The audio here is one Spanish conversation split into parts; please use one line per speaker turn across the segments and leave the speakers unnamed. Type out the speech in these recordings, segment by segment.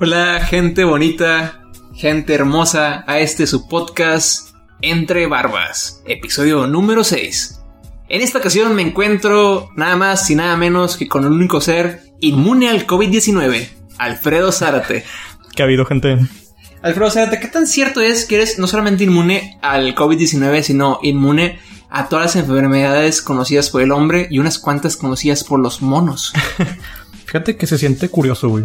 Hola, gente bonita, gente hermosa, a este su podcast Entre Barbas, episodio número 6. En esta ocasión me encuentro nada más y nada menos que con el único ser inmune al COVID-19, Alfredo Zárate.
¿Qué ha habido, gente?
Alfredo Zárate, ¿qué tan cierto es que eres no solamente inmune al COVID-19, sino inmune a todas las enfermedades conocidas por el hombre y unas cuantas conocidas por los monos?
Fíjate que se siente curioso, güey.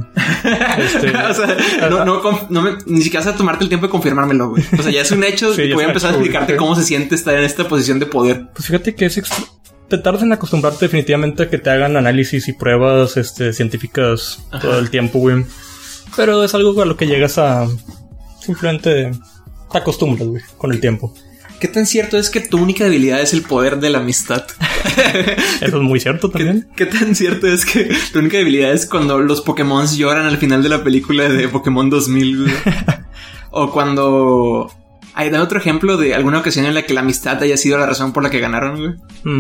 Este,
o sea, no, no, conf- no me- ni siquiera vas a tomarte el tiempo de confirmármelo, güey. O sea, ya es un hecho.
Sí, ya
voy a
es un
empezar a
hecho, güey.
explicarte
Sí.
cómo se siente estar en esta posición de poder.
Pues fíjate que es... ex- Te tardas en acostumbrarte definitivamente a que te hagan análisis y pruebas este, científicas todo el tiempo, güey. Pero es algo a lo que llegas a... Simplemente te acostumbras, güey, con el tiempo.
¿Qué tan cierto es que tu única debilidad es el poder de la amistad?
Eso es muy cierto también.
¿Qué tan cierto es que tu única debilidad es cuando los Pokémon lloran al final de la película de Pokémon 2000? güey? o cuando... Ay, dame otro ejemplo de alguna ocasión en la que la amistad haya sido la razón por la que ganaron, güey.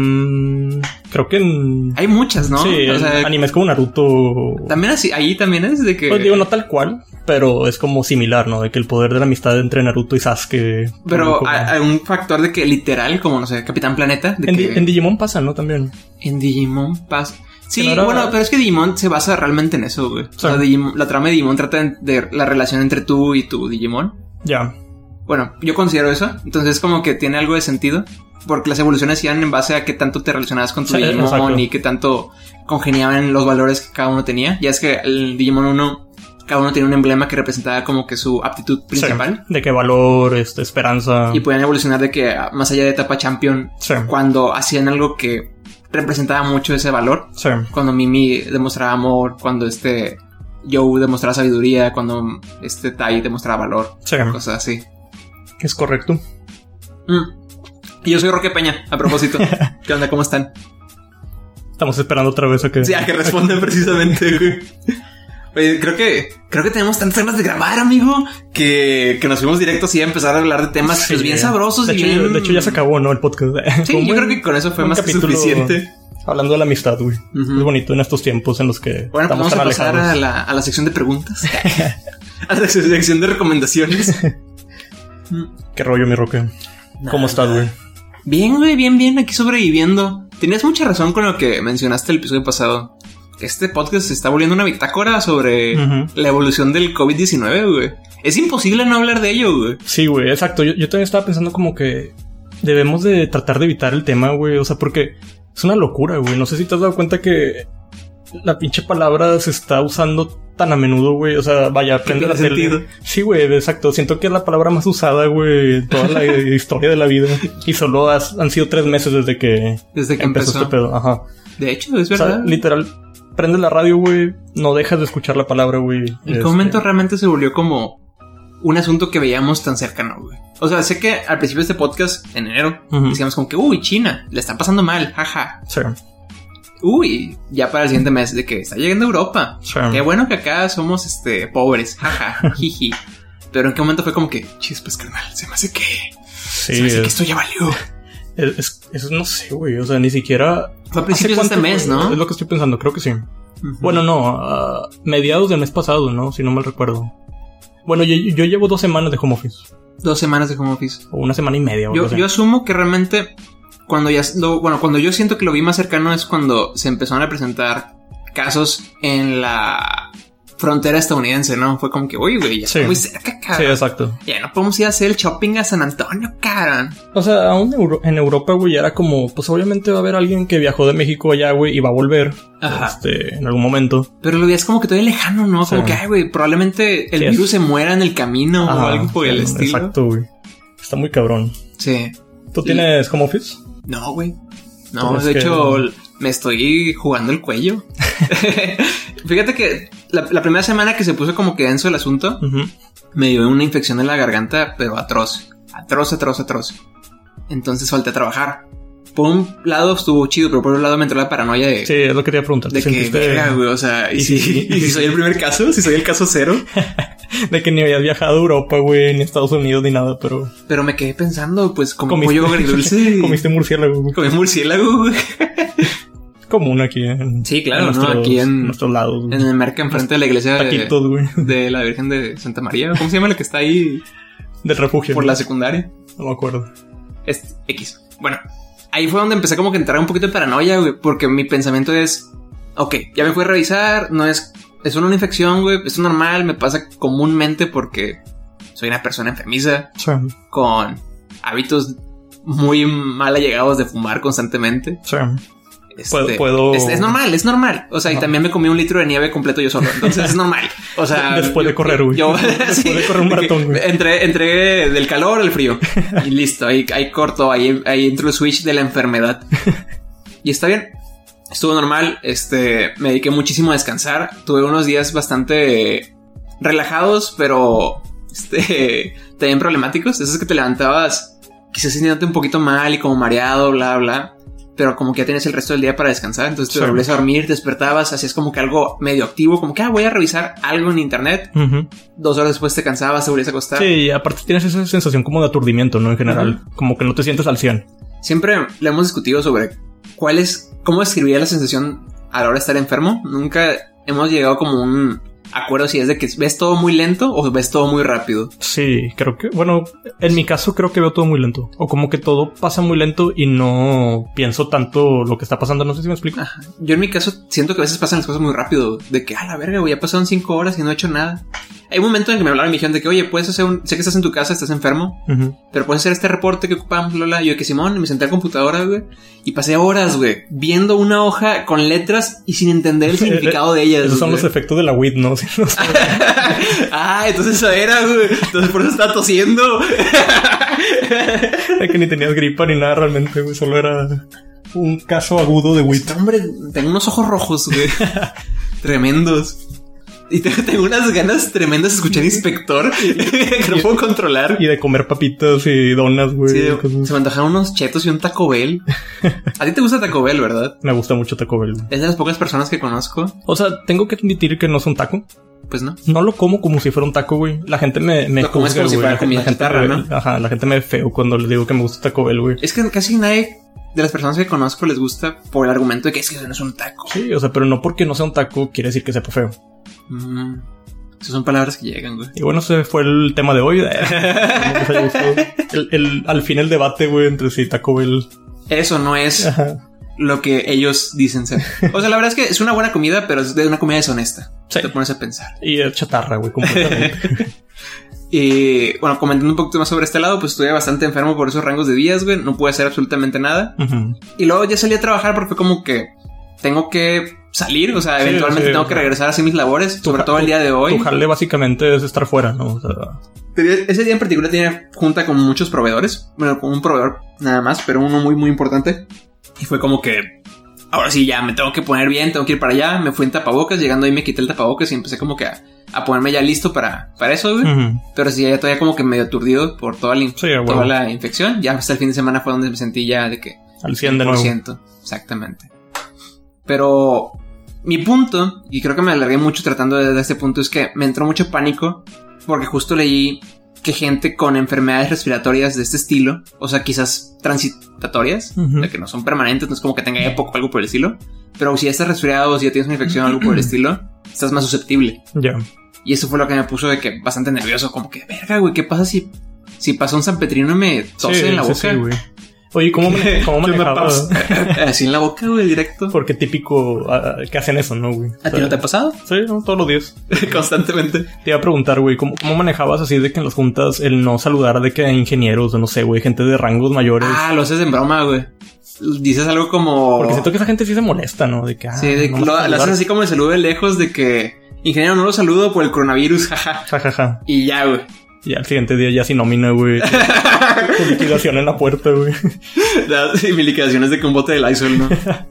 Mm, creo que en...
Hay muchas, ¿no?
sí,
o sea,
en animes como Naruto...
también así, ahí también es de que...
Pues digo, no tal cual, pero es como similar, ¿no? De que el poder de la amistad entre Naruto y Sasuke...
Pero
como-
a- hay un factor de que literal, como no sé, Capitán Planeta, de
en,
que
Di- en Digimon pasa, ¿no? También.
en Digimon pasa. Sí,
Que no era-
bueno, pero es que Digimon se basa realmente en eso, güey. O sea,
Sí.
Digimon- la trama de Digimon trata de, de la relación entre tú y tu Digimon.
Ya.
Bueno, yo considero eso. Entonces, como que tiene algo de sentido. Porque las evoluciones iban en base a qué tanto te relacionabas con tu
Sí,
Digimon
exacto.
y qué tanto congeniaban los valores que cada uno tenía. Ya es que el Digimon 1, cada uno tenía un emblema que representaba como que su aptitud principal.
Sí. De que valor, este, esperanza.
Y podían evolucionar de que ah, más allá de etapa champion
Sí.
cuando hacían algo que representaba mucho ese valor.
Sí.
Cuando Mimi demostraba amor, cuando este Joe demostraba sabiduría, cuando este Tai demostraba valor,
Sí.
cosas así.
Es correcto.
Mm. Y yo soy Roque Peña, a propósito. ¿Qué onda? ¿Cómo están?
Estamos esperando otra vez a que.
Sí, a que respondan precisamente, güey. Oye, creo que, creo que tenemos tantas ganas de grabar, amigo, que, que nos fuimos directos y a empezar a hablar de temas
Sí.
pues, bien sabrosos
De
y
hecho,
bien-
de hecho, ya se acabó, ¿no? El podcast. Fue
Sí,
un
yo creo
buen-
que con eso fue
un
más que
capítulo
suficiente.
Hablando de la amistad, güey.
Ujú.
Es bonito en estos tiempos en los que
Bueno, pues
estamos
vamos
tan
a pasar
alejados.
a la, a la sección de preguntas. a la sección de recomendaciones.
Qué rollo, mi Roque. ¿Cómo estás, güey?
Bien, güey, bien, bien, aquí sobreviviendo. Tenías mucha razón con lo que mencionaste el episodio pasado. Este podcast se está volviendo una bitácora sobre
Ujú.
la evolución del COVID-19, güey. Es imposible no hablar de ello, güey.
Sí, güey, exacto. Yo, yo también estaba pensando como que debemos de tratar de evitar el tema, güey. O sea, porque es una locura, güey. No sé si te has dado cuenta que la pinche palabra se está usando tan a menudo, güey. O sea, vaya, prende la
tiene
tele.
sentido.
Sí, güey, exacto. Siento que es la palabra más usada, güey, en toda la historia de la vida. Y solo has- han sido tres meses desde que
Desde que
empezó
empezó.
este pedo. Ajá.
De hecho, es
O sea,
verdad.
literal, prendes la radio, güey. No dejas de escuchar la palabra, güey.
El
Este,
momento realmente se volvió como un asunto que veíamos tan cercano, güey. O sea, sé que al principio de este podcast, en enero,
Ujú.
decíamos como que, uy, China, le está pasando mal, jaja.
Sí,
Uy, ya para el siguiente mes de que está llegando a Europa.
sí.
Qué bueno que acá somos este pobres, jaja, jiji. Pero en qué momento fue como que, chispas, carnal, se me hace que,
Sí,
se me hace que
es-
esto ya valió.
Es, es- es- no sé, güey. O sea, ni siquiera.
Fue a principios de
¿Hace
este
cuánto
mes,
fue?
¿no?
Es lo que estoy pensando, creo que sí.
Ujú.
Bueno, no, a mediados del mes pasado, ¿no? Si no mal recuerdo. Bueno, yo, yo llevo dos semanas de home office.
dos semanas de home office.
O una semana y media, o
Yo,
algo así.
yo asumo que realmente cuando ya, lo- bueno, cuando yo siento que lo vi más cercano es cuando se empezaron a presentar casos en la frontera estadounidense, ¿no? Fue como que, uy, güey, ya
Sí.
está muy cerca,
Sí,
cabrón.
exacto.
ya no podemos ir a hacer el shopping a San Antonio, cabrón.
O sea, aún Euro- en Europa, güey, era como, pues obviamente va a haber alguien que viajó de México allá, güey, y va a volver.
Ajá.
Este, en algún momento.
Pero lo veías como que todavía lejano, ¿no? Como
Sí.
que, ay, güey, probablemente el
Sí, es-
virus se muera en el camino o
Ajá,
algo por el
sí,
estilo.
Exacto, güey. Está muy cabrón.
Sí.
¿Tú
Y-
tienes home office?
No, güey. No,
Pues
de
es que-
hecho, l- me estoy jugando el cuello. Fíjate que la, la primera semana que se puso como que denso el asunto,
Ujú.
me dio una infección en la garganta, pero atroz. Atroz, atroz, atroz. Entonces falté a trabajar. Por un lado estuvo chido, pero por otro lado me entró la paranoia de...
Sí, es lo que te iba a preguntar. ¿Te
De que,
sentiste-
verga, güey, o sea, ¿y,
y
si,
si-
y si soy el primer caso, si soy el caso cero.
De que ni habías viajado a Europa, güey, ni a Estados Unidos, ni nada, pero
Pero me quedé pensando, pues, como
Comiste-
pollo agridulce.
comiste murciélago, güey.
Comí murciélago, güey.
común aquí. En,
Sí, claro,
en
¿no? Aquí en-
nuestros lados.
En el mercado enfrente de la iglesia
Taquitos,
de,
güey.
de la Virgen de Santa María. ¿Cómo se llama la que está ahí
Del refugio.
por la secundaria?
No me acuerdo.
Es X. Bueno, ahí fue donde empecé como que a entrar un poquito de paranoia, güey, porque mi pensamiento es, ok, ya me fui a revisar, no es, es una infección, güey, es normal, me pasa comúnmente porque soy una persona enfermiza
Sí,
con hábitos muy mal allegados de fumar constantemente.
sí.
Este,
Puedo- puedo-
Es, es normal, es normal. O sea, y
Ajá.
también me comí un litro de nieve completo yo solo. Entonces es normal. O sea,
Después de
yo-
correr, güey.
yo-
Después
sí,
de correr un
de que
maratón, güey.
Entré, entré del calor al frío. Y listo, ahí, ahí corto, ahí, ahí entró el switch de la enfermedad. Y está bien. Estuvo normal. Este, me dediqué muchísimo a descansar. Tuve unos días bastante relajados, pero este, también problemáticos. Esos que te levantabas quizás sintiéndote un poquito mal y como mareado, bla, bla. Pero como que ya tienes el resto del día para descansar, entonces te
Sí.
volvías a dormir, te despertabas, hacías como que algo medio activo, como que ah, voy a revisar algo en internet.
Ujú.
Dos horas después te cansabas, te volvías a acostar.
Sí, y aparte tienes esa sensación como de aturdimiento, ¿no? En general. Como que no te sientes al 100.
Siempre le hemos discutido sobre cuál es, cómo describiría la sensación a la hora de estar enfermo. Nunca hemos llegado como a un acuerdo si es de que ves todo muy lento o ves todo muy rápido.
Sí, creo que... Bueno, en mi caso creo que veo todo muy lento. O como que todo pasa muy lento y no pienso tanto lo que está pasando. No sé si me explico.
Ajá. Yo en mi caso siento que a veces pasan las cosas muy rápido, de que a la verga, güey, ya pasaron cinco horas y no he hecho nada. Hay un momento en que me hablaron y me dijeron de que, oye, puedes hacer un, sé que estás en tu casa, estás enfermo,
Ujú.
pero puedes hacer este reporte que ocupamos, Lola. Yo de que Simón, y me senté a la computadora, güey, y pasé horas, güey, viendo una hoja con letras y sin entender el significado de ellas.
Esos son
güey.
los efectos de la weed, ¿no? Sí, no sé.
ah, entonces eso era, güey. Entonces por eso estaba tosiendo.
De que ni tenías gripa ni nada realmente, güey. Solo era un caso agudo de weed.
Hombre, tengo unos ojos rojos, güey. Tremendos. Y te- tengo unas ganas tremendas de escuchar inspector que no puedo controlar.
Y de comer papitas y donas, güey.
Sí,
y cosas.
se me antojaron unos chetos y un Taco Bell. A ti te gusta Taco Bell, ¿verdad?
Me gusta mucho Taco Bell. güey.
Es de las pocas personas que conozco.
O sea, tengo que admitir que no es un taco.
Pues no.
No lo como como si fuera un taco, güey. La gente me, me
Lo comes
juzga,
como si
güey.
fuera
la,
comida
la gente
chatarra,
me,
¿no?
Ajá, la gente me ve feo cuando les digo que me gusta Taco Bell, güey.
Es que casi nadie de las personas que conozco les gusta por el argumento de que es que eso no es un taco.
Sí, o sea, pero no porque no sea un taco quiere decir que sepa feo.
Mm. Esas son palabras que llegan, güey.
Y bueno, ese fue el tema de hoy. Espero que les haya gustado. El- el- al fin el debate, güey, entre si Taco Bell...
Eso no es
Ajá.
lo que ellos dicen ser. O sea, la verdad es que es una buena comida, pero es de una comida deshonesta.
Sí.
Te pones a pensar.
Y es chatarra, güey, completamente.
Y bueno, comentando un poquito más sobre este lado, pues estuve bastante enfermo por esos rangos de días, güey. No pude hacer absolutamente nada.
Ujú.
Y luego ya salí a trabajar porque fue como que tengo que salir, o sea,
Sí,
eventualmente
sí,
tengo
o
que
sea.
regresar a hacer mis labores,
Tu
sobre
ja-
todo el día de hoy.
Tu jale básicamente es estar fuera, ¿no? O sea,
Pero Ese día en particular tenía junta con muchos proveedores. Bueno, con un proveedor nada más, pero uno muy, muy importante. Y fue como que. Ahora sí, ya me tengo que poner bien, tengo que ir para allá. Me fui en tapabocas, llegando ahí me quité el tapabocas y empecé como que a, a ponerme ya listo para, para eso, güey.
ujú.
Pero sí, ya todavía como que medio aturdido por toda la, in-
Sí, a
toda
huevo.
la infección. Ya hasta el fin de semana fue donde me sentí ya de que
al 100 de nuevo.
100%, Exactamente. Pero mi punto, y creo que me alargué mucho tratando de, de este punto, es que me entró mucho pánico porque justo leí que gente con enfermedades respiratorias de este estilo, o sea, quizás transitorias,
Ujú.
de que no son permanentes, no es como que tenga época o algo por el estilo, pero si ya estás resfriado, si ya tienes una infección o algo por el estilo, estás más susceptible.
Ya.
Y eso fue lo que me puso de que bastante nervioso, como que, verga, güey, ¿qué pasa si, si pasa un San Petrino y me tose
Sí,
en la
sí,
boca?
sí, güey. Oye, ¿cómo, mane- cómo
Que me
manejabas?
pasa. Así en la boca, güey, directo.
Porque típico ah, que hacen eso, ¿no, güey?
¿A ti no te ha pasado?
Sí, no, todos los días.
Constantemente.
Te iba a preguntar, güey, ¿cómo, cómo manejabas así de que en las juntas el no saludar de que a ingenieros o no sé, güey, gente de rangos mayores?
Ah, lo haces en broma, güey. Dices algo como.
Porque siento que esa gente sí se molesta, ¿no? De que, ah,
Sí, de-
no
lo, lo
vas a saludar.
haces así como el saludo de lejos de que. Ingeniero, no lo saludo por el coronavirus, jaja.
Ja, ja, ja.
Y ya, güey.
Y al siguiente día ya sin nómina, güey. Con liquidación en la puerta, güey.
La- sí, mi liquidación es de que un bote de Lysol, ¿no? A
Sí,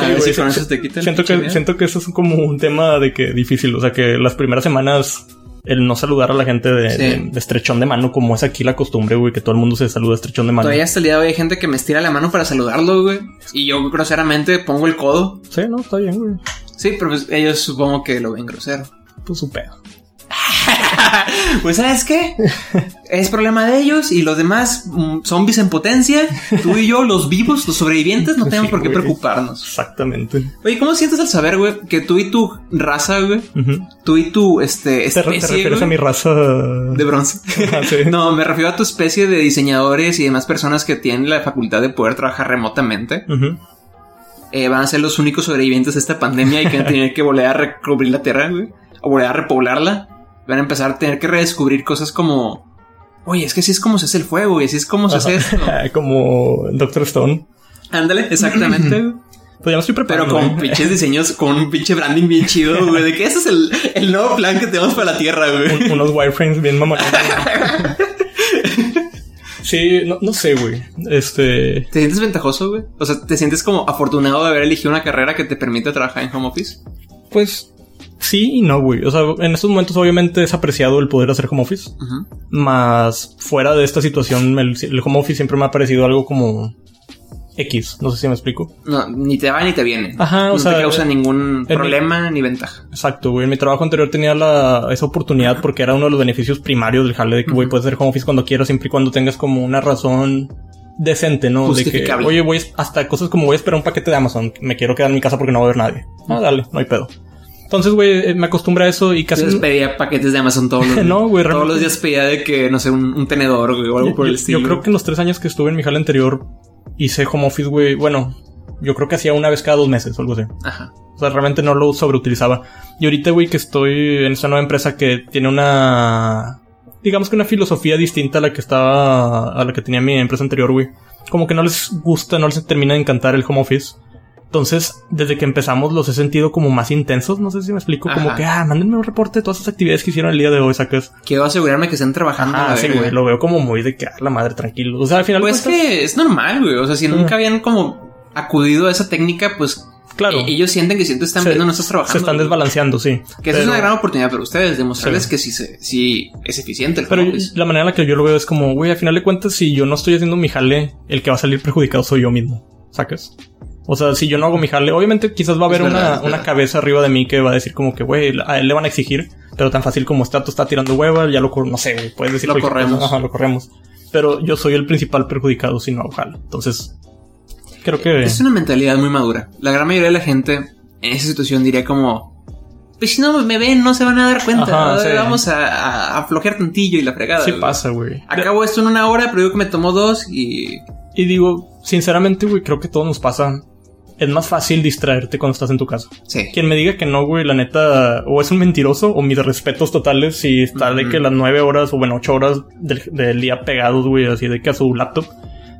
ver
güey,
si con
sí,
eso te quitan.
Siento que, siento que eso es como un tema de que difícil. O sea, que las primeras semanas el no saludar a la gente de,
Sí.
de- de estrechón de mano, como es aquí la costumbre, güey, que todo el mundo se saluda estrechón de mano.
Todavía hasta el día de hoy hay gente que me estira la mano para saludarlo, güey. Y yo groseramente pongo el codo.
Sí, no, está bien, güey.
Sí, pero pues ellos supongo que lo ven grosero.
Pues su pedo.
pues sabes qué? Es problema de ellos y los demás mm, zombies en potencia. Tú y yo, los vivos, los sobrevivientes, no tenemos
Sí,
por qué
güey.
preocuparnos.
Exactamente.
Oye, ¿cómo sientes al saber, güey, que tú y tu raza, güey,
Ujú.
tú y tu este,
¿Te, re-
especie
te refieres
güey,
a mi raza?
de bronce?
Ajá, sí.
no, me refiero a tu especie de diseñadores y demás personas que tienen la facultad de poder trabajar remotamente.
Ujú.
eh, van a ser los únicos sobrevivientes de esta pandemia y que van a tener que volver a recubrir la tierra, güey, o volver a repoblarla. Van a empezar a tener que redescubrir cosas como, oye, es que así es como se hace el fuego y así es como se hace esto.
Ajá. Ah, Como Doctor Stone.
Ándale, exactamente. güey.
Pues ya me estoy
Pero
preparando.
con
¿eh?
pinches diseños, con un pinche branding bien chido, güey, de que ese es el, el nuevo plan que tenemos para la tierra, güey.
Un- unos wireframes bien mamones. sí, no, no sé, güey. Este.
¿Te sientes ventajoso, güey? O sea, ¿te sientes como afortunado de haber elegido una carrera que te permite trabajar en home office?
Pues sí y no, güey. O sea, en estos momentos, obviamente, es apreciado el poder hacer home office.
Ujú.
Más fuera de esta situación, el, el home office siempre me ha parecido algo como X. No sé si me explico.
No, ni te va ni te viene.
Ajá, o
no
sea,
te causa ningún
en mi-
problema ni ventaja.
Exacto, güey. En mi trabajo anterior tenía la, esa oportunidad porque era uno de los beneficios primarios del jale de que, güey, puedes hacer home office cuando quieras, siempre y cuando tengas como una razón decente, ¿no? De que,
Justificable.
oye, voy a- hasta cosas como voy a esperar un paquete de Amazon, me quiero quedar en mi casa porque no va a haber nadie. Ah, dale, no hay pedo. Entonces, güey, eh, me acostumbré a eso y casi...
Entonces pedía paquetes de Amazon todos los días.
Mm. No, güey,
Todos
realmente-
los días pedía de que, no sé, un, un tenedor güey, o algo por el
yo, yo
estilo.
creo que en los tres años que estuve en mi jale anterior hice home office, güey, bueno, yo creo que hacía una vez cada dos meses o algo así.
Ajá.
O sea, realmente no lo sobreutilizaba. Y ahorita, güey, que estoy en esta nueva empresa que tiene una. Digamos que una filosofía distinta a la que estaba. a la que tenía mi empresa anterior, güey. Como que no les gusta, no les termina de encantar el home office. Entonces, desde que empezamos los he sentido como más intensos, no sé si me explico, como
Ajá.
que, ah, mándenme un reporte de todas las actividades que hicieron el día de hoy, sacas.
Quiero asegurarme que estén trabajando. a
Ah,
la
sí,
verga.
güey, lo veo como muy de que, ah, la madre, tranquilo. O sea, al final...
Pues es
cuentas-
que es normal, güey. O sea, si nunca habían como acudido a esa técnica, pues
Claro.
e- ellos sienten que si tú están
Se-
viendo no estás trabajando.
Se están
güey.
desbalanceando, sí.
Que esa es
Pero-
una gran oportunidad para ustedes, demostrarles
Sí.
que sí, se, sí es eficiente el
Pero
home
yo-
office.
la manera en la que yo lo veo es como, güey, al final de cuentas, si yo no estoy haciendo mi jale, el que va a salir perjudicado soy yo mismo. ¿Sacas? O sea, si yo no hago mi jale, obviamente quizás va a haber
Es verdad,
una,
es verdad.
una cabeza arriba de mí que va a decir como que, güey, a él le van a exigir, pero tan fácil como está, tú está tirando hueva, ya lo, cor- no sé, güey, puedes decir
Lo
cualquier cosa.
corremos.
Ajá, lo corremos. Pero yo soy el principal perjudicado si no hago jale. Entonces, creo que...
Es una mentalidad muy madura. La gran mayoría de la gente en esa situación diría como... Pues si no me ven, no se van a dar cuenta.
Ajá,
Ahora
sí.
Vamos a, a, a flojear tantillo y la fregada.
Sí
güey.
pasa, güey.
Acabo esto en una hora, pero digo que me tomó dos y...
Y digo, sinceramente, güey, creo que todo nos pasa. Es más fácil distraerte cuando estás en tu casa.
Sí.
Quien me diga que no, güey, la neta, o es un mentiroso, o mis respetos totales si está de que las nueve horas, o bueno, ocho horas del, del día pegados, güey, así de que a su laptop.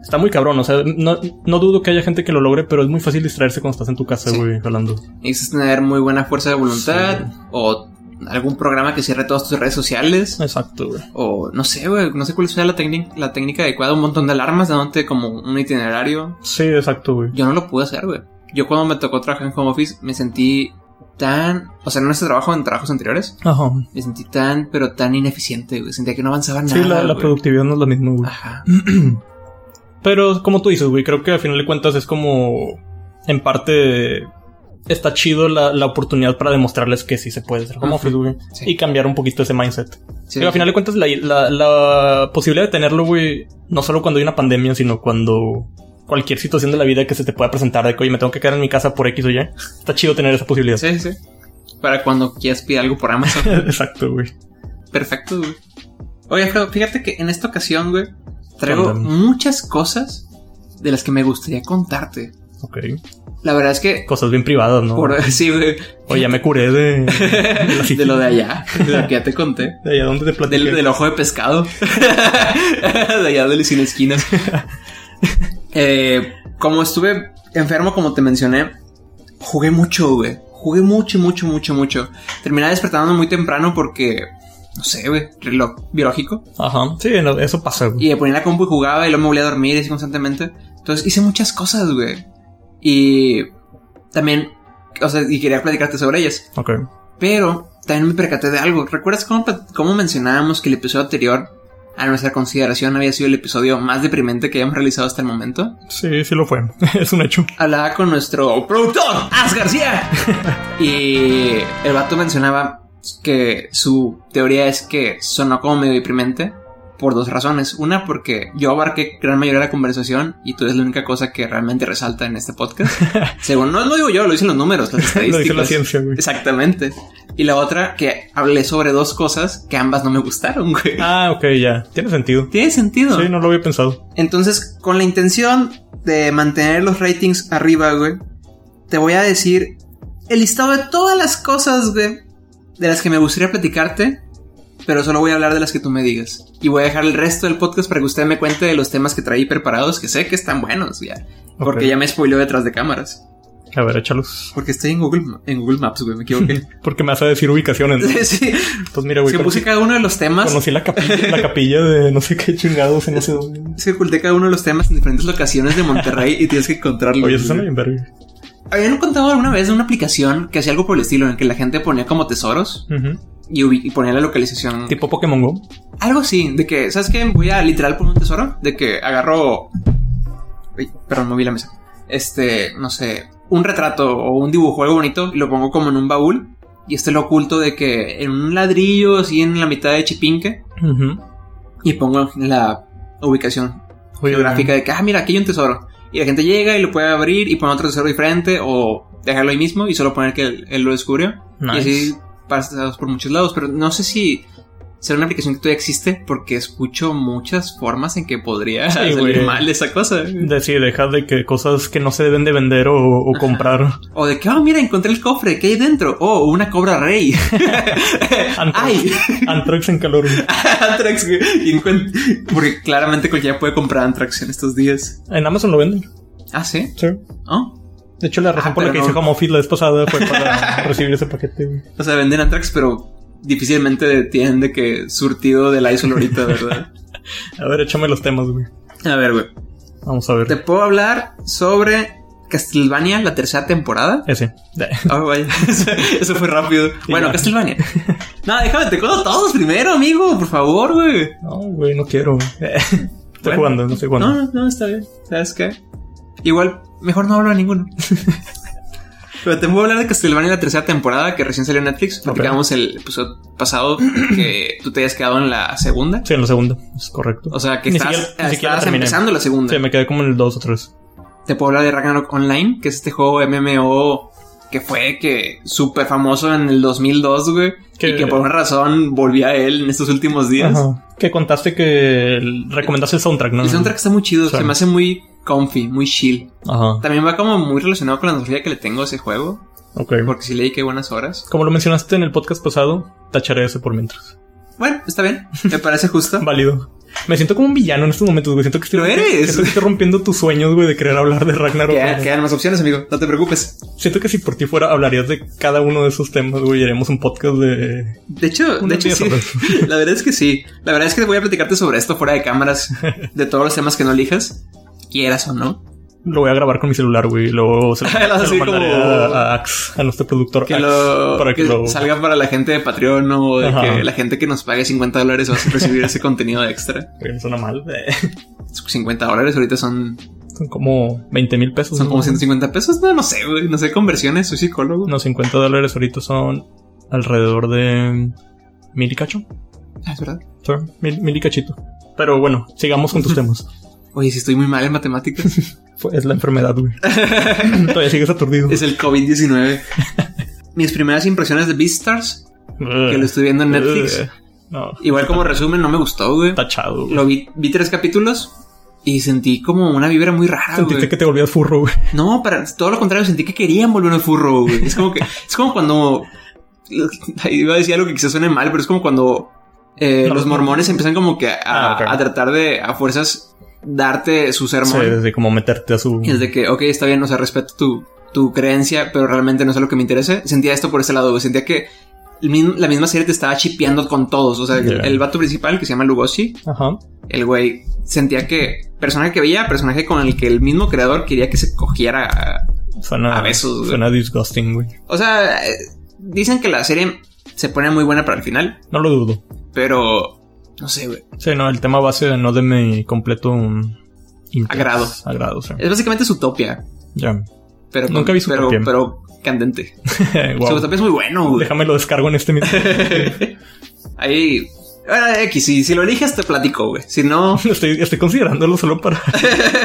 Está muy cabrón, o sea, no, no dudo que haya gente que lo logre, pero es muy fácil distraerse cuando estás en tu casa,
Sí.
güey, hablando.
Necesitas tener muy buena fuerza de voluntad
Sí.
o algún programa que cierre todas tus redes sociales.
Exacto, güey.
O no sé, güey, no sé cuál sea la, técnica la técnica adecuada, un montón de alarmas, dándote como un itinerario.
Sí, exacto, güey.
Yo no lo pude hacer, güey. Yo cuando me tocó trabajar en home office me sentí tan... O sea, no en este trabajo, en trabajos anteriores.
Ajá.
Me sentí tan, pero tan ineficiente, güey. Sentía que no avanzaba nada.
Sí, la, la Mm,
güey.
productividad no es la misma, güey.
Ajá.
Pero como tú dices, güey, creo que al final de cuentas es como, en parte, está chido la, la oportunidad para demostrarles que sí se puede hacer home
Ujú.
office, güey.
Sí.
Y cambiar un poquito ese mindset.
Sí,
Digo, al final de cuentas, la, la- la posibilidad de tenerlo, güey, no solo cuando hay una pandemia, sino cuando cualquier situación de la vida que se te pueda presentar, de que, oye, me tengo que quedar en mi casa por X o Y, está chido tener esa posibilidad.
sí, sí. Para cuando quieras pedir algo por Amazon.
Exacto, güey.
Perfecto, güey. Oye, Alfredo, fíjate que en esta ocasión, güey, traigo
Ándale.
muchas cosas de las que me gustaría contarte.
Ok.
La verdad es que,
Cosas bien privadas, ¿no?
por sí, güey,
Oye, ya me curé de... la
de lo de allá, de lo que ya te conté.
De allá donde te platiqué.
Del, del ojo de pescado. de allá del sin esquinas. Eh, como estuve enfermo, como te mencioné, jugué mucho, güey. Jugué mucho, mucho, mucho, mucho. Terminé despertando muy temprano porque, no sé, güey, reloj biológico.
Ajá. Sí, no, eso pasa, güey.
Y me ponía la compu y jugaba y luego me volvía a dormir así constantemente. Entonces hice muchas cosas, güey. Y también, o sea, y quería platicarte sobre ellas.
Ok.
Pero también me percaté de algo. ¿Recuerdas cómo, pla- cómo mencionábamos que el episodio anterior, a nuestra consideración, había sido el episodio más deprimente que hayamos realizado hasta el momento?
Sí, sí lo fue. es un hecho.
Hablaba con nuestro productor, As García. y el vato mencionaba que su teoría es que sonó como medio deprimente por dos razones. Una, porque yo abarqué gran mayoría de la conversación y tú eres la única cosa que realmente resalta en este podcast. Según, no lo digo yo, lo dicen los números, las estadísticas.
Lo dice la ciencia, güey.
Exactamente. Y la otra, que hablé sobre dos cosas que ambas no me gustaron, güey.
Ah, ok, ya. Tiene sentido.
Tiene sentido.
Sí, no lo había pensado.
Entonces, con la intención de mantener los ratings arriba, güey, te voy a decir el listado de todas las cosas, güey, de las que me gustaría platicarte, pero solo voy a hablar de las que tú me digas. Y voy a dejar el resto del podcast para que usted me cuente de los temas que traí preparados, que sé que están buenos, ya. Porque
Ok.
ya me spoiló detrás de cámaras.
A ver, échalos.
Porque estoy en Google, Ma- en Google Maps, güey, me equivoqué.
Porque me hace decir ubicaciones. ¿no?
sí,
Entonces, mira,
es
güey.
que
conocí-
puse cada uno de los temas,
Conocí la capilla, la capilla de no sé qué chingados en ese dónde.
es que oculté cada uno de los temas en diferentes locaciones de Monterrey y tienes que encontrarlo.
Oye,
güey.
eso suena bien verga.
Habían contado alguna vez de una aplicación que hacía algo por el estilo, en que la gente ponía como tesoros
Ujú.
y, ubi- y ponía la localización.
Tipo Pokémon Go.
Algo así, de que, ¿sabes qué? Voy a literal por un tesoro, de que agarro... Uy, perdón, moví la mesa. Este, no sé, un retrato o un dibujo, algo bonito, y lo pongo como en un baúl, y este lo oculto de que en un ladrillo, así en la mitad de Chipinque,
Ujú.
y pongo la ubicación
Oye,
geográfica de que, ah, mira, aquí hay un tesoro. Y la gente llega y lo puede abrir y poner otro tesoro diferente o dejarlo ahí mismo y solo poner que él, él lo descubrió. Y
Nice.
así pasas por muchos lados, pero no sé si será una aplicación que todavía existe porque escucho muchas formas en que podría
Sí,
salir
güey.
mal esa cosa.
De, sí, deja de que cosas que no se deben de vender o, o comprar.
O de que, oh, mira, encontré el cofre, ¿qué hay dentro? Oh, una cobra rey. ¡Ay!
Antrax en calor. güey.
Antrax, güey. Y encuent- Porque claramente cualquiera puede comprar Antrax en estos días.
En Amazon lo venden.
Ah, sí.
Sí.
Oh.
De hecho, la razón
Ah,
por la
pero
que
no.
hice como office la vez pasada fue para recibir ese paquete. güey.
O sea, venden Antrax, pero difícilmente tienen de que surtido del ISOL ahorita, ¿verdad?
A ver, échame los temas, güey.
a ver, güey.
Vamos a ver.
Te puedo hablar sobre Castlevania, la tercera temporada.
Ese.
Oh, vaya. Eso fue rápido. Bueno,
ya.
Castlevania. No, déjame, te cuento todos primero, amigo, por favor, güey.
No, güey, no quiero. güey. Estoy
Bueno.
jugando, no estoy jugando.
No, no, no, está bien. ¿Sabes qué? Igual, mejor no hablo de ninguno. Pero te voy a hablar de Castlevania la tercera temporada que recién salió en Netflix. Platicábamos el episodio pasado que tú te habías quedado en la segunda.
Sí, en la segunda. Es correcto.
O sea, que
Ni
estás,
siquiera- ni siquiera
estás
terminé.
empezando la segunda.
Sí, me quedé como en el 2 o 3.
Te puedo hablar de Ragnarok Online, que es este juego MMO que fue que súper famoso en el 2002, güey.
Que-
Y que por una razón volví a él en estos últimos días.
Que contaste que el- recomendaste el soundtrack, ¿no?
El soundtrack está muy chido,
Claro.
se me hace muy comfy, muy chill.
Ajá.
También va como muy relacionado con la nostalgia que le tengo a ese juego,
Ok.
porque sí le dediqué buenas horas.
Como lo mencionaste en el podcast pasado, tacharé ese por mientras.
Bueno, está bien, me parece justo.
Válido. Me siento como un villano en estos momentos, güey. Siento que estoy,
Lo eres.
siento que estoy rompiendo tus sueños, güey, de querer hablar de Ragnarok.
Quedan, quedan más opciones, amigo, no te preocupes.
Siento que si por ti fuera, hablarías de cada uno de esos temas, güey. y Haremos un podcast de.
De hecho,
Un
de hecho
día
sí.
sobre-
La verdad es que sí. La verdad es que voy a platicarte sobre esto fuera de cámaras, de todos los temas que no elijas, quieras o no.
Lo voy a grabar con mi celular, güey. y Luego se lo, se lo
Así
mandaré
como-
a, a Axe, a nuestro productor.
Que
Axe,
lo
para que, lo.
salga para la gente de Patreon o de
Ajá.
que la gente que nos pague 50 dólares va a recibir ese contenido extra.
Güey, me suena mal. eh.
50 dólares ahorita son,
Son como 20 mil pesos.
son como
¿no?
150 pesos. No, no sé, güey. No sé conversiones. Soy psicólogo.
Unos 50 dólares ahorita son alrededor de mil y cacho.
Ah, es verdad.
Sí, Mil, mil y cachito. Pero bueno, sigamos con tus temas.
Oye, si estoy muy mal en matemáticas.
Fue- Es la enfermedad, güey. Todavía sigues aturdido.
es el COVID-19. Mis primeras impresiones de Beastars, que lo estoy viendo en Netflix.
Eh, No,
Igual como resumen, no me gustó, güey.
tachado. güey.
Lo vi, vi tres capítulos y sentí como una vibra muy rara,
Sentiste
güey.
que te volvías furro, güey.
No, para todo lo contrario, sentí que querían volver al furro, güey. Es como que, es como cuando. Iba a decir algo que quizás suene mal, pero es como cuando eh,
No,
los
no.
mormones empiezan como que a,
Ah, ok.
a tratar de a fuerzas darte su
Sí,
sermón.
desde como meterte a su.
Y es de que, ok, está bien, o sea, respeto tu, tu creencia, pero realmente no es algo que me interese. Sentía esto por ese lado, güey. Sentía que el mismo- la misma serie te estaba chipeando con todos. O sea,
Ya.
el vato principal que se llama Lugosi,
Ajá.
el güey sentía que personaje que veía, personaje con el que el mismo creador quería que se cogiera
Suena.
A besos, güey.
Suena disgusting, güey.
O sea, eh, dicen que la serie se pone muy buena para el final,
No lo dudo.
pero no sé, güey.
Sí, no, el tema base no de mi completo. mm, interés.
Agrado.
Agrado, sí.
Es básicamente su topia,
Ya.
pero con-
Nunca vi
pero,
Zootopia.
pero candente.
Guau.
Su es muy bueno, güey.
Déjame lo descargo en este mismo.
Ahí. Ahora, X, si, si lo eliges, te platico, güey. Si no,
estoy, estoy considerándolo solo para,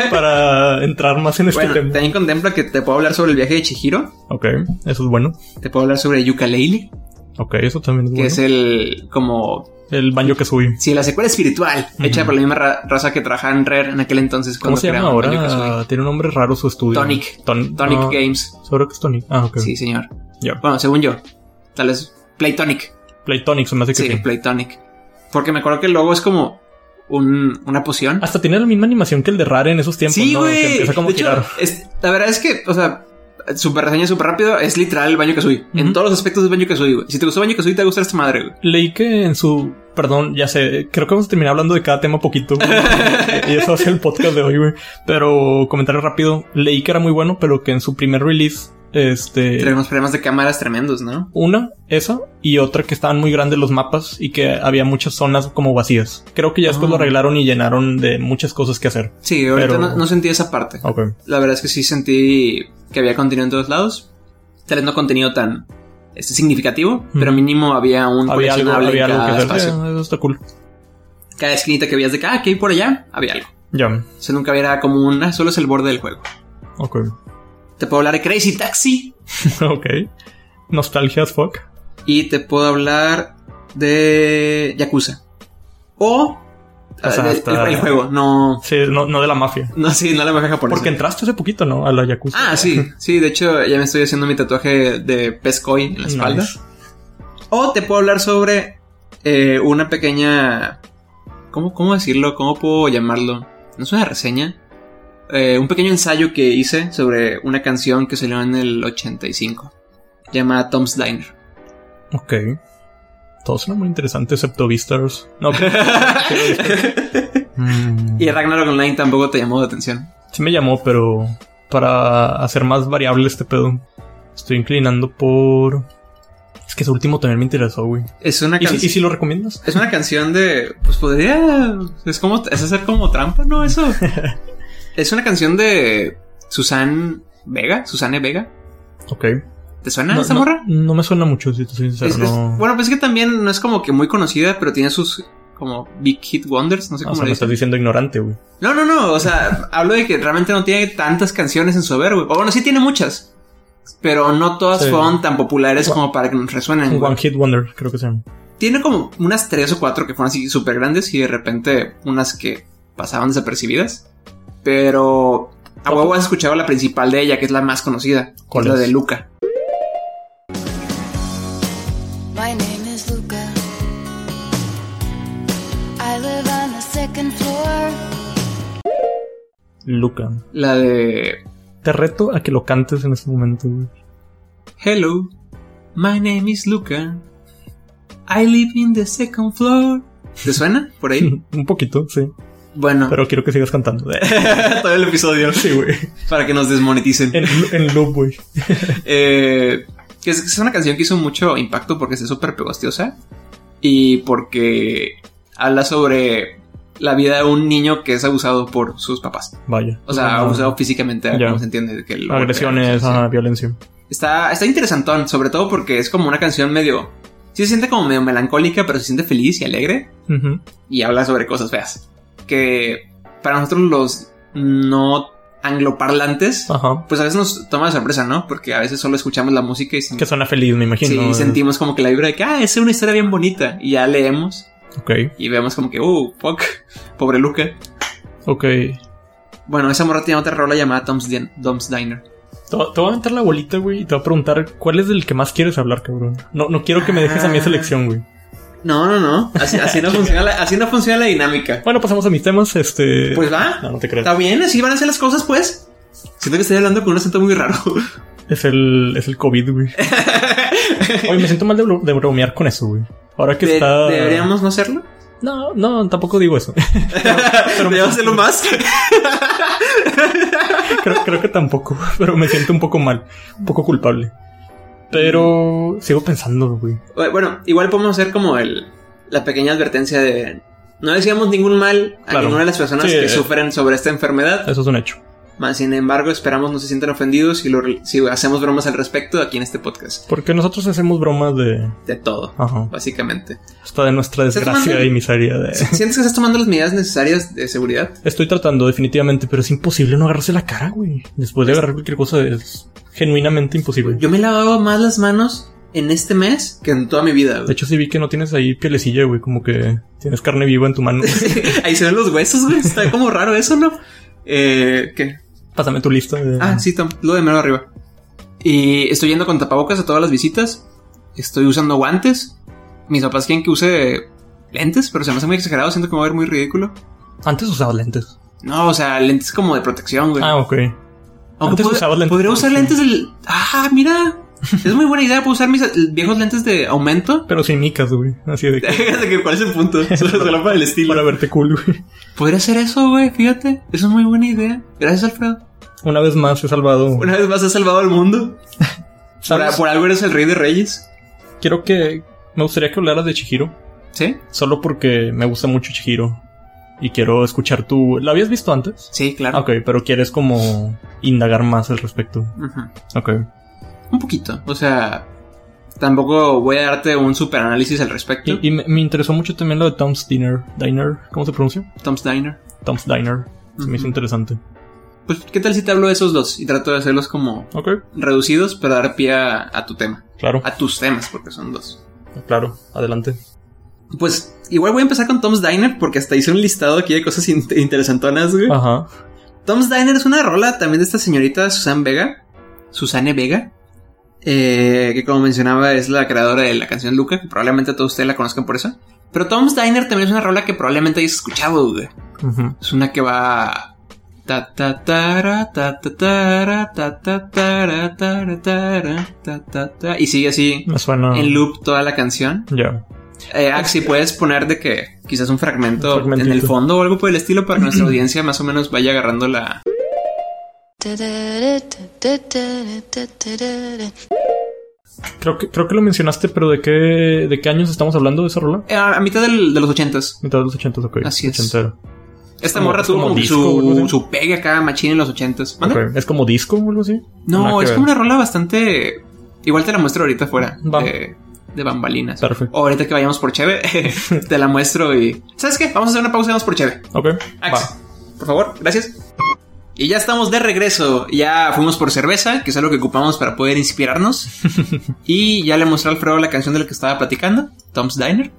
para entrar más en este
bueno,
tema.
también contempla que te puedo hablar sobre el viaje de Chihiro.
Ok, eso es bueno.
Te puedo hablar sobre Yooka-Laylee,
Ok, eso también es
que
bueno.
es el, como,
El baño que subí.
si la secuela espiritual, hecha por la misma ra- raza que trabajaba en Rare en aquel entonces.
¿Cómo
cuando
se llama
crearon Banjo-Kazooie.
ahora? Tiene un nombre raro su estudio.
Tonic.
Ton-
Tonic
no,
Games.
Seguro que es Tonic. Ah, ok.
Sí, señor.
Ya.
Bueno, según yo. Tal vez Playtonic.
Playtonic se me hace que
Sí,
sí.
Playtonic. Porque me acuerdo que el logo es como un, una poción.
Hasta tiene la misma animación que el de Rare en esos tiempos.
Sí,
¿no? Que
güey.
empieza como
De
a
hecho,
girar.
es- la verdad es que, o sea, super reseña súper rápido. Es literal el baño que soy. En
Ujú.
todos los aspectos es baño que soy, güey. Si te gustó baño que soy, te va a gustar esta madre, güey.
Leí que en su. Perdón, ya sé. Creo que vamos a terminar hablando de cada tema poquito. güey. y eso hace el podcast de hoy, güey. Pero comentario rápido. Leí que era muy bueno, pero que en su primer release. Este.
Tenemos problemas de cámaras tremendos, ¿no?
Una, esa, y otra que estaban muy grandes los mapas y que había muchas zonas como vacías. Creo que ya después
Ah.
lo arreglaron y llenaron de muchas cosas que hacer.
Sí, ahorita
Pero-
no, no sentí esa parte.
Ok.
La verdad es que sí sentí que había contenido en todos lados. Tal vez no contenido tan este, significativo, pero mínimo había un
Había algo,
coleccionable
había
en
algo que
cada
hacer.
espacio.
Eh, eso está cool.
Cada esquinita que veías de acá, que hay por allá, había algo.
Ya.
O sea, nunca era como una, solo es el borde del juego.
Ok.
Te puedo hablar de Crazy Taxi
ok. Nostalgia as fuck.
y te puedo hablar de Yakuza. O,
O sea,
ah, de-
hasta-
el, el juego, no,
Sí, no, no de la mafia.
no, sí, no la mafia japonesa.
Porque entraste hace poquito, ¿no? A la Yakuza.
Ah, sí, sí, de hecho ya me estoy haciendo mi tatuaje de pescoy en la
Nice.
espalda. O te puedo hablar sobre eh, una pequeña... ¿cómo, ¿Cómo decirlo? ¿Cómo puedo llamarlo? No es una reseña. Eh, un pequeño ensayo que hice sobre una canción que salió en el 85. Llamada Tom's Diner.
Ok. Todo suena muy interesante, excepto Beastars. No, ok. Mm,
y Ragnarok Online tampoco te llamó la atención.
sí me llamó, pero para hacer más variable este pedo, estoy inclinando por. Es que su último también me interesó, güey.
Es una
¿Y si, y
canción...
si lo recomiendas?
Es una canción de... Pues podría... Es como... Es hacer como trampa, ¿no? Eso. es una canción de... Susan Vega. Susane Vega.
Ok.
¿Te suena
no,
esta
no-
morra?
no me suena mucho, si te soy sincero.
Es- es-
no.
bueno, pues es que también no es como que muy conocida, pero tiene sus como Big Hit Wonders, no sé
Ah, o
cómo
sea,
le
me estás
dicen.
diciendo ignorante, güey.
No, no, no, o sea, hablo de que realmente no tiene tantas canciones en su haber, güey. O bueno, sí tiene muchas, pero no todas
Sí.
fueron tan populares
One-
como para que nos resuenen.
Un
güey.
One Hit Wonder, creo que se llama.
Tiene como unas tres o cuatro que fueron así súper grandes y de repente unas que pasaban desapercibidas, pero a huevo has escuchado la principal de ella, que es la más conocida, que
¿Cuál
es la
es?
de Luca.
My name is Luca. I live on the second floor.
Luca.
La de
Te reto a que lo cantes en este momento, güey.
Hello, my name is Luca. I live in the second floor. ¿Te suena por ahí?
Un poquito, sí.
Bueno,
Pero quiero que sigas cantando.
todo el episodio
Sí, güey.
para que nos desmoneticen.
En, en loop, güey.
Eh, que es, es una canción que hizo mucho impacto porque es súper pegostiosa y porque habla sobre la vida de un niño que es abusado por sus papás.
Vaya.
O sea,
Ah,
abusado físicamente,
Ya.
como se entiende. de Que lo golpean,
Agresiones,
sí, sí.
ajá, violencia.
Está, está interesantón, sobre todo porque es como una canción medio. Sí se siente como medio melancólica, pero se siente feliz y alegre.
Ujú.
Y habla sobre cosas feas. Que para nosotros los no angloparlantes,
Ajá.
pues a veces nos toma de sorpresa, ¿no? Porque a veces solo escuchamos la música y, sen-
Que suena feliz, me imagino.
sí,
eh.
sentimos como que la vibra de que, ah, es una historia bien bonita. Y ya leemos
Ok,
y vemos como que, uh, fuck, pobre Luca.
ok.
Bueno, esa morra tiene otra rola llamada Tom's, Din- Tom's Diner.
Te va- te voy a aventar la bolita, güey, y te voy a preguntar cuál es del que más quieres hablar, cabrón. No, no quiero que me dejes a mi
Ah.
selección, güey.
No, no, no. Así, así no, funciona la, así no funciona la dinámica.
Bueno, pasamos a mis temas, este...
Pues va.
No, no te creas.
Está bien, así van a ser las cosas, pues. Siento que estoy hablando con un acento muy raro.
Es el, es el COVID, güey. Oye, me siento mal de, bro- de bromear con eso, güey. Ahora que
De-
está...
¿Deberíamos no hacerlo?
No, no, tampoco digo eso.
¿Deberíamos hacerlo más?
creo, creo que tampoco, pero me siento un poco mal, un poco culpable. Pero sigo pensando, güey.
bueno, igual podemos hacer como el, la pequeña advertencia de... No deseamos ningún mal a
Claro.
ninguna de las personas
Sí,
que
eh.
sufren sobre esta enfermedad.
Eso es un hecho.
Mas, sin embargo, esperamos no se sientan ofendidos si, lo- si hacemos bromas al respecto aquí en este podcast.
Porque nosotros hacemos bromas de.
De todo,
Ajá.
básicamente.
Hasta de nuestra
¿Estás
desgracia
tomando-
y miseria. De...
¿Sientes que estás tomando las medidas necesarias de seguridad?
Estoy tratando, definitivamente, pero es imposible no agarrarse la cara, güey. Después de agarrar cualquier cosa es genuinamente imposible.
Pues- Yo me he lavado más las manos en este mes que en toda mi vida.
De
güey.
hecho, sí vi que no tienes ahí pielecilla, güey. Como que tienes carne viva en tu mano.
Ahí se ven los huesos, güey. Está como raro eso, ¿no? Eh, ¿Qué?
Pásame tu lista. de-
Ah, sí, Tom, lo de mero arriba. Y estoy yendo con tapabocas a todas las visitas. Estoy usando guantes. Mis papás quieren que use lentes, pero se me hace muy exagerado. Siento que me va a ver muy ridículo.
Antes usabas lentes.
No, o sea, lentes como de protección, güey.
Ah, ok.
Aunque
antes
pod-
usabas lentes
podría
de
usar lentes
protección.
del. Ah, mira. Es muy buena idea. Puedo usar mis eh, viejos lentes de aumento.
Pero sin micas, güey. Así de que.
Fíjate que cuál es el punto. Solo solo para el estilo.
para verte cool, güey.
Podría hacer eso, güey. Fíjate. Eso es muy buena idea. Gracias, Alfredo.
Una vez más he salvado.
Una vez más has salvado al mundo. Por,
¿Sabes?
por algo eres el rey de reyes.
Quiero que. Me gustaría que hablaras de Chihiro.
¿Sí?
Solo porque me gusta mucho Chihiro. Y quiero escuchar tu. ¿La habías visto antes?
Sí, claro.
Ah, Ok, pero quieres como indagar más al respecto.
Ujú.
Ok.
Un poquito. O sea, tampoco voy a darte un super análisis al respecto.
Y, y me, me interesó mucho también lo de Tom's Diner. Diner. ¿Cómo se pronuncia?
Tom's Diner.
Tom's Diner. Se me hizo
Ujú.
interesante.
Pues, ¿qué tal si te hablo de esos dos? Y trato de hacerlos como
Ok.
reducidos para dar pie a, a tu tema.
Claro.
A tus temas, porque son dos.
Claro. Adelante.
Pues, igual voy a empezar con Tom's Diner, porque hasta hice un listado aquí de cosas in- interesantonas, güey.
Ajá.
Tom's Diner es una rola también de esta señorita Susan Vega. Susane Vega. eh, que como mencionaba es la creadora de la canción Luca, que probablemente todos ustedes la conozcan por eso. Pero Tom's Diner también es una rola que probablemente hayas escuchado, güey.
Ujú.
Es una que va. Ta ta tara, ta ta tara, ta ta tara, tara, tara, ta ta ta. Y sigue así
Me suena.
en loop toda la canción.
Ya.
Eh, Axi, puedes poner de que quizás un fragmento
Un
en
fragmentito.
el fondo o algo por el estilo para que nuestra audiencia más o menos vaya agarrando la.
Creo que, creo que lo mencionaste, pero ¿de qué, de qué años estamos hablando de esa rola?
Eh, a a mitad del- de los ochentas.
Mitad de los 80, ok.
Así es.
Ochentero.
Esta
como-
morra
es
tuvo
como
como que
disco o algo
su,
así.
su pegue acá machín en los ochentas. ¿Mande?
Ok. ¿Es como disco o algo así? Nada
No,
que
es
ver.
como una rola bastante. Igual te la muestro ahorita fuera
Va.
de, de bambalinas.
Perfecto.
O ahorita que vayamos por Cheve, te la muestro y. ¿Sabes qué? Vamos a hacer una pausa y vamos por Cheve.
Ok.
Ax, por favor, gracias. Y ya estamos de regreso. Ya fuimos por cerveza, que es algo que ocupamos para poder inspirarnos. y ya le mostré a Alfredo la canción de la que estaba platicando, Tom's Diner.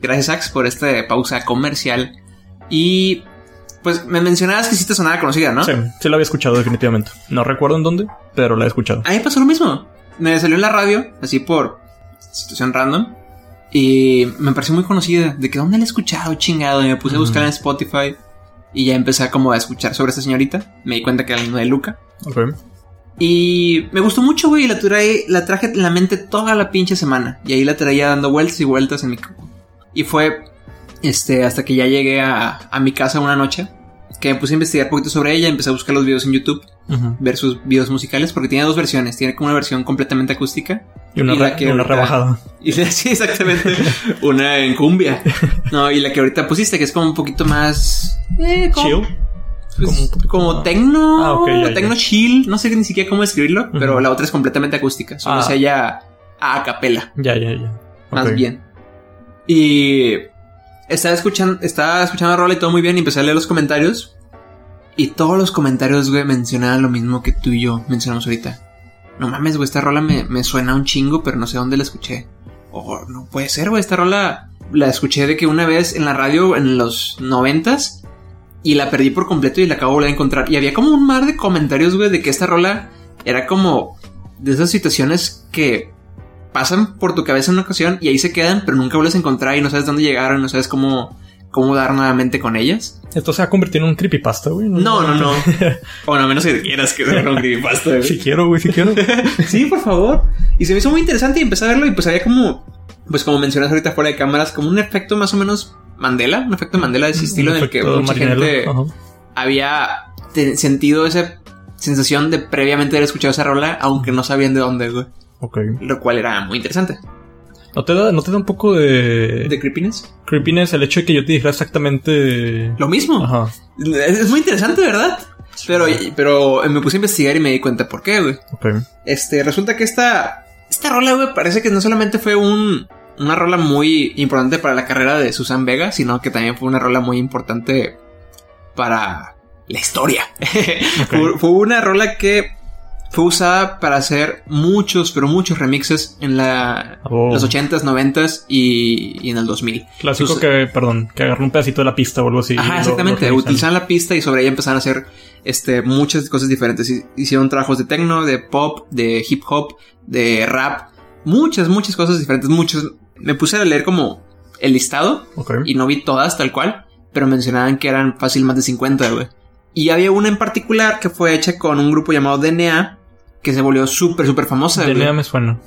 Gracias, Ax, por esta pausa comercial. Y pues me mencionabas que sí te sonaba conocida, ¿no?
Sí, sí la había escuchado definitivamente. No recuerdo en dónde, pero la he escuchado.
A mí me pasó lo mismo. Me salió en la radio, así por situación random. Y me pareció muy conocida. De que dónde la he escuchado, chingado. Y me puse a buscar en Spotify. Y ya empecé como a escuchar sobre esta señorita. Me di cuenta que era la misma de Luca.
Ok.
Y me gustó mucho, güey. y La, trae- la traje en la mente toda la pinche semana. Y ahí la traía dando vueltas y vueltas en mi cuerpo. Y fue este, hasta que ya llegué a, a mi casa una noche. Que me puse a investigar un poquito sobre ella. Empecé a buscar los videos en YouTube
Ujú.
versus videos musicales porque tiene dos versiones. Tiene como una versión completamente acústica
Y una,
Y la
re-
que
una
ahorita-
rebajada.
y la- sí, exactamente una en cumbia. No, y la que ahorita pusiste que es como un poquito más eh, como,
Chill.
pues,
como un poquito
como
más-
tecno,
Ah, ok, ya,
tecno
ya.
chill, no sé ni siquiera cómo escribirlo,
Ujú.
pero la otra es completamente acústica, solo
Ah.
se halla a capela,
Ya, ya, ya.
más
Ok.
bien. Y estaba escuchando, estaba escuchando rola y todo muy bien y empecé a leer los comentarios y todos los comentarios, güey, mencionaban lo mismo que tú y yo mencionamos ahorita. No mames, güey, esta rola me, me suena un chingo, pero no sé dónde la escuché. O no puede ser, güey, esta rola la escuché de que una vez en la radio en los noventas y la perdí por completo y la acabo de volver a encontrar. Y había como un mar de comentarios, güey, de que esta rola era como de esas situaciones que pasan por tu cabeza en una ocasión y ahí se quedan, pero nunca vuelves a encontrar y no sabes dónde llegaron, no sabes cómo, cómo dar nuevamente con ellas.
Esto se ha convertido en un creepypasta, güey.
No, no, no. Bueno, a menos que quieras que sea un creepypasta. güey.
si quiero, güey, si quiero.
Sí, por favor. Y se me hizo muy interesante y empecé a verlo y pues había como, pues como mencionas ahorita fuera de cámaras, como un efecto más o menos Mandela, un efecto Mandela de ese estilo en el que
Efecto
mucha
Marinello.
gente
Ajá.
había te- sentido esa sensación de previamente haber escuchado esa rola, aunque no sabían de dónde, güey.
Ok.
Lo cual era muy interesante.
¿No te, da, ¿No te da un poco de,
¿De creepiness?
creepiness el hecho de que yo te dijera exactamente...
Lo mismo.
Ajá.
Es es muy interesante, ¿verdad? Pero, pero me puse a investigar y me di cuenta por qué, güey.
Ok.
Este, resulta que esta, esta rola, güey, parece que no solamente fue un, una rola muy importante para la carrera de Susan Vega, sino que también fue una rola muy importante para la historia. Fue- fue una rola que fue usada para hacer muchos, pero muchos remixes en la,
Oh.
los 80s, 90s y, y en el 2000.
Clásico
Sus-
que, perdón, que agarró un pedacito de la pista o algo así. y
Pues, Ajá,
lo-
exactamente.
lo utilizan.
Utilizaban la pista y sobre ella empezaron a hacer este, muchas cosas diferentes. Hi- Hicieron trabajos de techno, de pop, de hip hop, de rap. Muchas, muchas cosas diferentes. Muchos. Me puse a leer como el listado
Ok.
y no vi todas tal cual, pero mencionaban que eran fácil más de 50, güey. Y había una en particular que fue hecha con un grupo llamado DNA que se volvió súper, súper famosa. güey.
DNA me suena.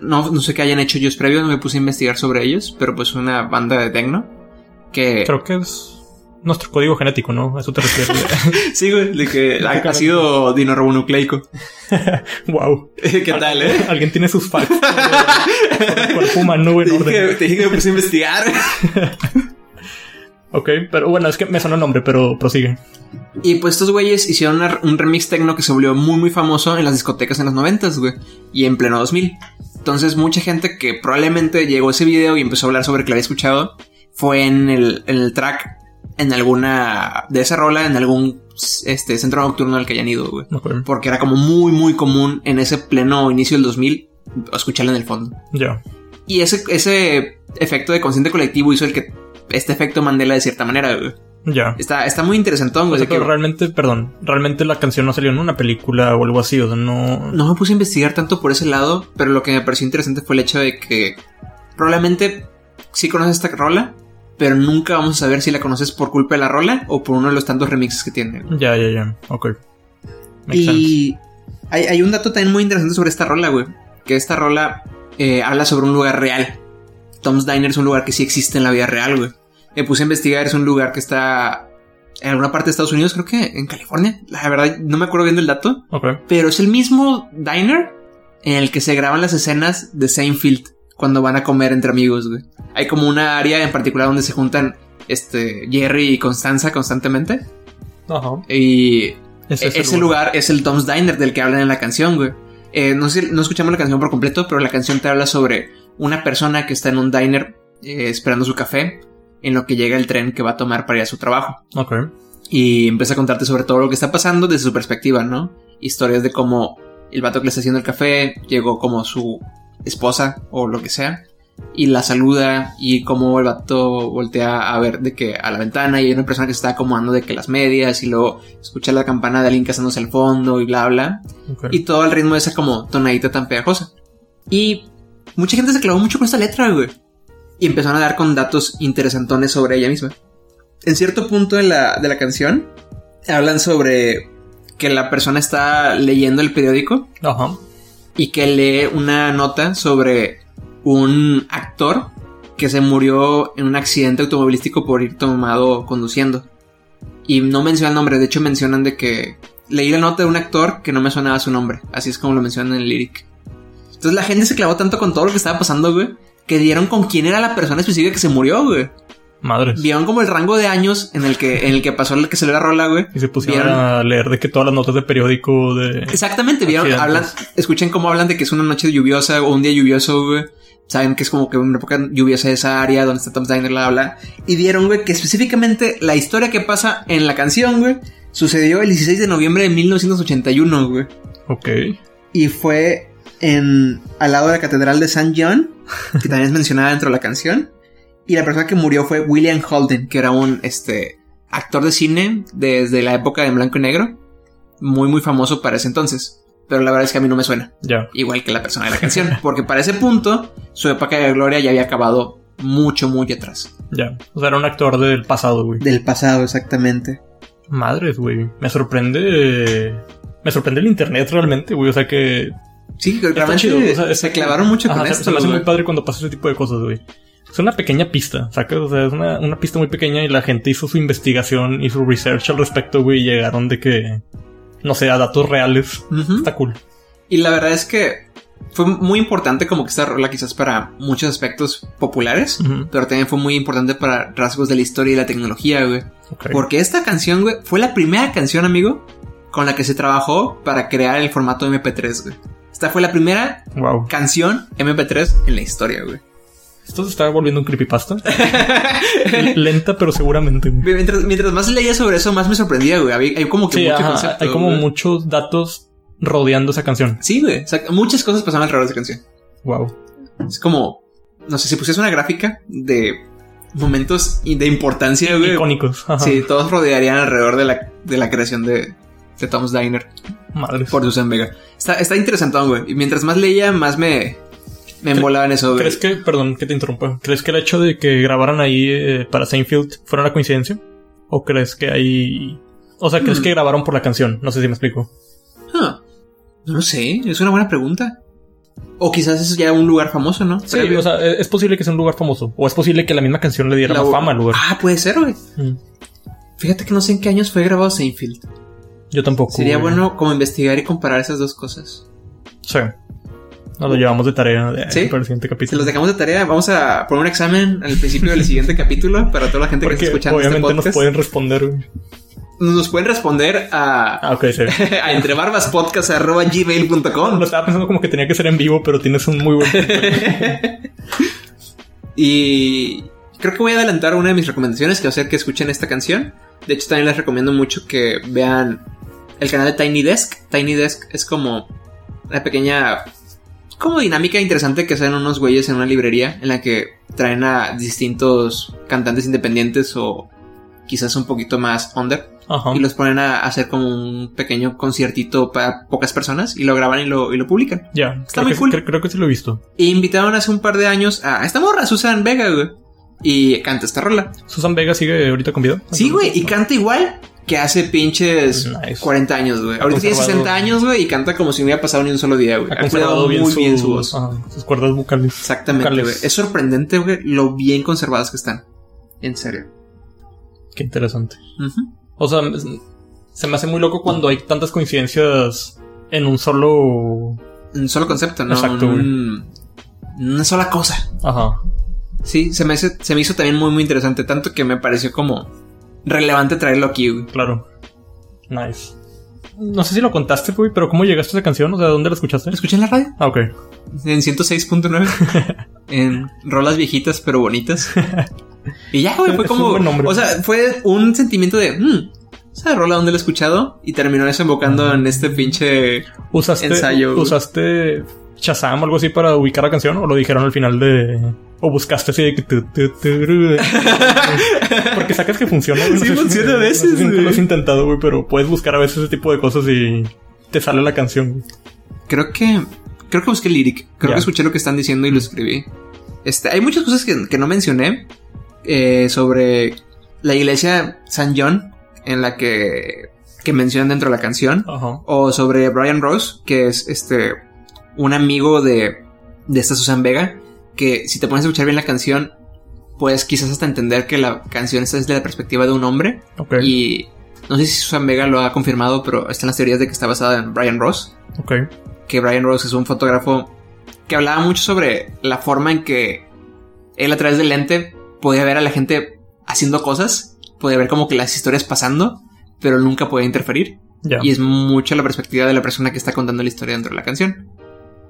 No, no sé qué hayan hecho ellos previos, no me puse a investigar sobre ellos, pero pues una banda de techno que
Creo que es nuestro código genético, ¿no? A eso te refieres.
Sí, güey, de que ha, ha sido dinorrobonucleico.
wow.
¿Qué tal, eh?
Alguien tiene sus facts. sobre- sobre el cuerpo humano
Te
en
dije, que-
orden.
te dije que me puse a investigar.
Ok, pero bueno, es que me suena el nombre, pero prosigue.
Y pues estos güeyes hicieron una- un remix tecno que se volvió muy, muy famoso en las discotecas en los 90s, güey. Y en pleno 2000. Entonces, mucha gente que probablemente llegó a ese video y empezó a hablar sobre que lo había escuchado fue en el, en el track, en alguna de esa rola, en algún este, centro nocturno al que hayan ido, güey.
Ok,
Porque era como muy, muy común en ese pleno inicio del 2000 escucharla en el fondo.
ya.
Y ese, ese efecto de consciente colectivo hizo el que este efecto Mandela de cierta manera, güey.
Ya.
Está, está muy interesantón,
O
güey.
sea,
de que-
pero realmente, perdón, realmente la canción no salió en una película o algo así, o sea, no...
no me puse a investigar tanto por ese lado, pero lo que me pareció interesante fue el hecho de que probablemente sí conoces esta rola, pero nunca vamos a saber si la conoces por culpa de la rola o por uno de los tantos remixes que tiene. güey.
Ya, ya, ya, ok. Makes sense.
Y hay, hay un dato también muy interesante sobre esta rola, güey. Que esta rola eh, habla sobre un lugar real. Tom's Diner es un lugar que sí existe en la vida real, güey. Me puse a investigar, es un lugar que está en alguna parte de Estados Unidos, creo que en California. La verdad, no me acuerdo bien del dato.
Ok,
Pero es el mismo diner en el que se graban las escenas de Seinfeld cuando van a comer entre amigos, güey. Hay como una área en particular donde se juntan este, Jerry y Constanza constantemente.
ajá.
Y
Ese, es
e-
el
ese lugar. es el Tom's Diner del que hablan en la canción, güey. Eh, no, sé, no escuchamos la canción por completo, pero la canción te habla sobre una persona que está en un diner eh, esperando su café en lo que llega el tren que va a tomar para ir a su trabajo.
Ok,
Y empieza a contarte sobre todo lo que está pasando desde su perspectiva, ¿no? Historias de cómo el vato que le está haciendo el café llegó como su esposa o lo que sea. Y la saluda y cómo el vato voltea a ver de que a la ventana y hay una persona que se está acomodando de que las medias y luego escucha la campana de alguien casándose al fondo y bla bla.
ok.
Y todo al ritmo de esa como tonadita tan pegajosa. Y mucha gente se clavó mucho con esta letra, güey. Y empezaron a dar con datos interesantones sobre ella misma. En cierto punto de la, de la canción, hablan sobre que la persona está leyendo el periódico
Ajá,
y que lee una nota sobre un actor que se murió en un accidente automovilístico por ir tomado conduciendo. Y no menciona el nombre, de hecho mencionan de que leí la nota de un actor que no me sonaba su nombre, así es como lo mencionan en el lyric. Entonces la gente se clavó tanto con todo lo que estaba pasando, güey, que dieron con quién era la persona específica que se murió, güey.
madres.
Vieron como el rango de años en el que, en el que pasó el que se le la rola, güey.
Y se pusieron
Vieron-
a leer de que todas las notas de periódico de...
Exactamente, vieron, hablan,
Accidentes.
escuchen cómo hablan de que es una noche lluviosa o un día lluvioso, güey. Saben que es como que una época lluviosa de esa área donde está Tom Steiner, bla, bla. Y vieron, güey, que específicamente la historia que pasa en la canción, güey, sucedió el 16 de noviembre de 1981, güey.
Ok,
Y fue en, al lado de la Catedral de San John, que también es mencionada dentro de la canción. Y la persona que murió fue William Holden, que era un este, actor de cine desde la época de en blanco y negro. Muy, muy famoso para ese entonces. Pero la verdad es que a mí no me suena.
ya.
Igual que la persona de la canción. Porque para ese punto, su época de gloria ya había acabado mucho, muy atrás.
Ya, o sea, era un actor del pasado, güey.
Del pasado, exactamente.
Madres, güey. Me sorprende. eh, Me sorprende el internet realmente, güey. O sea que.
Sí,
Está
realmente
chido. O sea, es-
se clavaron mucho
Ajá,
con
se-
esto.
se me hace muy
güey.
padre cuando pasa ese tipo de cosas, güey. Es una pequeña pista, ¿sacas? O sea, es una, una pista muy pequeña y la gente hizo su investigación y su research al respecto, güey, y llegaron de que. No sé, a datos reales.
Ujú.
Está cool.
Y la verdad es que fue muy importante como que esta rola quizás para muchos aspectos populares,
Ujú.
pero también fue muy importante para rasgos de la historia y la tecnología, güey.
Ok.
Porque esta canción, güey, fue la primera canción, amigo, con la que se trabajó para crear el formato MP3, güey. Esta fue la primera
Wow.
canción MP3 en la historia, güey.
Esto se está volviendo un creepypasta. Lenta, pero seguramente. güey.
Mientras, mientras más leía sobre eso, más me sorprendía, güey. Había- Hay como que
Sí,
mucho
ajá,
concepto.
hay como
güey.
muchos datos rodeando esa canción.
Sí, güey. O sea, muchas cosas pasaron alrededor de esa canción.
Wow.
Es como, no sé, si pusieras una gráfica de momentos y de importancia, güey.
Icónicos. Ajá.
Sí, todos rodearían alrededor de la, de la creación de, de Tom's Diner
Madres.
por Susan Vega. Está, está interesantón, güey. Y mientras más leía, más me, me embolaba en eso, güey.
¿Crees que, perdón que te interrumpa, crees que el hecho de que grabaran ahí eh, para Seinfeld fue una coincidencia? ¿O crees que ahí... O sea,
Mm.
¿crees que grabaron por la canción? No sé si me explico.
Ah, no lo sé, es una buena pregunta. O quizás es ya un lugar famoso, ¿no?
Sí, Eh, o sea, ¿es es posible que sea un lugar famoso? ¿O es posible que la misma canción le diera
La-
más fama al lugar?
Ah, puede ser, güey.
Mm.
Fíjate que no sé en qué años fue grabado Seinfeld.
Yo tampoco.
Sería
güey.
bueno como investigar y comparar esas dos cosas.
Sí. Nos lo llevamos de tarea de-
Sí.
para el siguiente
Se
capítulo.
los dejamos de tarea. Vamos a poner un examen al principio del siguiente capítulo para toda la gente que
Porque
está escuchando este
obviamente
podcast.
nos pueden responder. güey.
Nos pueden responder a,
Ah, ok, sí.
a entrebarbaspodcast.gmail.com
Lo estaba pensando como que tenía que ser en vivo, pero tienes un muy buen...
Y creo que voy a adelantar una de mis recomendaciones que va a ser que escuchen esta canción. De hecho, también les recomiendo mucho que vean el canal de Tiny Desk. Tiny Desk es como una pequeña como dinámica interesante que hacen unos güeyes en una librería en la que traen a distintos cantantes independientes o quizás un poquito más under
Ajá.
y los ponen a hacer como un pequeño conciertito para pocas personas y lo graban y lo, y lo publican.
Ya.
Está
creo
muy
que-
cool.
Creo, creo que sí lo he visto.
E invitaron hace un par de años a esta morra, Susan Vega, güey. Y canta esta rola.
Susan Vega sigue ahorita con vida.
Sí, güey. Y canta igual que hace pinches
Nice.
40 años, güey. Ahorita
Ha
tiene
conservado-
60 años, güey. Y canta como si no hubiera pasado ni un solo día, güey.
ha
Ha cuidado
conservado bien,
muy
su-
bien su voz.
ajá, sus cuerdas vocales.
Exactamente,
vocales.
güey. Es sorprendente, güey, lo bien conservadas que están. En serio.
Qué interesante.
Ujú.
O sea, es- se me hace muy loco cuando hay tantas coincidencias en un solo.
Un solo concepto, ¿no?
Exacto, güey.
Un- una sola cosa.
Ajá.
Sí, se me, hace- se me hizo también muy, muy interesante. Tanto que me pareció como relevante traerlo aquí, güey.
Claro. Nice. No sé si lo contaste, güey, pero ¿cómo llegaste a esa canción? O sea, ¿dónde la escuchaste?
¿Lo escuché en la radio?
Ah, ok.
En 106.9. en rolas viejitas pero bonitas. Y ya, güey, fue
Es un
como.
buen nombre.
O sea, fue un sentimiento de. "Mm, esa rola donde la he escuchado. Y terminó desembocando en este pinche.
¿Usaste,
Ensayo, güey.
¿Usaste Shazam o algo así para ubicar la canción? ¿O lo dijeron al final de.? ¿O buscaste así de que.? tu, tu, tu, ru? Porque sacas que funciona. güey.
Sí,
sé si-
funciona a
no sé
veces,
si nunca
güey.
lo has intentado, güey, pero puedes buscar a veces ese tipo de cosas y te sale la canción. güey.
Creo que. Creo que busqué el lyric. Creo
Ya. Mm.
que escuché lo que están diciendo y lo escribí. Este, hay muchas cosas que, que no mencioné. eh, sobre la iglesia San John. En la que. Que mencionan dentro de la canción.
Ajá.
o sobre Brian Rose, que es este un amigo de, de esta Susan Vega, que si te pones a escuchar bien la canción, puedes quizás hasta entender que la canción está desde la perspectiva de un hombre.
Ok.
Y no sé si Susan Vega lo ha confirmado, pero están las teorías de que está basada en Brian Rose,
ok.
que Brian Rose es un fotógrafo que hablaba mucho sobre la forma en que él a través del lente podía ver a la gente haciendo cosas, podía ver como que las historias pasando, pero nunca podía interferir.
Ya.
Y es mucho la perspectiva de la persona que está contando la historia dentro de la canción.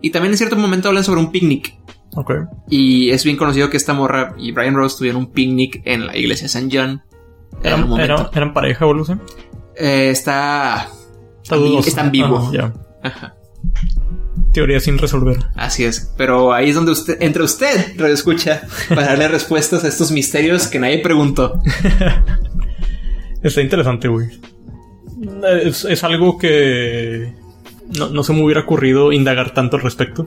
Y también en cierto momento hablan sobre un picnic.
Ok.
Y es bien conocido que esta morra y Brian Rose tuvieron un picnic en la iglesia de San John. En algún
¿Eran,
momento.
eran- eran pareja o algo así?
Eh, está.
Está
Ambi-
dudoso.
está ambiguo.
Ajá, ya.
Ajá,
Teoría sin resolver.
así es. Pero ahí es donde usted. Entre usted, radio escucha. Para darle respuestas a estos misterios que nadie preguntó.
Está interesante, güey. Es, es algo que no, no se me hubiera ocurrido indagar tanto al respecto.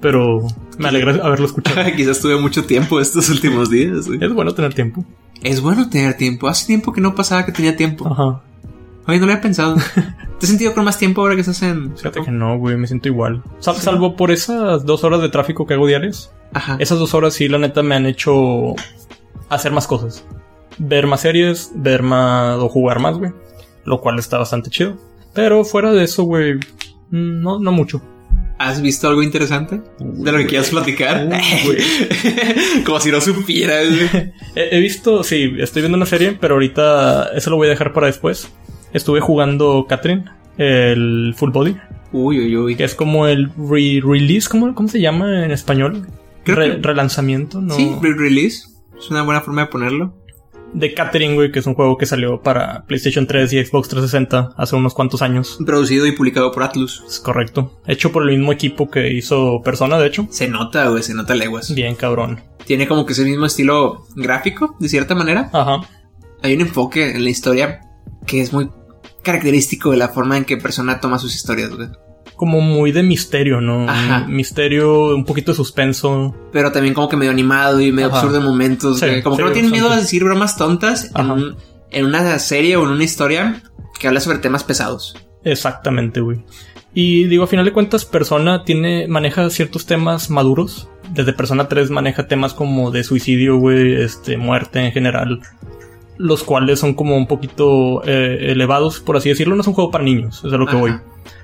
Pero me alegra haberlo escuchado.
Quizás tuve mucho tiempo estos últimos días. güey.
es bueno tener tiempo.
Es bueno tener tiempo. Hace tiempo que no pasaba que tenía tiempo.
Ajá.
Oye, no lo había pensado. ¿Te has sentido con más tiempo ahora que estás en.
Fíjate que no, güey, me siento igual. Sal- Salvo por esas dos horas de tráfico que hago diarias.
Ajá.
Esas dos horas sí, la neta, me han hecho hacer más cosas. Ver más series, ver más o jugar más, güey. Lo cual está bastante chido. Pero fuera de eso, güey, mm, no, no mucho.
¿Has visto algo interesante? ¿De lo que quieras platicar? Como si no supieras. güey.
He, he visto, sí, estoy viendo una serie, pero ahorita eso lo voy a dejar para después. Estuve jugando Catherine, el Full Body,
Uy, uy, uy.
que es como el re-release, ¿cómo, ¿cómo se llama en español?
Creo
Re-
que-
relanzamiento, ¿no?
Sí, re-release. Es una buena forma de ponerlo.
De Catherine, güey, que es un juego que salió para PlayStation 3 y Xbox 360 hace unos cuantos años.
Producido y publicado por Atlus.
Es correcto. Hecho por el mismo equipo que hizo Persona, de hecho.
Se nota, güey, se nota leguas.
Bien cabrón.
Tiene como que ese mismo estilo gráfico, de cierta manera.
Ajá.
Hay un enfoque en la historia que es muy característico de la forma en que persona toma sus historias, güey.
Como muy de misterio, ¿no?
Ajá.
Misterio, un poquito de suspenso.
Pero también como que medio animado y medio
Ajá.
absurdo en momentos.
Sí,
güey. como que
sí,
no tienen miedo a
bastante.
decir bromas tontas en,
Ajá.
un- en una serie o en una historia que habla sobre temas pesados.
Exactamente, güey. Y digo, a final de cuentas, Persona tiene, maneja ciertos temas maduros. Desde Persona 3 maneja temas como de suicidio, güey, este, muerte en general. Los cuales son como un poquito eh, elevados, por así decirlo. No es un juego para niños, es a lo que
Ajá.
voy.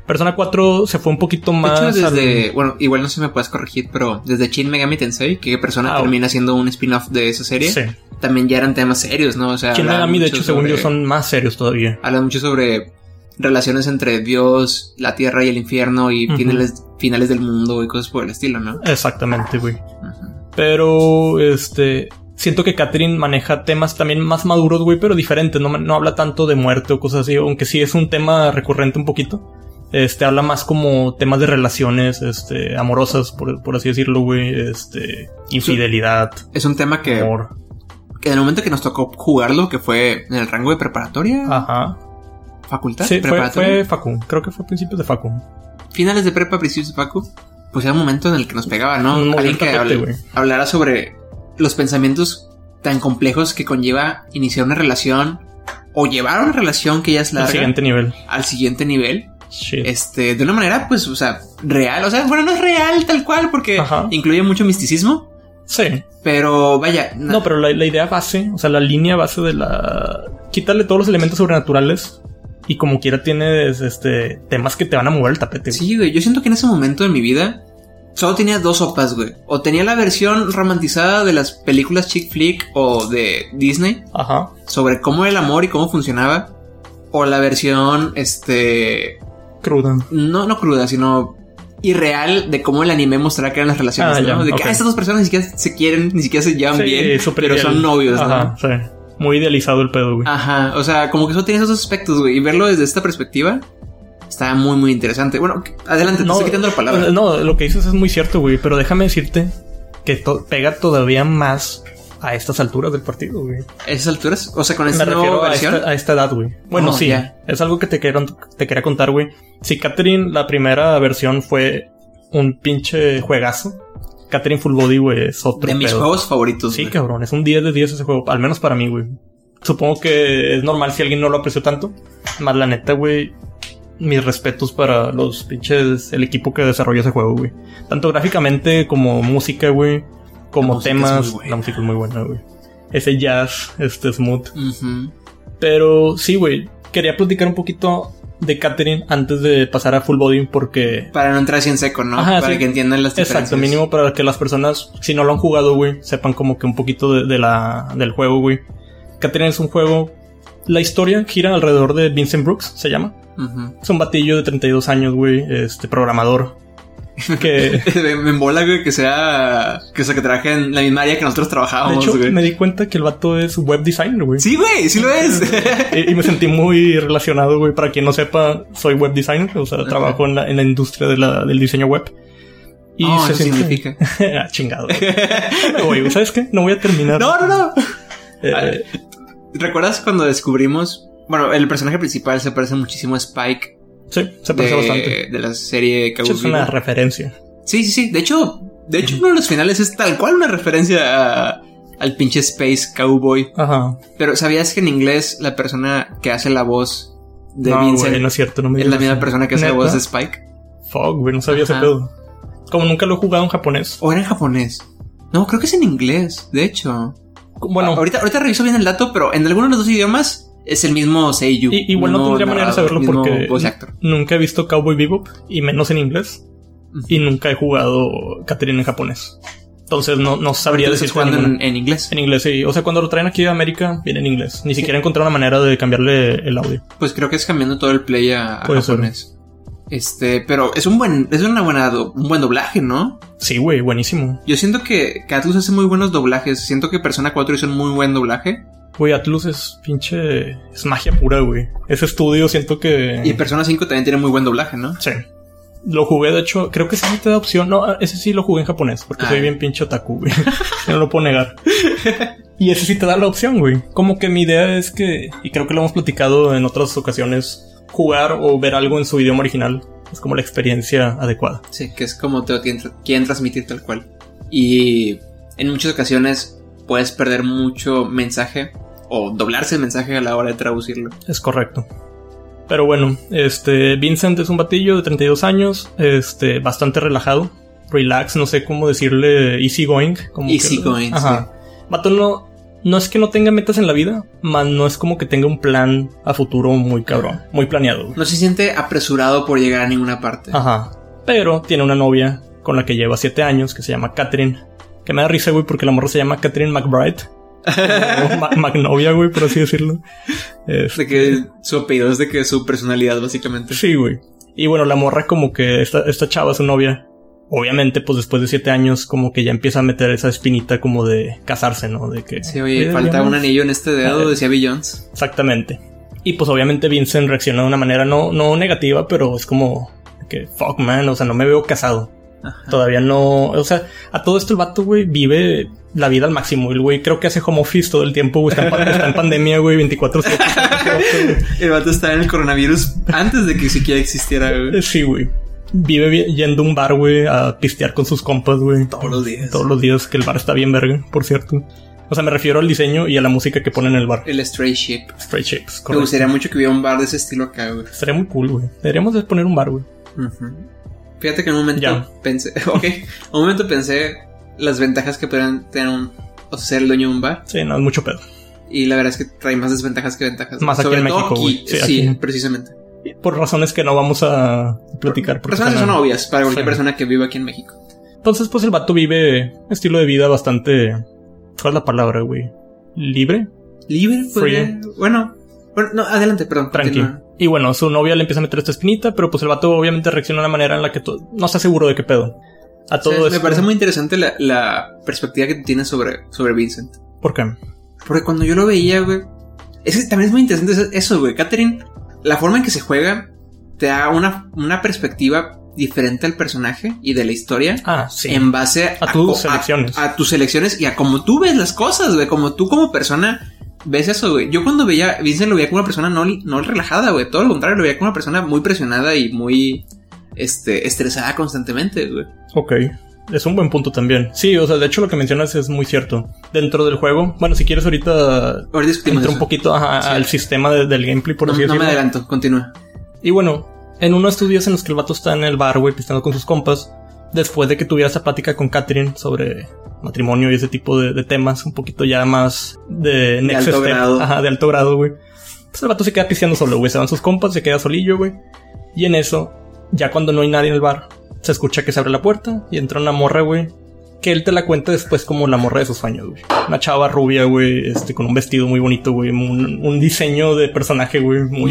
Persona 4 se fue un poquito
De
más.
hecho,
al-
desde, bueno, igual no sé si me puedes corregir, pero desde Shin Megami Tensei, que persona
Ah, ok.
termina siendo un spin-off de esa serie,
Sí.
también ya eran temas serios, ¿no? O sea,
Shin
hablaban
Megami, de
mucho
hecho, según
sobre-
yo, son más serios todavía.
habla mucho sobre relaciones entre Dios, la tierra y el infierno y
Ujú.
finales, finales del mundo y cosas por el estilo, ¿no?
Exactamente, güey.
Ujú.
Pero, este. Siento que Catherine maneja temas también más maduros, güey, pero diferentes. No, ma- no habla tanto de muerte o cosas así, aunque sí es un tema recurrente un poquito. Este, habla más como temas de relaciones, este, amorosas, por, por así decirlo, güey, este, infidelidad,
Es un tema que,
amor.
que en el momento que nos tocó jugarlo, que fue en el rango de preparatoria,
Ajá.
facultad,
Ah, Sí, fue,
preparatoria,
fue Facu. Creo que fue a principios de Facu.
finales de prepa, principios de facu, pues era un momento en el que nos pegaba, ¿no?
Un
Alguien que
movimiento
habl-
tapete, güey.
hablara sobre los pensamientos tan complejos que conlleva iniciar una relación o llevar una relación que ya es
El
larga
siguiente nivel.
al siguiente nivel.
Shit.
este, de una manera, pues, o sea, real. O sea, bueno, no es real tal cual, porque
Ajá.
incluye mucho misticismo.
Sí.
Pero vaya, na-
No, pero la, la idea base, o sea, la línea base de la. Quítale todos los elementos sobrenaturales y como quiera tienes este, temas que te van a mover el tapete. güey.
sí, güey. Yo siento que en ese momento de mi vida solo tenía dos sopas, güey. O tenía la versión romantizada de las películas chick flick o de Disney
Ajá.
sobre cómo era el amor y cómo funcionaba. O la versión, este,
Cruda.
no, no cruda, sino irreal de cómo el anime mostraba que eran las relaciones,
Ah,
¿no?
ya,
de que
ok.
ah, estas dos personas ni siquiera se quieren, ni siquiera se llevan
Sí,
bien,
súper
pero
ideal.
son novios, ¿no? Ah,
Ajá, sí. Muy idealizado el pedo, güey.
Ajá, o sea, como que eso tiene esos dos aspectos, güey. Y verlo desde esta perspectiva está muy, muy interesante. Bueno, que- adelante, te estoy quitando la palabra.
No, lo que dices es muy cierto, güey, pero déjame decirte que to- pega todavía más a estas alturas del partido, güey.
A esas alturas, o sea, con
Me
esta
refiero
nueva
a
Pues versión.
esta, a esta edad, güey. Bueno,
Oh,
sí,
ya.
es algo que te, quiero, te quería contar, güey. Si Catherine, la primera versión fue un pinche juegazo, Catherine Full Body, güey, es otro
de mis
pedo.
juegos favoritos.
Sí,
güey.
cabrón, es un 10 de 10 ese juego, al menos para mí, güey. Supongo que es normal si alguien no lo apreció tanto. Más la neta, güey, mis respetos para los pinches, el equipo que desarrolló ese juego, güey. Tanto gráficamente como música, güey,
La
como
música es
temas.
muy buena.
la música es muy buena, güey. Ese jazz, este smooth.
Ujú.
Pero sí, güey. Quería platicar un poquito de Catherine antes de pasar a Full Body porque...
Para no entrar así en seco, ¿no?
Ajá,
Para
sí.
que entiendan las diferencias.
Exacto, mínimo para que las personas, si no lo han jugado, güey, sepan como que un poquito de, de la, del juego, güey. Catherine es un juego... La historia gira alrededor de Vincent Brooks, se llama.
Ujú.
Es un batillo de 32 años, güey, este programador. Que...
me, me embola, güey, que sea. Que sea que trabaje en la misma área que nosotros
De
trabajábamos,
hecho,
güey.
me di cuenta que el vato es web designer, güey.
Sí, güey, sí lo es.
Y, y me sentí muy relacionado, güey. Para quien no sepa, soy web designer, o sea,
Ajá.
trabajo en la, en la industria de la- del diseño web. Y
Oh,
se
eso
siente-
significa.
ah, chingado. güey. Me voy, güey. ¿sabes qué? No voy a terminar.
no, no, no.
Eh,
Ay. ¿Recuerdas cuando descubrimos? Bueno, el personaje principal se parece muchísimo a Spike
sí, se parece bastante.
de, de la serie
De hecho, es
Cowboy
una referencia.
Sí, sí, sí. De hecho, de hecho, uno de los finales es tal cual una referencia a- al pinche Space Cowboy.
Ajá.
Pero ¿sabías que en inglés la persona que hace la voz de
no,
Vincent
güey, no es cierto, no me
es
digas
la misma
eso.
persona que hace la
¿Neta?
voz de Spike?
Fuck, güey, no sabía
Ajá.
ese pedo. Como nunca lo he jugado en japonés.
¿O era en japonés? No, creo que es en inglés, de hecho.
Bueno,
Ah, ahorita, ahorita reviso bien el dato, pero en alguno de los dos idiomas es el mismo Seiyu.
i- igual no
mismo
tendría manera de
narrador,
saberlo
mismo
porque
voz actor.
nunca he visto Cowboy Bebop y menos en inglés.
y nunca he jugado Catherine en japonés. Entonces no, no sabría
Tú
decir
estás jugando en, en inglés.
en inglés, sí. O sea, cuando lo traen aquí a América, viene en inglés. Ni siquiera encontré una manera de cambiarle el audio.
Pues creo que es cambiando todo el play a, a
Puede ser.
japonés. Este, pero es un buen, es una buena, do- un buen doblaje, ¿no? ah, este, Ah. Pues pues
este
pues,
pues,
Eh, pues,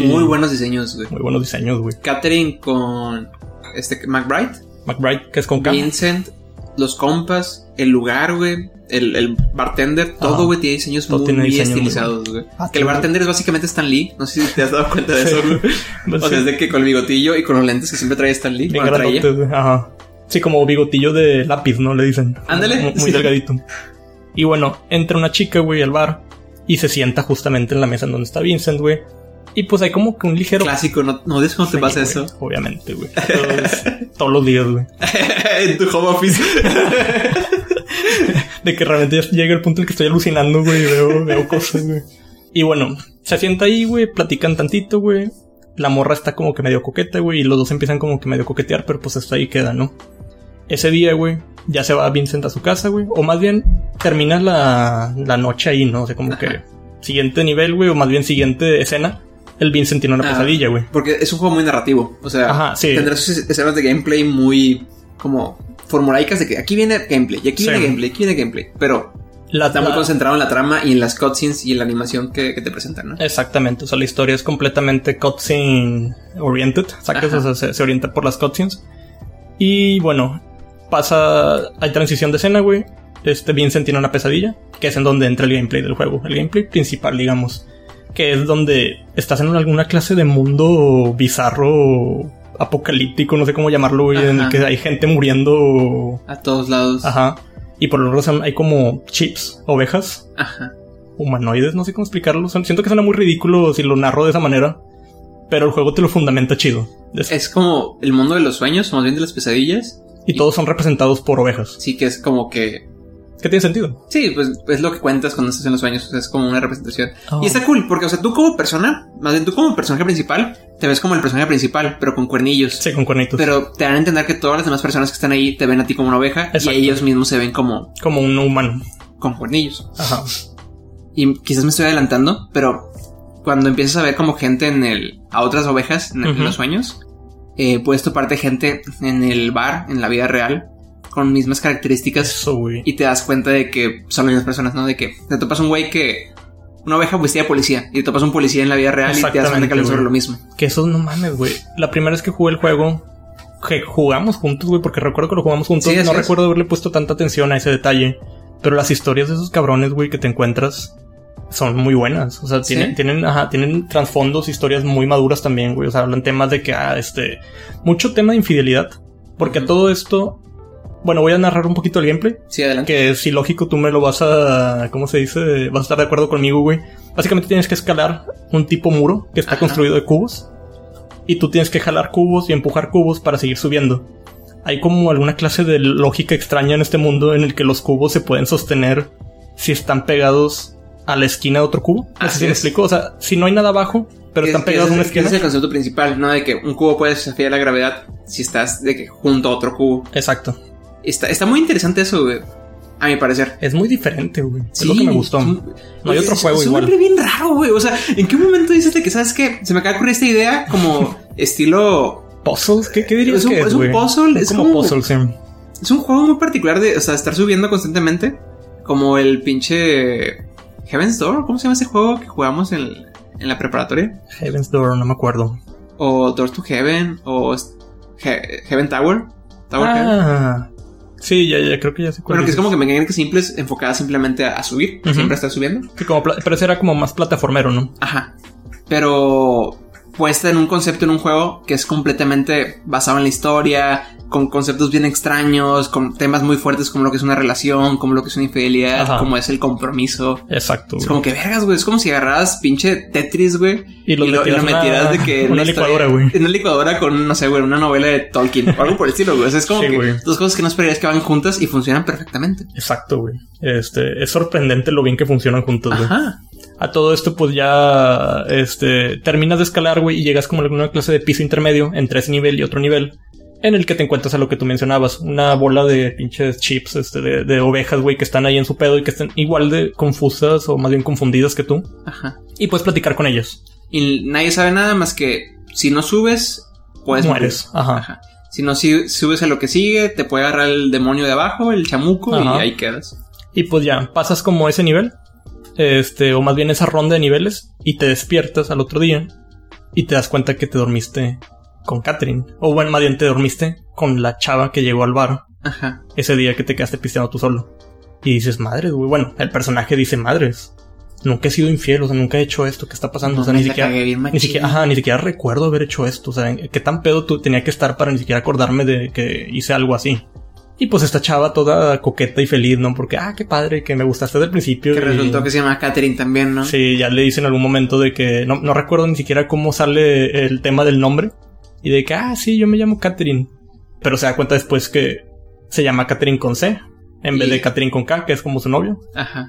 Em. este, este,
pues, Ah, este, pues este, pues pues
como formulaicas de que aquí viene gameplay, y aquí
Sí.
viene gameplay, aquí viene gameplay. Pero
La,
está muy
la-
concentrado en la trama y en las cutscenes y en la animación que, que te presentan, ¿no?
Exactamente, o sea, la historia es completamente cutscene oriented, o sea, que
Ajá.
se- se, se orienta por las cutscenes. Y bueno, pasa, hay transición de escena, güey. Este Vincent tiene una pesadilla, que es en donde entra el gameplay del juego, el gameplay principal, digamos, que es donde estás en una- alguna clase de mundo bizarro, apocalíptico, no sé cómo llamarlo, güey, en el
Ajá.
que hay gente muriendo.
A todos lados. Ajá.
Ajá. Y por lo razón hay como chips, ovejas, humanoides, no sé cómo explicarlo. Son- Siento que suena muy ridículo si lo narro de esa manera, pero el juego te lo fundamenta chido. Es-
Es como el mundo de los sueños, o más bien de las pesadillas.
y todos son representados por ovejas.
Sí que es como que...
¿Qué tiene sentido?
Sí, pues es lo que cuentas cuando estás en los sueños, o sea, es como una representación.
Oh.
Y está cool, porque, o sea, tú como persona, más bien tú como personaje principal, te ves como el personaje principal, pero con cuernillos.
Sí, con cuernitos.
Pero te dan a entender que todas las demás personas que están ahí te ven a ti como una oveja
Exacto.
y ellos mismos se ven como
Como un humano.
con cuernillos.
Ajá.
Y quizás me estoy adelantando, pero cuando empiezas a ver como gente en el. a otras ovejas en, en
Ujú.
los sueños, eh, puedes toparte gente en el bar, en la vida real, con mismas características
Eso, güey.
y te das cuenta de que son las mismas personas, ¿no? De que te topas un güey que. una oveja vestida de policía y te topas un policía en la vida real y te das cuenta que
Exactamente,
hablan sobre
güey.
lo mismo.
Que eso no mames, güey. La primera vez que jugué el juego, que jugamos juntos, güey, porque recuerdo que lo jugamos juntos.
Sí, así
no
es.
recuerdo haberle puesto tanta atención a ese detalle. Pero las historias de esos cabrones, güey, que te encuentras son muy buenas. O sea,
Sí.
tienen, tienen, ajá, tienen trasfondos, historias muy maduras también, güey. O sea, hablan temas de que, ah, este, mucho tema de infidelidad. Porque a
Ujú.
todo esto, bueno, voy a narrar un poquito el gameplay.
Sí, adelante.
Que si lógico tú me lo vas a. ¿Cómo se dice? Vas a estar de acuerdo conmigo, güey. Básicamente tienes que escalar un tipo muro que está
Ajá.
construido de cubos. Y tú tienes que jalar cubos y empujar cubos para seguir subiendo. Hay como alguna clase de lógica extraña en este mundo en el que los cubos se pueden sostener si están pegados a la esquina de otro cubo. No sé
Así
si me
es.
explico. O sea, si no hay nada abajo, pero
Que-
están
que
pegados a
ese
una
es- que ese
esquina.
es el concepto principal, ¿no? De que un cubo puede desafiar la gravedad si estás de que junto a otro cubo.
Exacto.
Está, está muy interesante eso, güey, A mi parecer.
Es muy diferente, güey. Es lo que me gustó.
es un-
No hay
es-
otro
es-
juego
es un
igual.
nombre bien raro, güey. O sea, ¿en qué momento dices de que sabes que se me acaba de ocurrir esta idea como estilo.
¿Puzzles? ¿Qué, qué dirías
Es un-
que es,
es un
güey?
puzzle, es
como,
como-
puzzle, sí.
Es un juego muy particular de, o sea, estar subiendo constantemente. Como el pinche Heaven's Door, ¿cómo se llama ese juego que jugamos en, en la preparatoria?
Heaven's Door, no me acuerdo.
O Door to Heaven, o He- Heaven Tower. Tower Heaven.
Ah, sí, ya, ya, creo que ya sé cuál
Bueno, que es
dices.
como que mecánicas simples enfocadas simplemente a, a subir,
Ujú.
siempre a estar subiendo.
Que como pla- pero ese era como más plataformero, ¿no?
Ajá. Pero puesta en un concepto en un juego que es completamente basado en la historia, con conceptos bien extraños, con temas muy fuertes como lo que es una relación, como lo que es una infidelidad,
Ajá.
como es el compromiso.
Exacto.
Es
güey.
como que vergas, güey. Es como si agarraras pinche Tetris, güey.
Y lo metieras una-
metieras de que. en
una
historia-
licuadora, güey.
En una licuadora con, no sé, güey, una novela de Tolkien o algo por el estilo, güey. O sea, es como
Sí,
que
güey.
dos cosas que no esperarías que van juntas y funcionan perfectamente.
Exacto, güey. Este, es sorprendente lo bien que funcionan juntos, güey.
Ajá.
A todo esto, pues ya, este, terminas de escalar, güey, y llegas como a alguna clase de piso intermedio entre ese nivel y otro nivel. En el que te encuentras a lo que tú mencionabas, una bola de pinches chips, este, de, de ovejas, güey, que están ahí en su pedo y que están igual de confusas o más bien confundidas que tú.
Ajá.
Y puedes platicar con ellas.
Y nadie sabe nada más que si no subes, puedes morir.
Mueres. Ajá.
Ajá. Si no si subes a lo que sigue, te puede agarrar el demonio de abajo, el chamuco,
Ajá.
y ahí quedas.
Y pues ya, pasas como ese nivel, este, o más bien esa ronda de niveles, y te despiertas al otro día y te das cuenta que te dormiste con Catherine. O bueno, más bien te dormiste con la chava que llegó al bar
Ajá.
ese día que te quedaste pisteando tú solo. Y dices, madres, güey. Bueno, el personaje dice, madres. Nunca he sido infiel, o sea, nunca he hecho esto, ¿qué está pasando? o sea,
No,
ni
me la
siquiera,
cagué bien
ni
machín.
siquiera, ajá, ni siquiera recuerdo haber hecho esto. O sea, ¿en- ¿qué tan pedo tú tenía que estar para ni siquiera acordarme de que hice algo así? Y pues esta chava toda coqueta y feliz, ¿no? Porque, ah, qué padre, que me gustaste desde el principio.
Que
y-
resultó que se llama Catherine también, ¿no?
Sí, ya le dice en algún momento de que no, no recuerdo ni siquiera cómo sale el tema del nombre. Y de que, ah, sí, yo me llamo Catherine. Pero se da cuenta después que se llama Catherine con C, en vez
Y-
de Catherine con K, que es como su novio.
Ajá.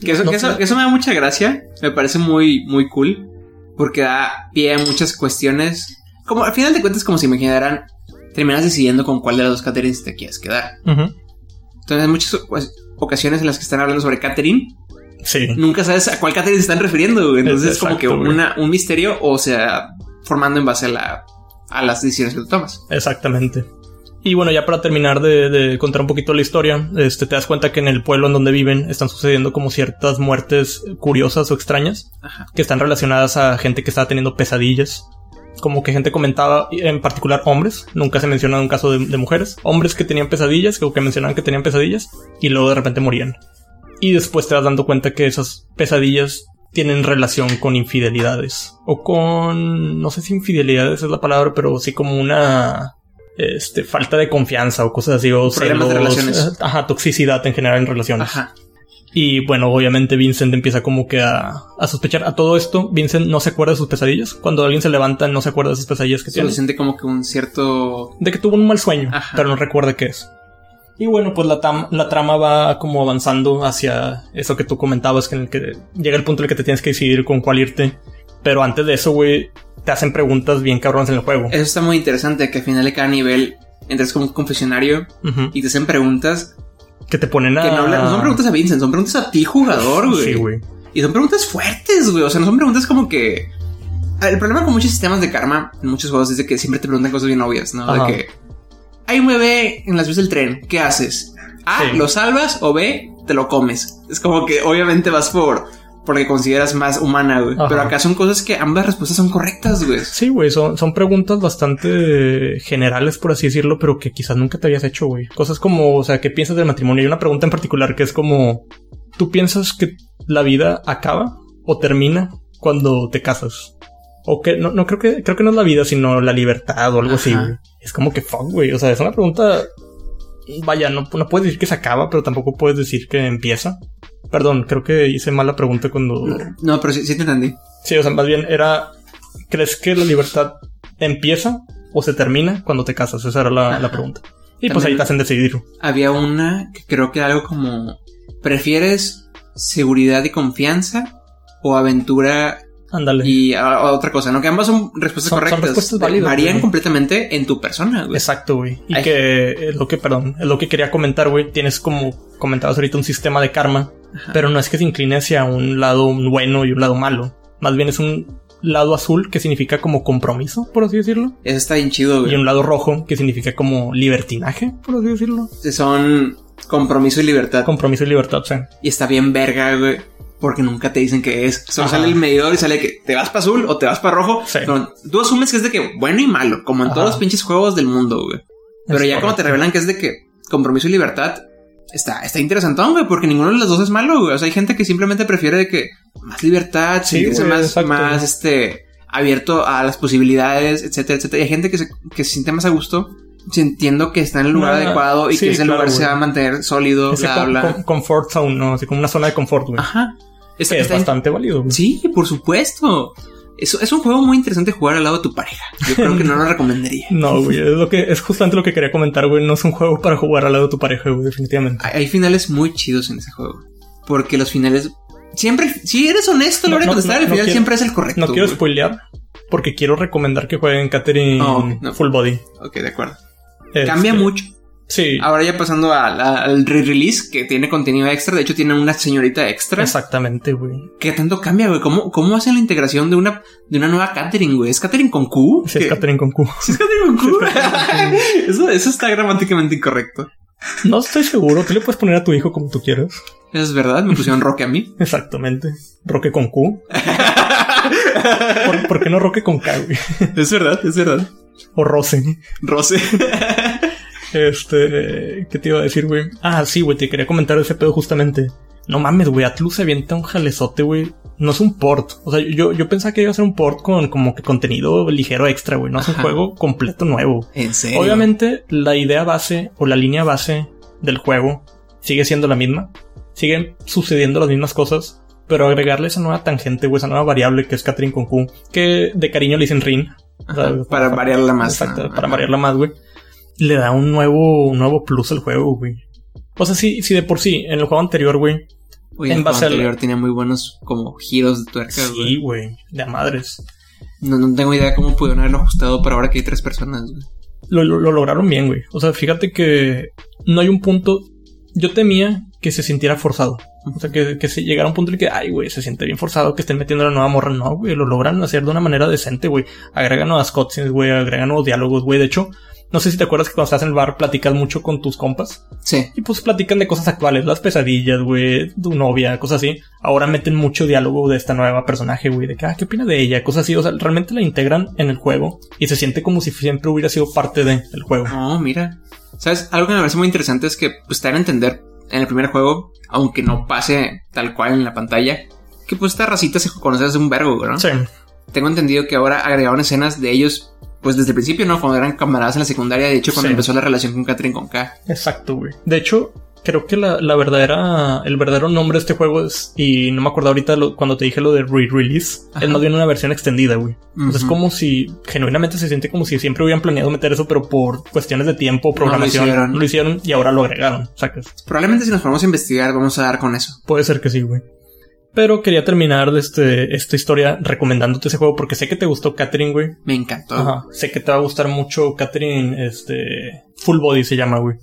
Que eso,
No
que eso-
sé.
que eso me da mucha gracia. Me parece muy, muy cool. Porque da pie a muchas cuestiones. Como al final de cuentas, como si me generaran, terminas decidiendo con cuál de las dos Catherines te quieres quedar. Entonces, hay muchas pues, ocasiones en las que están hablando sobre Catherine
Sí.
nunca sabes a cuál Catherine se están refiriendo. güey. Entonces es como que
Exacto, güey.
una, un misterio o sea, formando en base a, la, a las decisiones que tú tomas.
Exactamente. Y bueno, ya para terminar de, de contar un poquito la historia, este, te das cuenta que en el pueblo en donde viven están sucediendo como ciertas muertes curiosas o extrañas
Ajá.
que están relacionadas a gente que estaba teniendo pesadillas. Como que gente comentaba, en particular hombres, nunca se menciona un caso de, de mujeres, hombres que tenían pesadillas, que, que mencionaban que tenían pesadillas, y luego de repente morían. Y después te vas dando cuenta que esas pesadillas tienen relación con infidelidades. O con, no sé si infidelidades es la palabra, pero sí como una este, falta de confianza o cosas así. O
Problemas de relaciones.
Ajá, toxicidad en general en relaciones.
Ajá.
Y bueno, obviamente Vincent empieza como que a, a sospechar a todo esto. Vincent no se acuerda de sus pesadillas. Cuando alguien se levanta, no se acuerda de sus pesadillas que
Solo
tiene.
siente como que un cierto.
De que tuvo un mal sueño,
Ajá.
pero no recuerda qué es. Y bueno, pues la, tam- la trama va como avanzando hacia eso que tú comentabas, que en el que llega el punto en el que te tienes que decidir con cuál irte. Pero antes de eso, güey, te hacen preguntas bien cabronas en el juego.
Eso está muy interesante, que al final de cada nivel entras como un confesionario
Ujú.
y te hacen preguntas
Que te ponen a...
que no, hablan- no son preguntas a Vincent, son preguntas a ti, jugador, güey.
Ah. Sí, güey.
Y son preguntas fuertes, güey. O sea, no son preguntas como que. El problema con muchos sistemas de karma en muchos juegos es de que siempre te preguntan cosas bien obvias, ¿no?
Ajá.
De que. Hay un bebé en las vías del tren, ¿qué haces? A,
Sí.
lo salvas o B, te lo comes. Es como que obviamente vas por. Porque consideras más humana, güey.
Ajá.
Pero acá son cosas que ambas respuestas son correctas, güey.
Pues Sí, güey, son, son preguntas bastante generales, por así decirlo, pero que quizás nunca te habías hecho, güey. Cosas como, o sea, ¿qué piensas del matrimonio? Y una pregunta en particular que es como, ¿tú piensas que la vida acaba o termina cuando te casas? O que, no, no creo que, creo que no es la vida, sino la libertad o algo así,
Ajá.
güey. Es como que fuck, güey. O sea, es una pregunta, vaya, no, no puedes decir que se acaba, pero tampoco puedes decir que empieza. Perdón, creo que hice mala pregunta cuando...
No, pero sí, sí te entendí.
Sí, o sea, más bien era, ¿crees que la libertad empieza o se termina cuando te casas? Esa era la,
Ajá.
la pregunta. Y pues
También-
ahí te hacen decidir.
Había una que creo que era algo como. ¿Prefieres seguridad y confianza? O aventura
Ándale.
y a- a otra cosa, ¿no? Que ambas son respuestas
Son- son
correctas. Eh,
respuestas válidas,
Varían
güey.
completamente en tu persona, güey.
Exacto, güey. Y
pues, Ay.
que es lo que, perdón, es lo que quería comentar, güey. Tienes como comentabas ahorita un sistema de karma,
Ajá.
pero no es que se incline hacia un lado bueno y un lado malo. Más bien es un lado azul que significa como compromiso, por así decirlo.
Eso está bien chido,
Y
güey.
un lado rojo que significa como libertinaje, por así decirlo.
Son compromiso y libertad.
Compromiso y libertad, sí.
y está bien verga, güey. Porque nunca te dicen que es. Solo
Ajá.
sale el medidor y sale que te vas para azul o te vas para rojo.
Sí.
Pero tú asumes que es de que bueno y malo, como en
Ajá.
todos los pinches juegos del mundo, güey. Pero
Es
ya como te
correcto.
revelan que es de que compromiso y libertad, está, está interesantón, güey, porque ninguno de los dos es malo, güey. O sea, hay gente que simplemente prefiere de que más libertad,
Sí,
sentirse
güey,
más,
exacto.
más este, abierto a las posibilidades, etcétera, etcétera. Y hay gente que se, que se siente más a gusto sintiendo que está en el lugar
Ah,
adecuado y
sí,
que ese
claro,
lugar se
güey.
va a mantener sólido,
Ese
bla,
com-
bla.
com- comfort zone, ¿no? Así como una zona de confort, güey.
Ajá. Está-
Que es
está-
bastante válido, güey.
Sí, por supuesto. Es, es un juego muy interesante jugar al lado de tu pareja. Yo creo que no lo recomendaría.
No, güey, es lo que es justamente lo que quería comentar, güey. No es un juego para jugar al lado de tu pareja, güey, definitivamente.
Hay, hay finales muy chidos en ese juego. Porque los finales. Siempre, si eres honesto a la
No,
hora de
no,
contestar,
no,
el
no
final
quiero-
siempre es el correcto.
No quiero
güey.
spoilear porque quiero recomendar que jueguen Catherine
Ah, ok, no.
Full Body.
Ok, de acuerdo.
Este,
Cambia mucho.
Sí,
Ahora ya pasando al, al re-release, que tiene contenido extra. De hecho, tiene una señorita extra.
exactamente, güey.
¿Qué tanto cambia, güey? ¿Cómo, ¿Cómo hacen la integración de una, de una nueva Catherine, güey? ¿Es Catherine con Q?
Si es
¿Qué?
Catherine con Q.
¿Sí es Catherine con Q? eso, eso está gramáticamente incorrecto.
No estoy seguro. Tú le puedes poner a tu hijo como tú quieras.
Eso es verdad, me pusieron Roque a mí.
Exactamente. Roque con Q. ¿Por, por qué no Roque con K, güey?
es verdad, es verdad.
O Rose.
Rose.
Este, eh, ¿qué te iba a decir, güey? Ah, sí, güey, te quería comentar ese pedo justamente. No mames, güey, Atlus se avienta un jalezote, güey. No es un port. O sea, yo, yo pensaba que iba a ser un port con como que contenido ligero extra, güey. No es un
Ajá.
juego completo nuevo.
en serio.
Obviamente, la idea base o la línea base del juego sigue siendo la misma. Siguen sucediendo las mismas cosas. Pero agregarle esa nueva tangente, güey, esa nueva variable que es Catherine con Q, que de cariño le dicen Rin. O sea,
Ajá, para variarla más.
Exacto,
¿no?
para
Ajá.
variarla más, güey. Le da un nuevo, un nuevo plus al juego, güey. O sea, sí, sí, de por sí, en el juego anterior, güey.
Oye,
En
el
base
juego
al-
anterior tenía muy buenos como giros de tuerca,
Sí,
güey.
güey, de a madres.
No, no tengo idea cómo pudieron haberlo ajustado para ahora que hay tres personas, güey.
Lo, lo- lo lograron bien, güey. O sea, fíjate que no hay un punto. Yo temía que se sintiera forzado. O sea, que, que se llegara a un punto en el que, ay, güey, se siente bien forzado que estén metiendo la nueva morra. No, güey, lo logran hacer de una manera decente, güey. Agregan nuevas cutscenes, güey, agregan nuevos diálogos, güey. De hecho, No sé si te acuerdas que cuando estás en el bar platicas mucho con tus compas.
Sí.
Y pues platican de cosas actuales, las pesadillas, güey, tu novia, cosas así. Ahora meten mucho diálogo de esta nueva personaje, güey, de que, ah, ¿qué opinas de ella? Cosas así. O sea, realmente la integran en el juego y se siente como si siempre hubiera sido parte del juego.
No, mira. ¿Sabes? Algo que me parece muy interesante es que pues, te dan a entender en el primer juego, aunque no pase tal cual en la pantalla, que pues esta racita se conoce hace un vergo, ¿no?
Sí.
Tengo entendido que ahora agregaron escenas de ellos, pues desde el principio, ¿no? Cuando eran camaradas en la secundaria, de hecho, cuando
Sí.
empezó la relación con Catherine con K.
Exacto, güey. De hecho, creo que la, la verdadera, el verdadero nombre de este juego es, y no me acuerdo ahorita lo- cuando te dije lo de re-release,
Ajá.
es más bien una versión extendida, güey. Entonces es
Ujú.
como si, genuinamente se siente como si siempre hubieran planeado meter eso, pero por cuestiones de tiempo, programación, no lo
hicieron.
hicieron, y ahora lo agregaron, sacas.
Probablemente si nos ponemos a investigar, vamos a dar con eso.
Puede ser que sí, güey. Pero quería terminar este, esta historia recomendándote ese juego porque sé que te gustó Catherine, güey.
Me encantó.
Ajá. Sé que te va a gustar mucho Catherine, este. Full Body se llama, güey.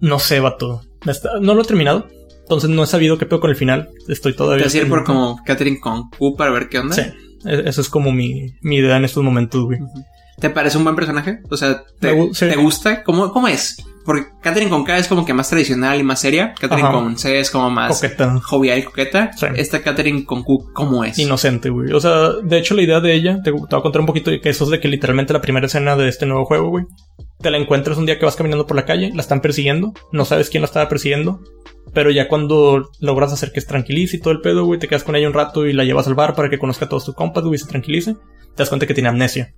No sé, vato. Está- No lo he terminado. Entonces no he sabido qué pedo con el final. Estoy
Te
todavía.
vas a ir por como Catherine con Q para ver qué onda.
Sí. E- Eso es como mi, mi idea en estos momentos, güey.
¿Te parece un buen personaje? O sea, ¿te,
Me gu- sí.
te gusta? ¿Cómo, ¿Cómo es? Porque Catherine con K es como que más tradicional y más seria. Catherine
Ajá.
con C es como más
Coqueta.
jovial y coqueta.
Sí.
Esta Catherine con Q, ¿cómo es?
Inocente, güey. O sea, de hecho, la idea de ella, te, te voy a contar un poquito de que eso es de que literalmente la primera escena de este nuevo juego, güey. Te la encuentras un día que vas caminando por la calle, la están persiguiendo, no sabes quién la estaba persiguiendo, pero ya cuando logras hacer que se tranquilice y todo el pedo, güey, te quedas con ella un rato y la llevas al bar para que conozca a todos tus compas, güey, y se tranquilice, te das cuenta que tiene amnesia.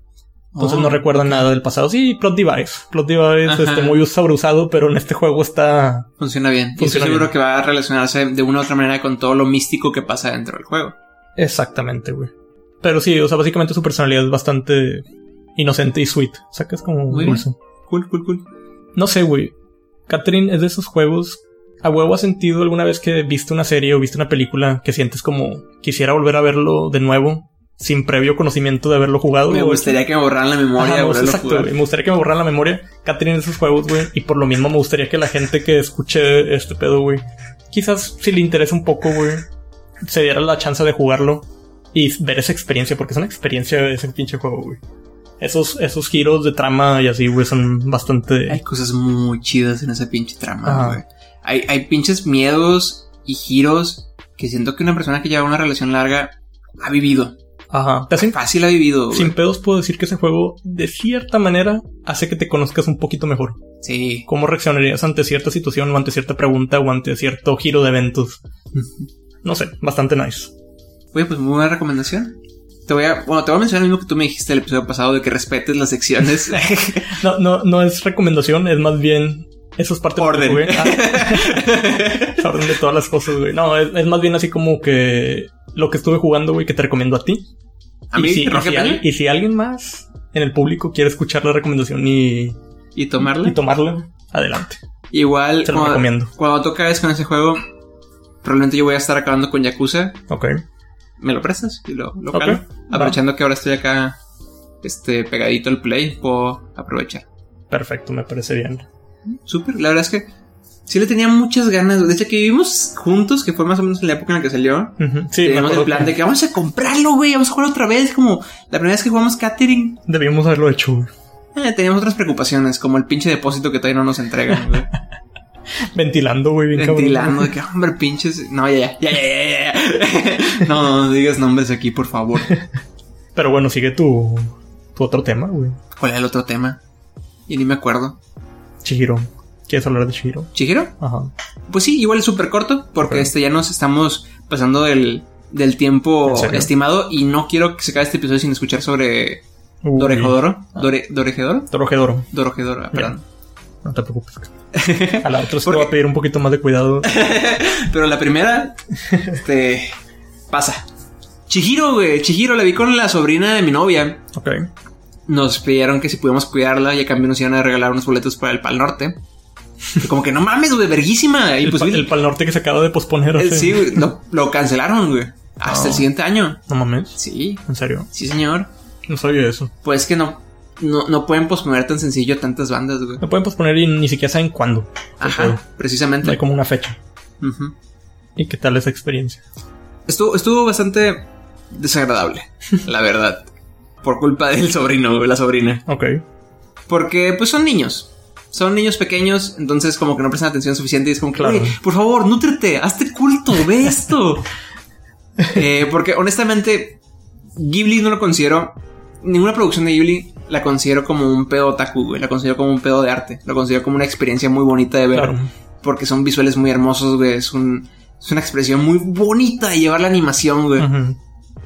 Entonces
Oh.
no recuerda nada del pasado. Sí, plot device. Plot device,
Ajá.
este, muy sobreusado, pero en este juego está
Funciona bien. y estoy
Funciona
seguro
bien.
que va a relacionarse de una u otra manera con todo lo místico que pasa dentro del juego.
Exactamente, güey. Pero sí, o sea, básicamente su personalidad es bastante inocente y sweet. O sea, que es como
Muy
dulce.
Cool, cool, cool.
No sé, güey. Catherine es de esos juegos. ¿A huevo has sentido alguna vez que viste una serie o viste una película que sientes como quisiera volver a verlo de nuevo sin previo conocimiento de haberlo jugado?
Me
O-
gustaría que me borraran la
Ajá,
memoria.
me gusta-
volverlo a
exacto,
jugar.
güey. Me gustaría que me borraran la memoria Catherine de esos juegos, güey. Y por lo mismo me gustaría que la gente que escuche este pedo, güey, quizás si le interesa un poco, güey, se diera la chance de jugarlo y ver esa experiencia, porque es una experiencia ese pinche juego, güey. Esos, esos giros de trama y así, güey, son
Hay
bastante.
cosas muy chidas en esa pinche trama,
Ajá.
güey. Hay, hay pinches miedos y giros que siento que una persona que lleva una relación larga ha vivido.
Ajá. Te hacen-
Fácil ha vivido, güey.
sin pedos puedo decir que ese juego, de cierta manera, hace que te conozcas un poquito mejor.
Sí.
¿Cómo reaccionarías ante cierta situación o ante cierta pregunta o ante cierto giro de eventos? No sé, bastante nice.
Oye, pues muy buena recomendación. Te voy a, bueno, te voy a mencionar lo mismo que tú me dijiste el episodio pasado de que respetes las secciones.
No, no, no es recomendación, es más bien. Eso es parte del
Orden.
juego, güey. Ah. Es orden de todas las cosas, güey. No, es, es más bien así como que lo que estuve jugando, güey, que te recomiendo a ti.
a mí,
y, si, y
Roque
si
Peña,
al- y si alguien más en el público quiere escuchar la recomendación y,
y tomarla.
y tomarla, adelante.
Igual,
Se lo
cuando,
recomiendo.
cuando tú acabes con ese juego, probablemente yo voy a estar acabando con Yakuza.
Ok.
¿Me lo prestas? Y lo, lo
Ok,
calo.
va.
Aprovechando que ahora estoy acá este, pegadito al play, puedo aprovechar.
Perfecto, me parece bien.
Súper, la verdad es que sí le tenía muchas ganas. De hecho, que vivimos juntos, que fue más o menos en la época en la que salió.
Ujú. Sí, me
Teníamos
acuerdo
el plan
que
de que vamos a comprarlo, güey, vamos a jugar otra vez. Como la primera vez que jugamos Catering,
debimos haberlo hecho, güey.
eh, teníamos otras preocupaciones, como el pinche depósito que todavía no nos entregan, güey.
Ventilando, güey, bien cabrón.
Ventilando, de que, hombre, pinches. No, ya, ya, ya, ya, ya, ya. no, no digas nombres aquí, por favor.
Pero bueno, sigue tu, tu otro tema, güey.
¿Cuál era el otro tema? Y ni me acuerdo.
Chihiro. ¿Quieres hablar de Chihiro?
¿Chihiro?
Ajá.
Pues sí, igual es súper corto, porque
Ok.
este ya nos estamos pasando del, del tiempo
¿En serio?
estimado y no quiero que se acabe este episodio sin escuchar sobre
Uy. Ah.
Dorejedoro. Dore, ¿Dorejedoro?
Dorojedoro.
Dorojedoro, ah, perdón.
No te preocupes. A la otra sí te
Porque-
voy a pedir un poquito más de cuidado.
Pero la primera, este, pasa. Chihiro, güey, Chihiro, la vi con la sobrina de mi novia.
Ok.
Nos pidieron que si podíamos cuidarla y a cambio nos iban a regalar unos boletos para el Pal Norte. Y como que no mames, güey, verguísima. Y
El,
pues,
pa-
güey,
el Pal Norte que se acaba de posponer.
el-
hace-
sí, güey, lo, lo cancelaron, güey. Hasta
No.
el siguiente año.
No mames.
Sí,
En serio.
sí, señor.
No sabía eso.
Pues que no, no, no pueden posponer tan sencillo tantas bandas, güey.
No pueden posponer y ni siquiera saben cuándo.
Ajá,
No hay
precisamente.
como una fecha.
Ujú.
¿Y qué tal esa experiencia?
estuvo, estuvo bastante desagradable, la verdad. Por culpa del sobrino, güey, la sobrina.
Ok.
Porque pues son niños. Son niños pequeños, entonces como que no prestan atención suficiente y es como, que,
Claro.
"Oye, por favor, nútrete, hazte culto, ve esto. Eh, porque honestamente, Ghibli no lo considero, ninguna producción de Ghibli la considero como un pedo otaku, güey, la considero como un pedo de arte, la considero como una experiencia muy bonita de ver
Claro.
porque son visuales muy hermosos, güey. Es, un, es una expresión muy bonita de llevar la animación, güey.
Ujú.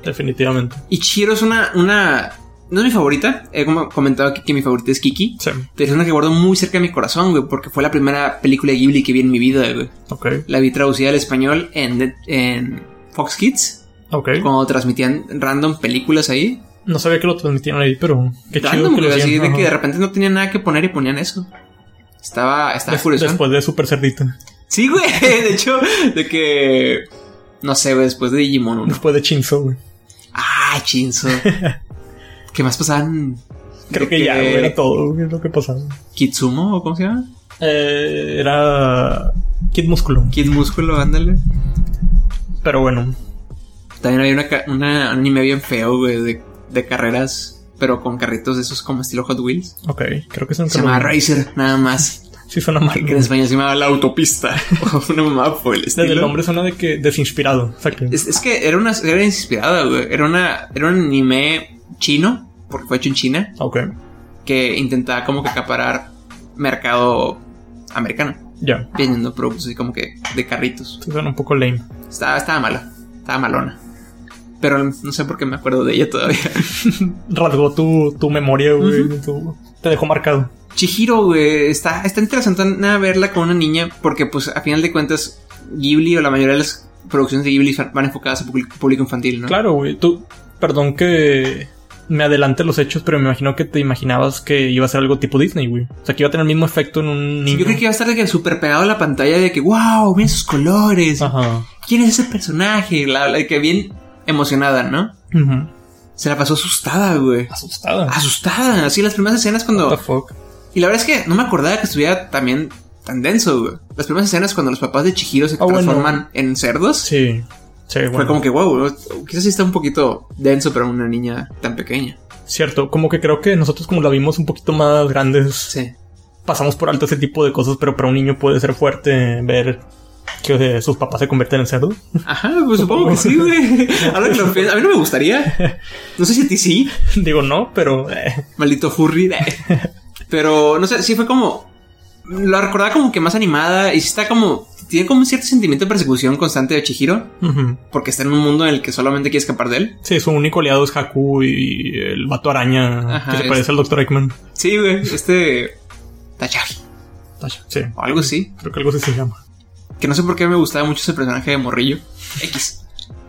Definitivamente.
Y Chiro es una, una... No es mi favorita. He como comentado aquí que mi favorita es Kiki.
Sí.
Pero es una que guardo muy cerca de mi corazón, güey, porque fue la primera película de Ghibli que vi en mi vida, güey.
Ok.
La vi traducida al español en, en Fox Kids,
Ok.
cuando transmitían random películas ahí.
No sabía que lo transmitían ahí, pero qué chido
Random,
que lo
güey, así
hacían.
de
Ajá.
que de repente no tenían nada que poner y ponían eso. Estaba, estaba
Des-
curioso.
Después de Super Cerdita.
Sí, güey, de hecho, de que... No sé, güey, después de Digimon uno.
Después de Chinzo, güey.
Ah, Chinzo. ¿Qué más pasaban?
Creo
De
que, ya, güey, era todo güey, lo que pasaba.
Kitsumo, ¿o cómo se llama?
Eh, era Kid Músculo.
Kid Músculo, ándale.
Pero bueno,
También había una, ca- una un anime bien feo, güey, de, de carreras, pero con carritos de esos como estilo Hot Wheels.
ok. Creo que eso
Se llamaba Racer, nada más.
Sí, suena mal.
Que
güey.
en español se llamaba La Autopista. o una mamá por el estilo.
Desde el nombre suena de que desinspirado. Exacto.
Es, es que era una era inspirada, güey. Era, una, era un anime chino, porque fue hecho en China,
Ok.
que intentaba como que acaparar mercado americano.
Ya.
vendiendo productos así como que de carritos.
Sí, Suena un poco lame.
Estaba, estaba mala, estaba malona. Pero no sé por qué me acuerdo de ella todavía.
Rasgó tu, tu memoria, güey. tu- te dejó marcado.
Chihiro, güey, está, está interesante nada verla con una niña porque pues a final de cuentas Ghibli o la mayoría de las producciones de Ghibli van enfocadas a public- público infantil, ¿no?
Claro, güey. Tú, perdón que me adelante los hechos, pero me imagino que te imaginabas que iba a ser algo tipo Disney, güey. O sea, que iba a tener el mismo efecto en un niño.
Yo creo que iba a estar de que súper pegado a la pantalla de que, wow, miren sus colores,
Ajá.
¿quién es ese personaje? La, la que bien emocionada, ¿no?
Ujú.
Se la pasó asustada, güey.
Asustada.
Ah, Asustada, así las primeras escenas cuando...
What the fuck.
Y la verdad es que no me acordaba que estuviera también tan denso, güey. Las primeras escenas cuando los papás de Chihiro se
Ah, bueno.
transforman en cerdos.
Sí. Sí, bueno.
Fue como que, wow, güey, quizás sí está un poquito denso para una niña tan pequeña.
Cierto, como que creo que nosotros como la vimos un poquito más grandes,
Sí.
pasamos por alto ese tipo de cosas, pero para un niño puede ser fuerte ver que eh, sus papás se convierten en cerdos.
Ajá, pues supongo que sí, güey. Ahora que lo pienso, a mí no me gustaría. No sé si a ti sí,
Digo, no, pero... eh,
maldito furry. Pero, no sé, sí fue como... La recordaba como que más animada y sí está como... Tiene como un cierto sentimiento de persecución constante de Chihiro.
ujú.
Porque está en un mundo en el que solamente quiere escapar de él.
Sí, su único aliado es Haku y el vato araña
Ajá,
que se
es-
parece al Dr. Eggman.
Sí, güey, este. Tachari,
Tasha, Sí,
o algo así.
creo que algo así se llama.
Que no sé por qué me gustaba mucho ese personaje de morrillo. X.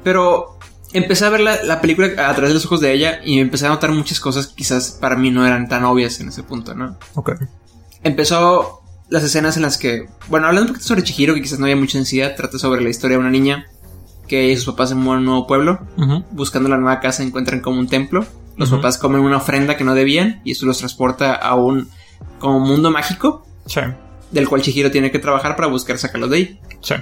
Pero empecé a ver la, la película a través de los ojos de ella y empecé a notar muchas cosas que quizás para mí no eran tan obvias en ese punto, ¿no?
Ok.
Empezó las escenas en las que. Bueno, hablando un poquito sobre Chihiro, que quizás no había mucha densidad, trata sobre la historia de una niña que sus papás se mueven a un nuevo pueblo.
Ujú.
buscando la nueva casa encuentran como un templo. Los
Ujú.
papás comen una ofrenda que no debían y eso los transporta a un como mundo mágico
Sí,
del cual Chihiro tiene que trabajar para buscar sacarlos de ahí.
sí.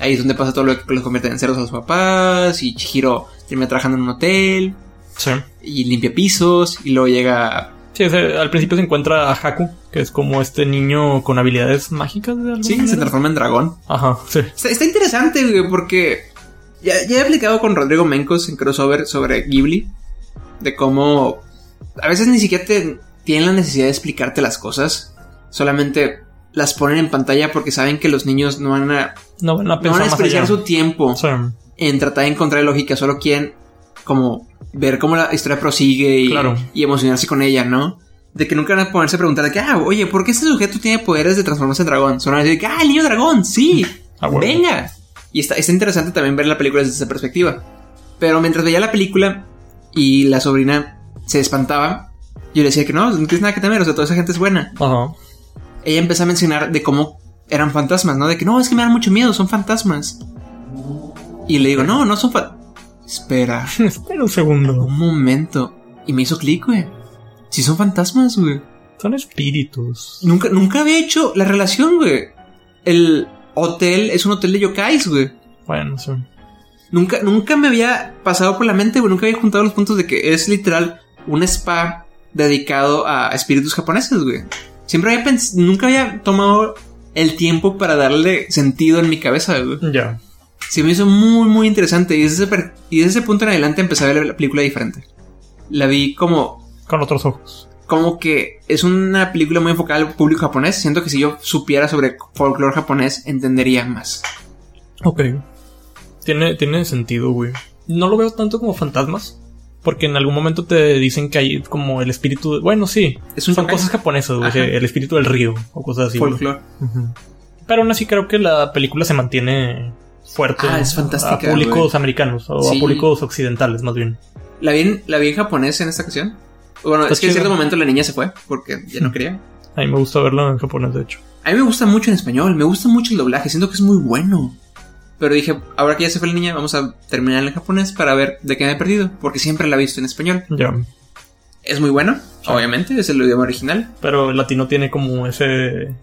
Ahí es donde pasa todo lo que los convierte en ceros a los papás y Chihiro termina trabajando en un hotel
Sí,
y limpia pisos y luego llega...
sí ese- al principio se encuentra a Haku, que es como este niño con habilidades mágicas de alguna
Sí, se
manera.
transforma en dragón.
Ajá, sí.
Está, está interesante, güey, porque ya, ya he aplicado con Rodrigo Mencos en crossover sobre Ghibli, de cómo a veces ni siquiera te, tienen la necesidad de explicarte las cosas, solamente las ponen en pantalla porque saben que los niños no van a,
No van a
no
pensar
van a
más allá.
desperdiciar su tiempo
Sí.
en tratar de encontrar lógica, solo quieren como ver cómo la historia prosigue y,
Claro.
y emocionarse con ella, ¿no? De que nunca van a ponerse a preguntar de que, ah, oye, ¿por qué este sujeto tiene poderes de transformarse en dragón? Solo van a decir que, ah, el niño dragón, sí,
Ah, huevo.
venga. Y está, está interesante también ver la película desde esa perspectiva. Pero mientras veía la película y la sobrina se espantaba, yo le decía que no, no tienes nada que temer, o sea, toda esa gente es buena
Ajá.
ella empezó a mencionar de cómo eran fantasmas, ¿no? De que no, es que me dan mucho miedo, son fantasmas. Y le digo, no, no son fantasmas. Espera,
Espera un segundo.
un momento. Y me hizo clic, güey. Si son fantasmas, güey.
Son espíritus.
Nunca, nunca había hecho la relación, güey. El hotel es un hotel de yokais, güey.
Bueno, sí.
Nunca, nunca me había pasado por la mente, güey. Nunca había juntado los puntos de que es literal un spa dedicado a espíritus japoneses, güey. Siempre había pens- nunca había tomado el tiempo para darle sentido en mi cabeza, güey.
Ya.
Se me hizo muy, muy interesante. Y desde ese, per- y desde ese punto en adelante empecé a ver la película diferente. La vi como,
Con otros ojos.
como que es una película muy enfocada al público japonés. Siento que si yo supiera sobre folclore japonés, entendería más.
Ok. Tiene, tiene sentido, güey. No lo veo tanto como fantasmas. Porque en algún momento te dicen que hay como el espíritu. de- Bueno, sí.
Es un
son
yokai.
cosas japonesas, güey.
Ajá.
que El espíritu del río o cosas así. güey.
folclore.
Ujú. Pero aún así creo que la película se mantiene fuerte
Ah, es fantástica,
a públicos americanos o
Sí.
a públicos occidentales más bien.
La vi, en, la vi en japonés en esta ocasión. Bueno,
Está
es que en
chido.
cierto momento la niña se fue porque ya no quería.
A mí me gusta verlo en japonés, de hecho.
A mí me gusta mucho en español, me gusta mucho el doblaje, siento que es muy bueno. Pero dije, ahora que ya se fue la niña, vamos a terminar en japonés para ver de qué me he perdido, porque siempre la he visto en español.
Ya.
Es muy bueno, obviamente, es el idioma original.
Pero el latino tiene como ese.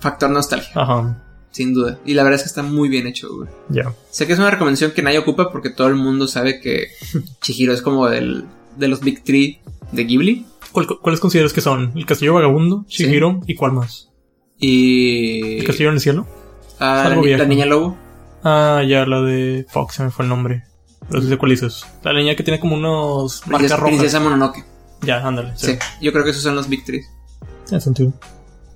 Factor nostalgia,
Ajá.
sin duda. Y la verdad es que está muy bien hecho, güey.
Ya.
Sé que es una recomendación que nadie ocupa porque todo el mundo sabe que Chihiro es como del, de los Big Three de Ghibli.
¿Cuál- ¿Cuáles consideras que son? El castillo vagabundo,
Sí. Eh,
Shihiro y cuál más?
Y...
El castillo en el cielo.
Ah, la
algo
ni- la,
viejo.
niña lobo.
Ah, ya, la de Fox, se me fue el nombre. Pero sí sé cuál dices. La niña que tiene como unos
Princesa,
marcas rojas.
Princesa Mononoke.
Ya, ándale.
Sí.
Sí.
yo creo que esos son los Big Three.
Tiene sentido.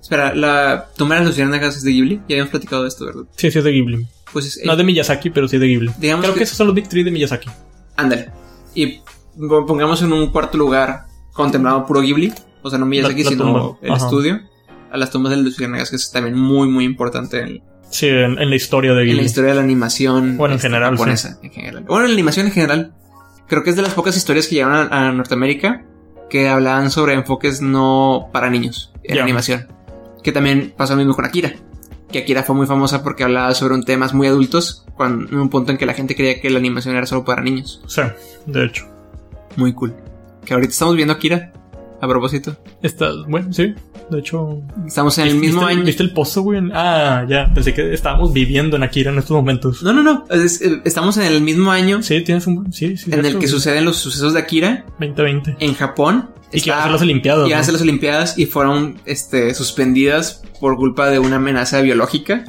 Espera, la tumba de las luciérnagas es de Ghibli. Ya habíamos platicado de esto, ¿verdad?
Sí, sí, es de Ghibli.
Pues es. eh,
No es de Miyazaki, pero sí es de Ghibli.
Digamos
Creo
que-
que... esos son los Big Three de Miyazaki.
Ándale. Y po- pongamos en un cuarto lugar contemplado puro Ghibli. O sea, no Miyazaki,
La- la
sino
tumba.
el
Ajá.
estudio. A las tumbas de las luciérnagas, que es también muy, muy importante en,
Sí, en, en la historia de
en
Ghibli.
la historia de la animación
Bueno, en
este,
general,
japonesa, en general. Bueno, en la animación en general. Creo que es de las pocas historias que llegaron a, a Norteamérica que hablaban sobre enfoques no para niños en
Ya.
animación. Que también pasó lo mismo con Akira. Que Akira fue muy famosa porque hablaba sobre un temas muy adultos cuando, en un punto en que la gente creía que la animación era solo para niños.
Sí, de hecho.
Muy cool. Que ahorita estamos viendo Akira. A propósito.
Está, bueno, sí. De hecho,
Estamos en el
¿viste-
mismo
¿viste,
año.
¿Viste el pozo, güey? Ah, ya. Pensé que estábamos viviendo en Akira en estos momentos.
No, no, no. Es- es- estamos en el mismo año
Sí, tienes un. Sí, sí.
en el
cierto,
que
güey.
suceden los sucesos de Akira
2020.
en Japón.
Y que van a
Está-
ser las Olimpiadas.
Iban a
¿no?
ser las Olimpiadas y fueron este, suspendidas por culpa de una amenaza biológica.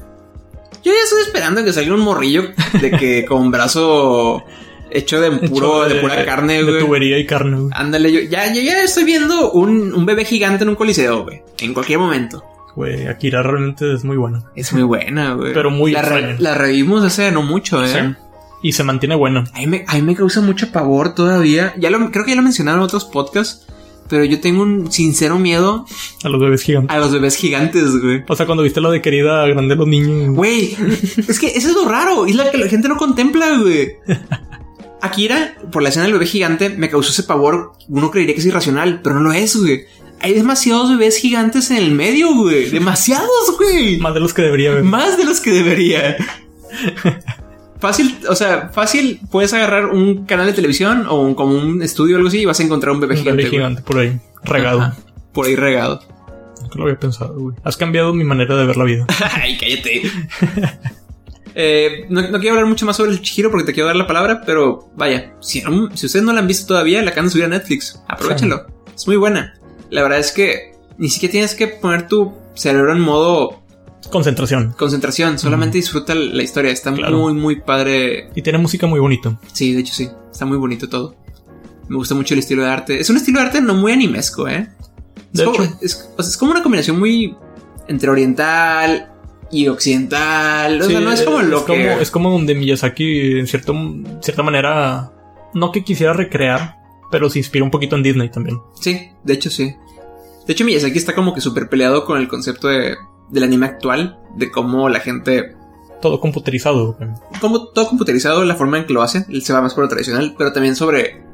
Yo ya estoy esperando que salga un morrillo de que con brazo hecho de
Hecho
puro, de, pura carne,
De
güey. Ah.
tubería y carne, güey.
Ándale, yo ya, yo ya estoy viendo un, un bebé gigante en un coliseo, güey. En cualquier momento.
Güey, Akira realmente es muy bueno.
Es muy buena, güey.
Pero muy
la, re-
extraña.
la revimos hace no mucho, ¿eh?
Sí. Y se mantiene bueno.
A mí, me, a mí me causa mucho pavor todavía. Ya lo, creo que ya lo mencionaron en otros podcasts. Pero yo tengo un sincero miedo
A los bebés gigantes.
a los bebés gigantes, güey.
O sea, cuando viste lo de querida grande los niños.
Güey, es que eso es lo raro, es la que la gente no contempla, güey. Akira, por la escena del bebé gigante, me causó ese pavor. Uno creería que es irracional, pero no lo es, güey. Hay demasiados bebés gigantes en el medio, güey. Demasiados, güey.
Más de los que debería haber.
Más de los que debería. Fácil, o sea, fácil puedes agarrar un canal de televisión o un, como un estudio o algo así y vas a encontrar un bebé
Un
gigante.
bebé
güey.
gigante por ahí. Regado.
Ajá, por ahí regado.
Nunca lo había pensado, güey. Has cambiado mi manera de ver la vida.
Ay, cállate. Eh, no, no quiero hablar mucho más sobre el Chihiro porque te quiero dar la palabra, pero vaya, si, aún- si ustedes no la han visto todavía, la acaban de subir a Netflix. Aprovechenlo. Es muy buena. La verdad es que ni siquiera tienes que poner tu cerebro en modo
Concentración.
concentración, solamente disfruta la historia. Está
Claro.
muy, muy padre.
Y tiene música muy bonita.
Sí, de hecho, sí. Está muy bonito todo. Me gusta mucho el estilo de arte. Es un estilo de arte no muy animesco, ¿eh? Es
De
como-
hecho.
es- o sea, es como una combinación muy entre oriental y occidental. O sea,
Sí,
no es como lo
como-
que.
es como donde Miyazaki, en cierto, cierta manera, no que quisiera recrear, pero se inspira un poquito en Disney también.
Sí, de hecho, sí. De hecho, Miyazaki está como que súper peleado con el concepto de, del anime actual, de cómo la gente.
Todo computerizado. güey.
Como todo computerizado, la forma en que lo hacen, él se va más por lo tradicional, pero también sobre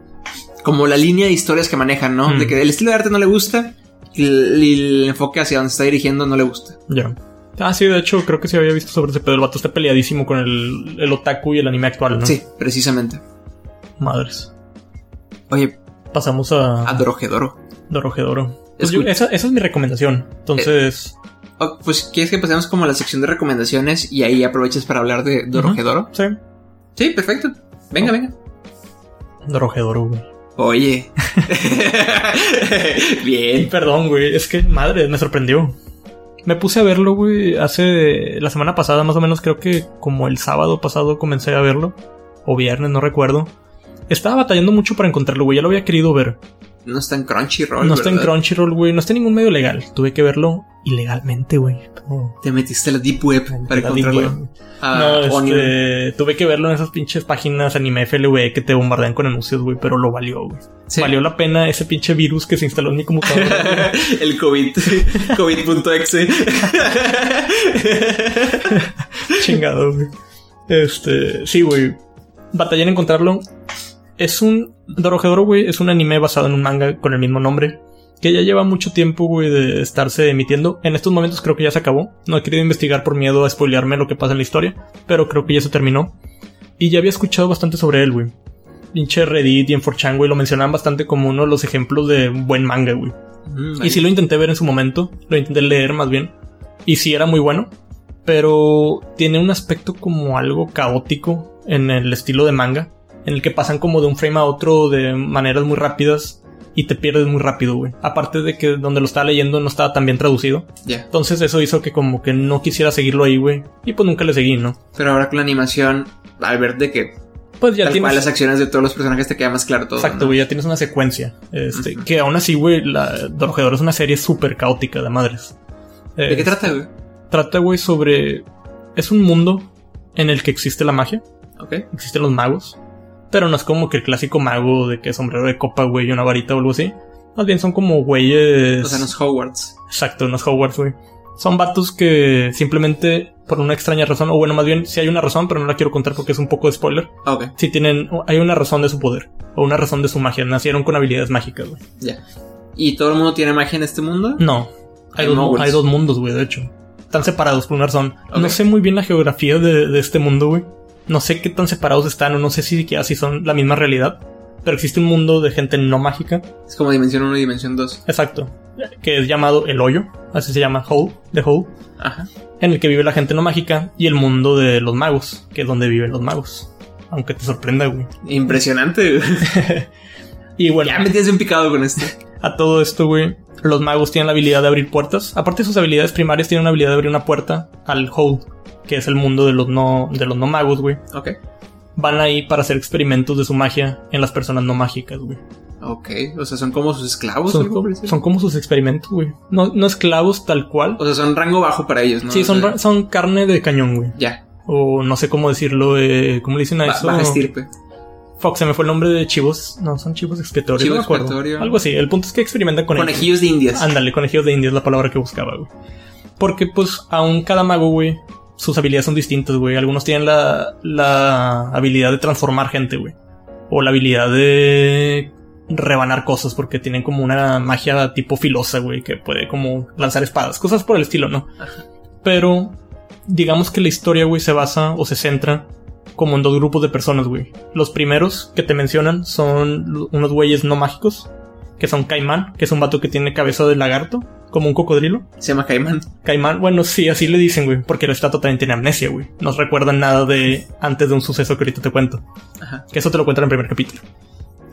como la línea de historias que manejan, ¿no?
Mm.
De que el estilo de arte no le gusta y el, y el enfoque hacia donde se está dirigiendo no le gusta.
Ya. Ah, sí, de hecho, creo que sí había visto sobre ese pedo. El vato está peleadísimo con el, el otaku y el anime actual, ¿no?
Sí, precisamente.
Madres.
Oye,
Pasamos a,
a Dorohedoro.
Dorohedoro. Pues
Escu-
yo- esa, esa es mi recomendación. Entonces,
Oh, pues, ¿quieres que pasemos como a la sección de recomendaciones y ahí aproveches para hablar de Dorohedoro?
sí, Oh.
Sí, perfecto. Venga, venga.
Dorohedoro, güey.
Oye.
Y
Bien.
perdón, güey, es que madre, me sorprendió. Me puse a verlo, güey, hace la semana pasada, más o menos, creo que como el sábado pasado comencé a verlo, o viernes, no recuerdo. Estaba batallando mucho para encontrarlo, güey, ya lo había querido ver.
No está en Crunchyroll.
No está en
¿verdad?
Crunchyroll, güey, no está en ningún medio legal. Tuve que verlo ilegalmente, güey. Oh,
Te metiste a la Deep Web para
la
encontrarlo.
lengua.
Ah,
no, este,
Onion.
tuve que verlo en esas pinches páginas anime FLV que te bombardean con anuncios, güey, pero lo valió, güey.
Sí.
Valió la pena ese pinche virus que se instaló en mi computadora. güey.
El COVID. COVID.exe.
Chingado, güey. Este, sí, güey. Batallé en encontrarlo. Es un. Dorohedoro, güey, es un anime basado en un manga con el mismo nombre. Que ya lleva mucho tiempo, güey, de estarse emitiendo. En estos momentos creo que ya se acabó. No he querido investigar por miedo a spoilearme lo que pasa en la historia. Pero creo que ya se terminó. Y ya había escuchado bastante sobre él, güey. Pinche Reddit y en 4chan, güey, lo mencionaban bastante como uno de los ejemplos de un buen manga, güey.
Mm,
Y sí lo intenté ver en su momento, lo intenté leer más bien. Y sí era muy bueno, pero tiene un aspecto como algo caótico en el estilo de manga, en el que pasan como de un frame a otro de maneras muy rápidas y te pierdes muy rápido, güey. Aparte de que donde lo estaba leyendo no estaba tan bien traducido.
Ya.
Entonces eso hizo que como que no quisiera seguirlo ahí, güey. Y pues nunca le seguí, ¿no?
Pero ahora con la animación, al ver de que
Pues ya
tal
tienes...
cual las acciones de todos los personajes te queda más claro todo.
Exacto,
¿no?
güey, ya tienes una secuencia. Este,
Ujú.
Que aún así, güey, la Dorohedoro es una serie súper caótica de madres.
¿De qué trata, güey?
trata, güey, sobre. Es un mundo en el que existe la magia,
Ok.
existen los magos, pero no es como que el clásico mago de que sombrero de copa, güey, y una varita o algo así. Más bien son como güeyes.
O sea, los Hogwarts.
Exacto, unos Hogwarts, güey. Son vatos que simplemente por una extraña razón, o bueno, más bien si hay una razón, pero no la quiero contar porque es un poco de spoiler.
Ah, Ok,
Si tienen, hay una razón de su poder, o una razón de su magia, nacieron con habilidades mágicas, güey.
ya. ¿Y todo el mundo tiene magia en este mundo?
No. Hay,
Hay
dos,
moguls.
hay dos mundos, güey, de hecho. Están separados por una razón. No
Ok.
sé muy bien la geografía de, de este mundo, güey. No sé qué tan separados están o no sé si siquiera si son la misma realidad. Pero existe un mundo de gente no mágica.
Es como dimensión 1 y dimensión 2.
Exacto. Que es llamado el hoyo. Así se llama Hole. The Hole.
Ajá.
En el que vive la gente no mágica. Y el mundo de los magos. Que es donde viven los magos. Aunque te sorprenda, güey.
Impresionante, güey.
Y bueno.
Ya me tienes un picado con este. esto.
A todo esto, güey, los magos tienen la habilidad de abrir puertas. Aparte de sus habilidades primarias, tienen una habilidad de abrir una puerta al Hold, que es el mundo de los no, de los no magos, güey.
Ok.
Van ahí para hacer experimentos de su magia en las personas no mágicas, güey.
Ok. O sea, son como sus esclavos.
Son,
algo por el
co-
estilo?
son como sus experimentos, güey. No, no esclavos tal cual.
O sea, son rango bajo para ellos, ¿no?
Sí, son,
O sea,
ra- son carne de cañón, güey.
Ya.
O no sé cómo decirlo, eh, ¿cómo le dicen a
ba-
eso?
baja estirpe.
Fox, se me fue el nombre de chivos. No, son chivos expiatorios.
Chivo
no me acuerdo.
expiatorio.
Algo así. El punto es que experimentan con ellos.
Conejillos de indias.
Ándale, conejillos de India es la palabra que buscaba, güey. Porque, pues, aún cada mago, güey, sus habilidades son distintas, güey. Algunos tienen la, la habilidad de transformar gente, güey. O la habilidad de rebanar cosas, porque tienen como una magia tipo filosa, güey, que puede como lanzar espadas, cosas por el estilo, ¿no? Pero, digamos que la historia, güey, se basa o se centra como en dos grupos de personas, güey. Los primeros que te mencionan son unos güeyes no mágicos, que son Caimán, que es un vato que tiene cabeza de lagarto, como un cocodrilo.
Se llama Caimán.
Caimán, bueno, sí, así le dicen, güey, porque el estatua también tiene amnesia, güey. No recuerdan nada de antes de un suceso que ahorita te cuento.
Ajá.
Que eso te lo cuento en el primer capítulo.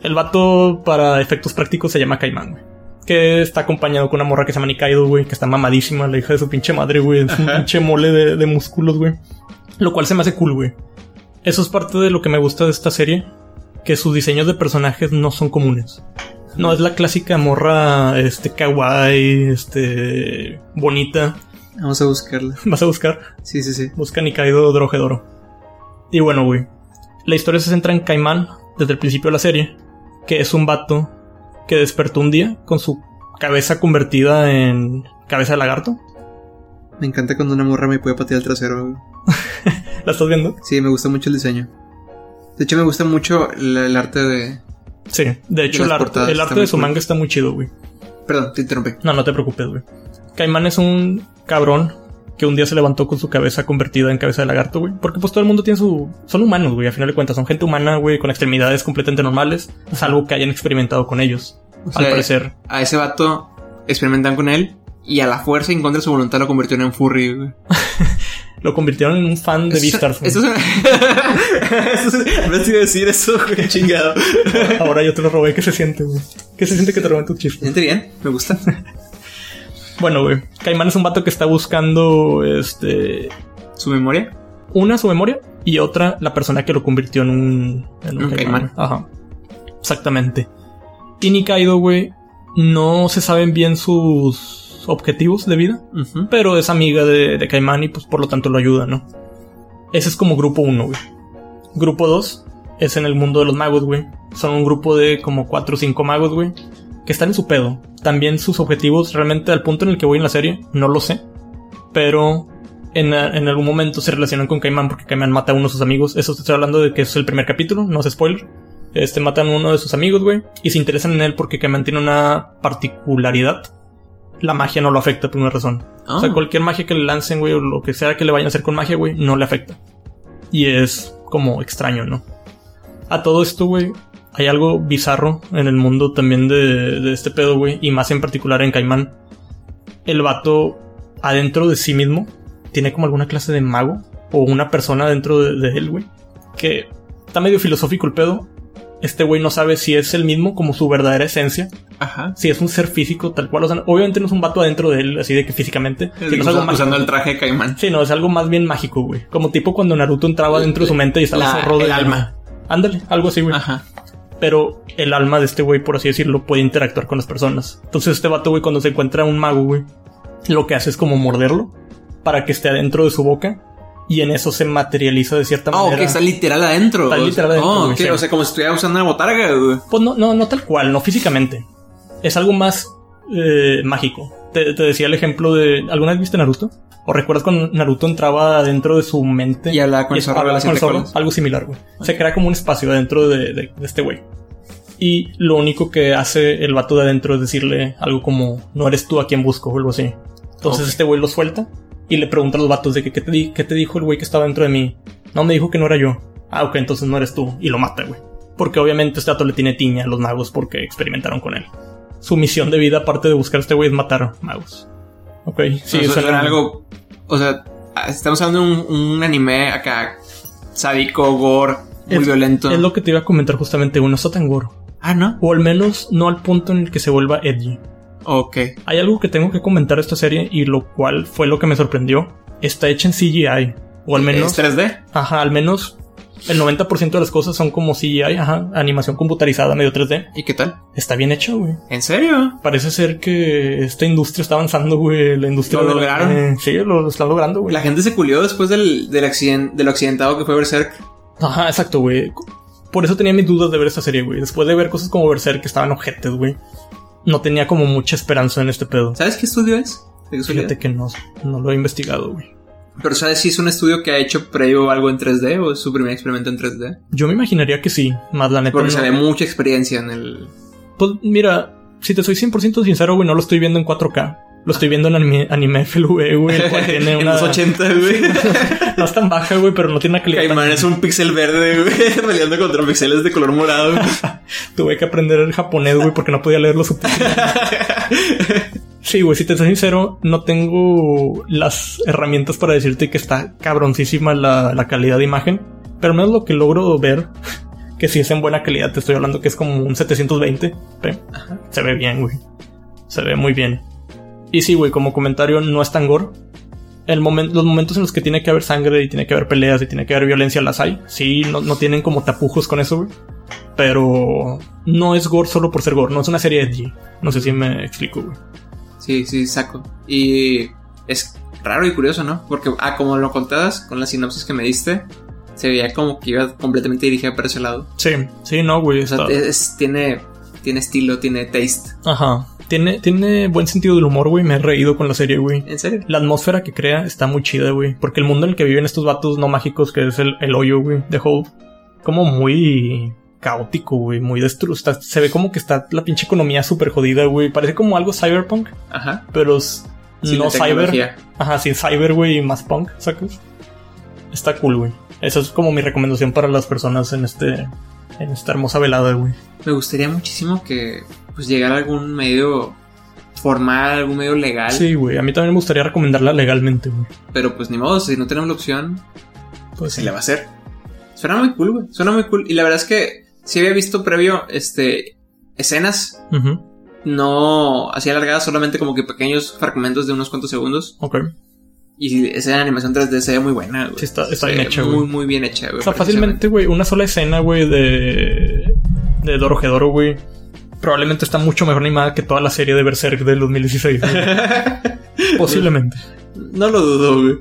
El vato, para efectos prácticos, se llama Caimán, güey. Que está acompañado con una morra que se llama Nikaido, güey, que está mamadísima, la hija de su pinche madre, güey. Es un pinche mole de, de músculos, güey. Lo cual se me hace cool, güey. Eso es parte de lo que me gusta de esta serie, que sus diseños de personajes no son comunes. No es la clásica morra, este, kawaii, este, bonita.
Vamos a buscarla.
Vas a buscar,
Sí, sí, sí.
busca Nikaido Drojedoro. Y bueno, güey, la historia se centra en Caimán desde el principio de la serie, que es un vato que despertó un día con su cabeza convertida en cabeza de lagarto.
Me encanta cuando una morra me puede patear el trasero. güey.
¿La estás viendo?
Sí, me gusta mucho el diseño. De hecho, me gusta mucho la- el arte de...
Sí, de hecho el
las
arte,
portadas
el arte
están
de
muy
su
cool.
manga está muy chido, güey.
Perdón, te interrumpí.
No, no te preocupes, güey. Caimán es un cabrón que un día se levantó con su cabeza convertida en cabeza de lagarto, güey. Porque pues todo el mundo tiene su... Son humanos, güey, a final de cuentas. Son gente humana, güey, con extremidades completamente normales. Salvo que hayan experimentado con ellos.
O
al
sea,
parecer.
A ese vato experimentan con él y a la fuerza y en contra de su voluntad lo convirtieron en furry. güey.
lo convirtieron en un fan de Beastars. güey.
Esto es una... Esto es- No te iba a decir eso, güey, chingado.
Ahora yo te lo robé. ¿Qué se siente, güey? ¿Qué se siente que te robé tu chiste?
Gente bien, me gusta.
Bueno, güey. Caimán es un vato que está buscando este
Su memoria.
una su memoria y otra la persona que lo convirtió en un, en
Un caimán.
güey. Ajá. Exactamente. Y Nikaido, güey, no se saben bien sus objetivos de vida,
Ujú.
pero es amiga de, de Caimán y pues por lo tanto lo ayuda, ¿no? Ese es como grupo 1, güey. Grupo 2 es en el mundo de los magos, güey. Son un grupo de como 4 o 5 magos, güey, que están en su pedo. También sus objetivos, realmente al punto en el que voy en la serie, no lo sé. Pero en, en algún momento se relacionan con Caimán porque Caimán mata a uno de sus amigos. Eso te estoy hablando de que es el primer capítulo, no es spoiler. Este, matan a uno de sus amigos, güey, y se interesan en él porque Caimán tiene una particularidad. La magia no lo afecta por una razón. O sea,
Ah.
cualquier magia que le lancen, güey, o lo que sea que le vayan a hacer con magia, güey, no le afecta. Y es como extraño, ¿no? A todo esto, güey, hay algo bizarro en el mundo también de, de este pedo, güey, y más en particular en Caimán. El vato, adentro de sí mismo, tiene como alguna clase de mago o una persona dentro de, de él, güey, que está medio filosófico el pedo. Este güey no sabe si es el mismo como su verdadera esencia
Ajá.
si es un ser físico tal cual, o sea, obviamente no es un vato adentro de él, así de que físicamente, sino es algo
Usa-
mágico.
usando el traje de Caimán.
Sí, no, es algo más bien mágico, güey. Como tipo cuando Naruto entraba dentro de su mente y estaba
La-
cerrado
el alma. Ah.
Ándale, algo así, güey.
Ajá.
Pero el alma de este güey, por así decirlo, puede interactuar con las personas. Entonces este vato, güey, cuando se encuentra un mago, güey, lo que hace es como morderlo para que esté adentro de su boca y en eso se materializa de cierta
Ah, ok,
manera.
está literal adentro.
Está
O sea,
literal adentro,
oh,
güey,
ok,
sí.
o sea, como si estuviera usando una botarga, güey.
Pues no, no, no tal cual, no físicamente. Es algo más eh, mágico. Te, te decía el ejemplo de. ¿Alguna vez viste Naruto? ¿O recuerdas cuando Naruto entraba dentro de su mente?
Y hablaba con el
es-
zorro de las
con el
siete
zorro?
colas.
Algo similar, güey. Se crea como un espacio dentro de, de- de este güey. Y lo único que hace el vato de adentro es decirle algo como: No eres tú a quien busco, o algo así. Entonces
Ok.
este güey lo suelta y le pregunta a los vatos de que, ¿qué, te, di- qué te dijo el güey que estaba dentro de mí? No, me dijo que no era yo. Ah, ok, entonces no eres tú. Y lo mata, güey. Porque obviamente este dato le tiene tiña a los magos porque experimentaron con él. Su misión de vida, aparte de buscar a este güey, es matar magos. Ok, sí,
o sea,
eso
suena algo. O sea, estamos hablando de un, un anime acá sádico, gore, muy
Es-
violento.
Es lo que te iba a comentar justamente, uno está tan gordo.
Ah, ¿no?
O al menos no al punto en el que se vuelva edgy.
Ok.
Hay algo que tengo que comentar de esta serie y lo cual fue lo que me sorprendió. Está hecha en CGI. O al menos...
¿Es 3D?
Ajá, al menos el 90% de las cosas son como CGI, ajá, animación computarizada, medio 3D.
¿Y qué tal?
Está bien hecho, güey.
¿En serio?
Parece ser que esta industria está avanzando, güey. La industria.
¿Lo
de la-
lograron?
eh, sí, lo, lo están logrando, güey.
La gente se culió después del, del accidente, de lo accidentado que fue Berserk.
Ajá, exacto, güey. Por eso tenía mis dudas de ver esta serie, güey. Después de ver cosas como Berserk que estaban ojetes, güey. No tenía como mucha esperanza en este pedo.
¿Sabes qué estudio es? ¿De qué estudio?
Fíjate que no, no lo he investigado, güey.
Pero ¿sabes si es un estudio que ha hecho previo algo en 3D o es su primer experimento en 3D?
Yo me imaginaría que sí, más la neta.
Porque
no.
se ve mucha experiencia en el...
Pues mira, si te soy 100% sincero, güey, no lo estoy viendo en 4K. Lo estoy viendo en anime, anime FLV, güey. el cual tiene
en
una.
los 80, güey.
No es tan baja, güey, pero no tiene una calidad. tan-
Caimán es un pixel verde, güey, peleando contra pixeles de color morado.
Tuve que aprender el japonés, güey, porque no podía leer los subtítulos. Sí, güey, si te soy sincero, no tengo las herramientas para decirte que está cabroncísima la, la calidad de imagen. Pero al menos lo que logro ver, que si es en buena calidad, te estoy hablando que es como un 720p. Se ve bien, güey. Se ve muy bien. Y sí, güey, como comentario, no es tan gore. El momen- los momentos en los que tiene que haber sangre y tiene que haber peleas y tiene que haber violencia las hay. Sí, no, no tienen como tapujos con eso, güey. Pero no es gore solo por ser gore, no es una serie edgy. No sé si me explico, güey.
Sí, sí, saco. Y es raro y curioso, ¿no? Porque, ah, como lo contabas con la sinopsis que me diste, se veía como que iba completamente dirigida para ese lado.
Sí, sí, no, güey.
O sea,
está-
es- tiene, tiene estilo, tiene taste.
Ajá. Tiene, tiene buen sentido del humor, güey. Me he reído con la serie, güey.
¿En serio?
La atmósfera que crea está muy chida, güey. Porque el mundo en el que viven estos vatos no mágicos, que es el, el hoyo, güey, de Hole, como muy caótico, güey. Muy destruido. Se ve como que está la pinche economía súper jodida, güey. Parece como algo cyberpunk,
Ajá.
pero s-
Sin
no
la
cyber.
tecnología.
Ajá, sin cyber, güey, y más punk, ¿sacas? Está cool, güey. Esa es como mi recomendación para las personas en este. En esta hermosa velada, güey.
Me gustaría muchísimo que pues llegara algún medio formal, algún medio legal.
Sí, güey. A mí también me gustaría recomendarla legalmente, güey.
Pero pues ni modo, si no tenemos la opción,
Pues
se le va a hacer. Suena muy cool, güey. Suena muy cool. Y la verdad es que sí había visto previo este escenas.
Ujú.
No así alargadas, solamente como que pequeños fragmentos de unos cuantos segundos.
Ok.
Y esa animación 3D se ve muy buena, güey.
Sí, está- está
Se
bien
ve
hecha,
Muy,
güey.
muy bien hecha, güey.
O sea, fácilmente, güey, una sola escena, güey, de. de Dorojedoro, güey. Probablemente está mucho mejor animada que toda la serie de Berserk del 2016. güey. Posiblemente.
No lo dudo, güey.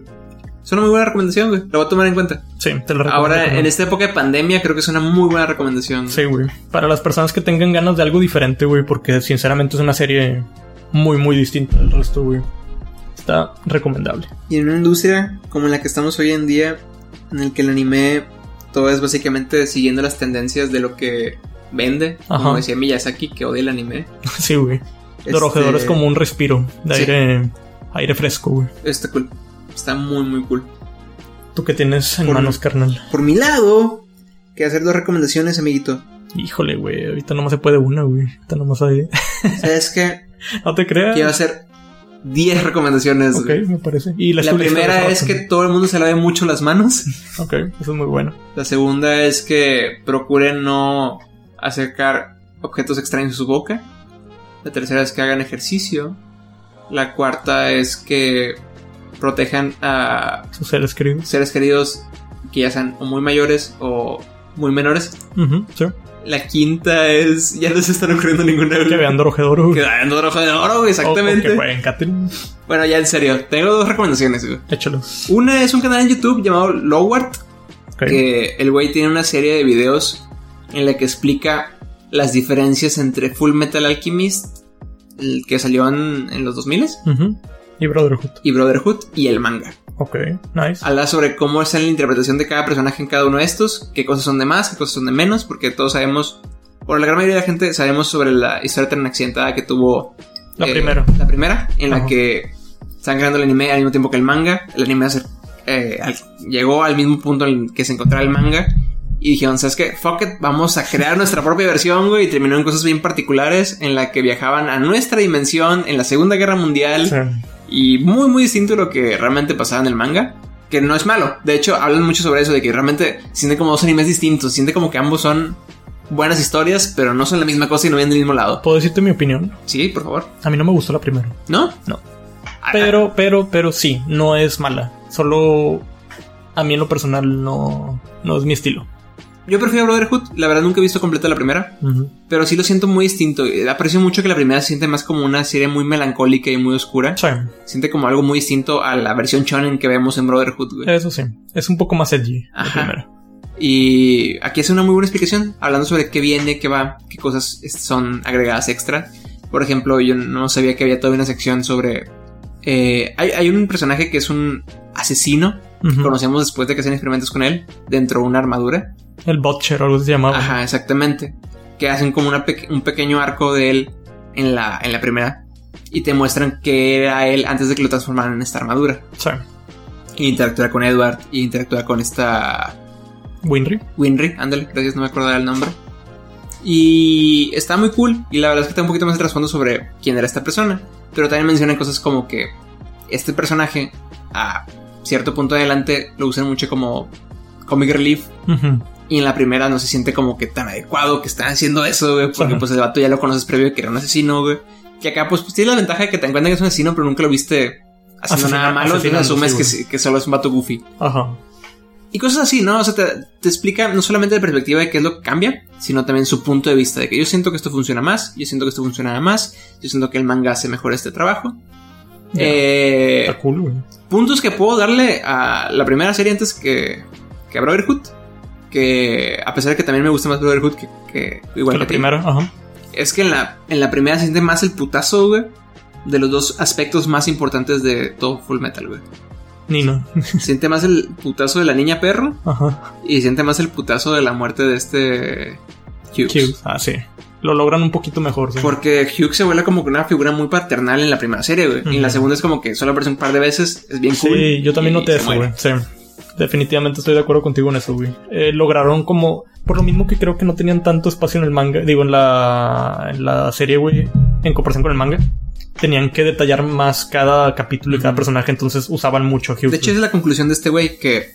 Es una muy buena recomendación, güey. La voy a tomar en cuenta.
Sí, te la recomiendo.
Ahora,
cabrón.
en esta época de pandemia, creo que es una muy buena recomendación.
Sí, güey. Para las personas que tengan ganas de algo diferente, güey, porque sinceramente es una serie muy, muy distinta del resto, güey. Está recomendable.
Y en una industria como la que estamos hoy en día, en el que el anime todo es básicamente siguiendo las tendencias de lo que vende, como
Ajá.
decía Miyazaki, que odia el anime.
sí, güey. Dorojedoro
Este,
es como un respiro de
sí.
aire, aire fresco, güey.
Está cool. Está muy, muy cool.
Tú que tienes en
Por-
manos, carnal.
Por mi lado, que hacer dos recomendaciones, amiguito.
Híjole, güey. Ahorita nomás se puede una, güey. Ahorita nomás hay.
¿Sabes qué?
no te creas.
Quiero hacer 10 recomendaciones,
Ok,
güey.
me parece. Y la,
La
chulista de
primera
Rotten.
es que todo el mundo se lave mucho las manos.
Ok, eso es muy bueno.
La segunda es que procuren no acercar objetos extraños a su boca. La tercera es que hagan ejercicio. La cuarta es que protejan a
Sus seres queridos.
seres queridos que ya sean o muy mayores o muy menores.
Ujú, sí.
La quinta es... Ya no se están ocurriendo ninguna...
Que vean Dorojedoro. güey.
Que vean Dora de oro, güey,
O, o
exactamente.
que jueguen Catherine.
Bueno, ya en serio. Tengo dos recomendaciones, güey.
Échalos.
Una es un canal en YouTube llamado Lowart,
Ok.
que el güey tiene una serie de videos en la que explica las diferencias entre Full Metal Alchemist, el que salió en, en los 2000
Ujú. Y Brotherhood.
y Brotherhood y el manga.
Ok, nice.
Habla sobre cómo es la interpretación de cada personaje en cada uno de estos, qué cosas son de más, qué cosas son de menos, porque todos sabemos, por la gran mayoría de la gente, sabemos sobre la historia tan accidentada que tuvo
La
eh,
primera.
La primera, en la
Ajá.
que están creando el anime al mismo tiempo que el manga. El anime se- eh, al- llegó al mismo punto en el que se encontraba el manga. Y dijeron, ¿sabes qué? Fuck it, vamos a crear nuestra propia versión, güey. Y terminó en cosas bien particulares en la que viajaban a nuestra dimensión en la Segunda Guerra Mundial.
Sí.
Y muy, muy distinto a lo que realmente pasaba en el manga. Que no es malo. De hecho, hablan mucho sobre eso, de que realmente siente como dos animes distintos. Siente como que ambos son buenas historias, pero no son la misma cosa y no vienen del mismo lado.
¿Puedo decirte mi opinión?
Sí, por favor.
A mí no me gustó la primera.
¿No?
No.
Ah,
Pero, pero, pero sí, no es mala. Solo a mí en lo personal no, no es mi estilo.
Yo prefiero Brotherhood, la verdad nunca he visto completa la primera,
Ujú.
pero sí lo siento muy distinto. Eh, Aprecio mucho que la primera se siente más como una serie muy melancólica y muy oscura.
Sí,
Siente como algo muy distinto a la versión shonen que vemos en Brotherhood, güey.
eso sí. Es un poco más edgy la
Ajá.
primera.
Y aquí hace una muy buena explicación, hablando sobre qué viene, qué va, qué cosas es- son agregadas extra. Por ejemplo, yo no sabía que había toda una sección sobre... eh, hay, hay un personaje que es un asesino,
Ujú.
conocemos después de que hacen experimentos con él, dentro de una armadura.
El Butcher o algo así se llamaba.
Ajá, exactamente. Que hacen como una peque- un pequeño arco de él en la, en la primera. Y te muestran que era él antes de que lo transformaran en esta armadura.
Sí.
Y interactúa con Edward. Y interactúa con esta
Winry.
Winry. Ándale, gracias, no me acordaba el nombre. Y está muy cool. Y la verdad es que está un poquito más de trasfondo sobre quién era esta persona. Pero también mencionan cosas como que este personaje, a cierto punto adelante, lo usan mucho como comic relief
Ujú.
y en la primera no se siente como que tan adecuado que están haciendo eso, güey. Porque
Ajá.
pues el vato ya lo conoces previo que era un asesino, güey. Que acá pues, pues tiene la ventaja de que te encuentran que es un asesino, pero nunca lo viste haciendo
Asesina-
nada malo. Entonces
asesinando,
asumes
sí,
que,
güey.
sí- que solo es un vato goofy.
Ajá.
Y cosas así, ¿no? O sea, te, te explica no solamente la perspectiva de qué es lo que cambia, sino también su punto de vista de que yo siento que esto funciona más, yo siento que esto funciona más, yo siento que el manga hace mejor este trabajo.
Ya.
Eh,
Está cool, güey.
puntos que puedo darle a la primera serie antes que, que a Brotherhood. Que a pesar de que también me gusta más Brotherhood que, que igual
Que
que
la
a ti,
primera, ajá.
Es que en la, en la primera se siente más el putazo, güey. De los dos aspectos más importantes de todo Full Metal, güey.
Nina.
Se siente más el putazo de la niña perro
Ajá.
y se siente más el putazo de la muerte de este Hughes.
Cute. Ah, sí. Lo logran un poquito mejor. sí.
Porque Hughes se vuelve como que una figura muy paternal en la primera serie, güey. Y en la
Ujú.
segunda es como que solo aparece un par de veces, es bien
Sí,
cool.
yo también
y
noté
se
eso,
muere.
güey. Sí. Definitivamente estoy de acuerdo contigo en eso, güey. Eh, lograron como... Por lo mismo que creo que no tenían tanto espacio en el manga... Digo, en la, en la serie, güey. en comparación con el manga, tenían que detallar más cada capítulo y cada personaje, entonces usaban mucho Houston.
De hecho, es la conclusión de este güey que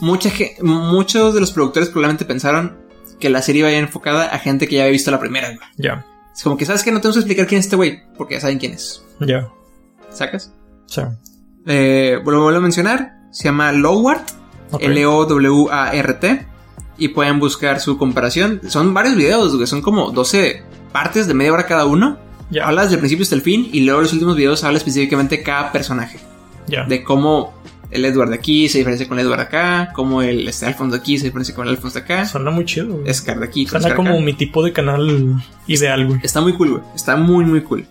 mucha ge- muchos de los productores probablemente pensaron que la serie iba a ir enfocada a gente que ya había visto la primera. güey.
ya,
Es como que, ¿sabes que No tenemos que explicar quién es este güey, porque ya saben quién es.
ya,
¿Sacas?
sí.
Eh, vuelvo vuelvo a mencionar, se llama Lowart,
ok.
L-O-W-A-R-T, y pueden buscar su comparación. Son varios videos, güey, son como 12 partes de media hora cada uno.
Ya,
Habla desde el principio hasta el fin, y luego en los últimos videos habla específicamente de cada personaje.
ya,
de cómo el Edward de aquí se diferencia con el Edward de acá, cómo el este, Alphonse de aquí se diferencia con el Alphonse de acá,
Suena muy chido. güey.
Scar de aquí, con
Suena
Scar
como
acá.
mi tipo de canal ideal, güey.
Está muy cool, güey. Está muy, muy cool.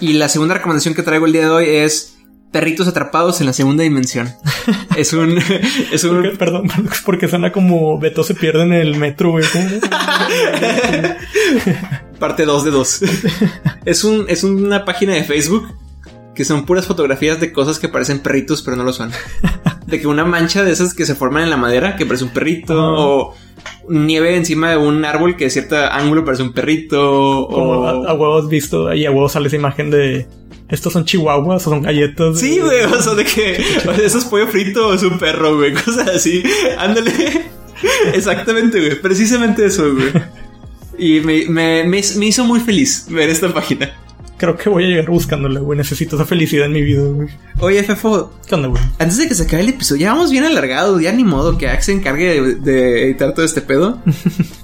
Y la segunda recomendación que traigo el día de hoy es Perritos atrapados en la segunda dimensión. es un... es un...
Porque- perdón, porque suena como Beto se pierde en el metro, güey. ¿Cómo?
Parte 2 de 2. es, un, es una página de Facebook que son puras fotografías de cosas que parecen perritos, pero no lo son. De que una mancha de esas que se forman en la madera que parece un perrito,
Ajá.
o nieve encima de un árbol que de cierto ángulo parece un perrito,
Como
o.
a, a huevos visto y a huevos sale esa imagen de estos son chihuahuas o son galletas. Eh,
Sí, güey, o sea, de que o sea, eso es pollo frito o es un perro, güey, cosas así. Ándale. Exactamente, güey, precisamente eso, güey. Y me, me- me- me hizo muy feliz ver esta página.
Creo que voy a llegar buscándola, güey. Necesito esa felicidad en mi vida, güey.
Oye, Fefo,
¿Qué onda, güey?
Antes de que se acabe el episodio, ya vamos bien alargados, ya ni modo que Axe se encargue de, de editar todo este pedo.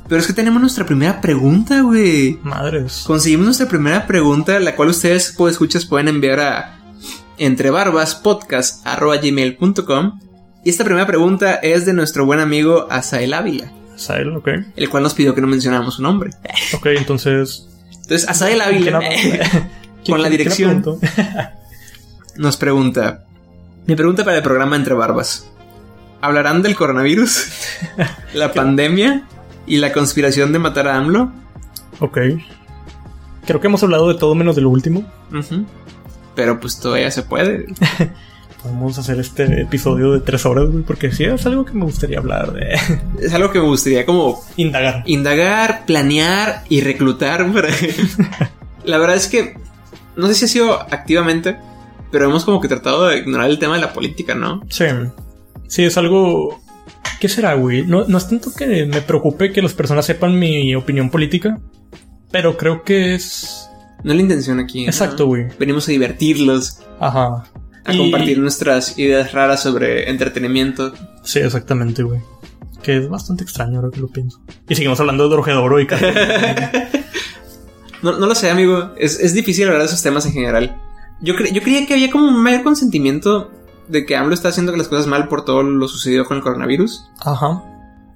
Pero es que tenemos nuestra primera pregunta, güey.
Madres.
Conseguimos nuestra primera pregunta, la cual ustedes, pues, escuchas, pueden enviar a entrebarbaspodcast.gmail.com. Y esta primera pregunta es de nuestro buen amigo Asael Ávila,
Sael, ok.
el cual nos pidió que no mencionáramos su nombre.
Ok, entonces.
Entonces, Asael
¿quién
Ávila
habla? ¿Quién-
Con la
quién-
dirección.
quién apuntó?
nos pregunta: Mi pregunta para el programa Entre Barbas. ¿Hablarán del coronavirus? ¿La pandemia? ¿Y la conspiración de matar a AMLO?
Ok. Creo que hemos hablado de todo menos de lo último.
Ujú. Pero pues todavía se puede.
Podemos hacer este episodio de tres horas, güey, porque sí es algo que me gustaría hablar de.
Es algo que me gustaría como
Indagar.
indagar, planear y reclutar. para- la verdad es que no sé si ha sido activamente, pero hemos como que tratado de ignorar el tema de la política, ¿no?
Sí. Sí, es algo. ¿Qué será, güey? No, no es tanto que me preocupe que las personas sepan mi opinión política, pero creo que es.
No es la intención aquí. ¿no?
Exacto, güey.
Venimos a divertirlos,
Ajá.
a
Y-
compartir nuestras ideas raras sobre entretenimiento.
Sí, exactamente, güey. Que es bastante extraño ahora que lo pienso. Y seguimos hablando de Drogedo y
No, no lo sé, amigo. Es, es difícil hablar de esos temas en general. Yo, cre- yo creía que había como un mayor consentimiento de que AMLO está haciendo las cosas mal por todo lo sucedido con el coronavirus.
Ajá.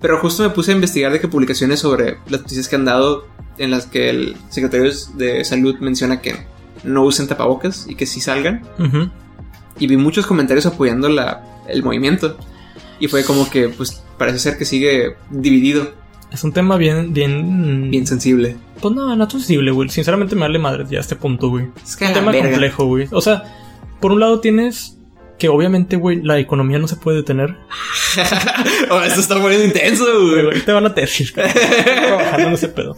Pero justo me puse a investigar de que publicaciones sobre las noticias que han dado en las que el secretario de salud menciona que no usen tapabocas y que sí salgan.
Ujú.
Y vi muchos comentarios apoyando la, el movimiento. Y fue como que, pues, parece ser que sigue dividido,
Es un tema bien, bien.
bien sensible.
Pues no, no es posible, güey. Sinceramente me vale madre ya a este punto, güey.
Es que
un
a la
tema
verga.
complejo, güey. O sea, por un lado tienes que obviamente, güey, la economía no se puede detener.
Oh, esto está poniendo intenso,
Güey,
güey.
güey, te van a tesis, cabrón. Estoy trabajando en ese pedo.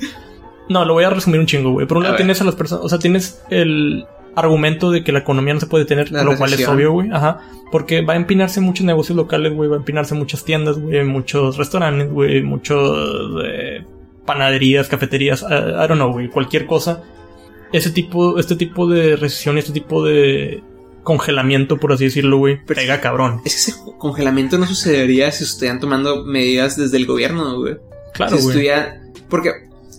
No, lo voy a resumir un chingo, güey. Por un
A
lado
ver.
tienes a las personas, o sea, tienes el argumento de que la economía no se puede tener,
La
lo cual es
recesión.
obvio, güey. Ajá. Porque va a empinarse muchos negocios locales, güey. Va a empinarse muchas tiendas, güey. Muchos restaurantes, güey. Muchos eh, panaderías, cafeterías. Ah, I, I don't know, güey. Cualquier cosa. Ese tipo, este tipo de recesión, este tipo de congelamiento, por así decirlo, güey.
Pero-
Pega cabrón.
Es que ese congelamiento no sucedería si estuvieran tomando medidas desde el gobierno, güey.
Claro,
si
güey.
estuviera- Porque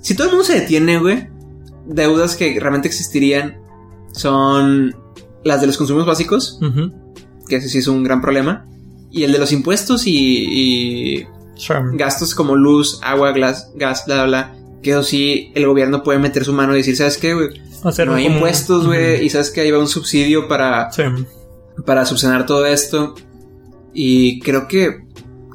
si todo el mundo se detiene, güey, deudas que realmente existirían son las de los consumos básicos,
Ujú.
que ese sí es un gran problema, y el de los impuestos y, y
Sure.
gastos como luz, agua, glas- gas, bla, bla, bla, que eso sí el gobierno puede meter su mano y decir, ¿sabes qué, güey?
Hacer
No hay
como-
impuestos, güey,
Ujú.
y sabes que ahí va un subsidio para
Sí.
para subsanar todo esto. Y creo que.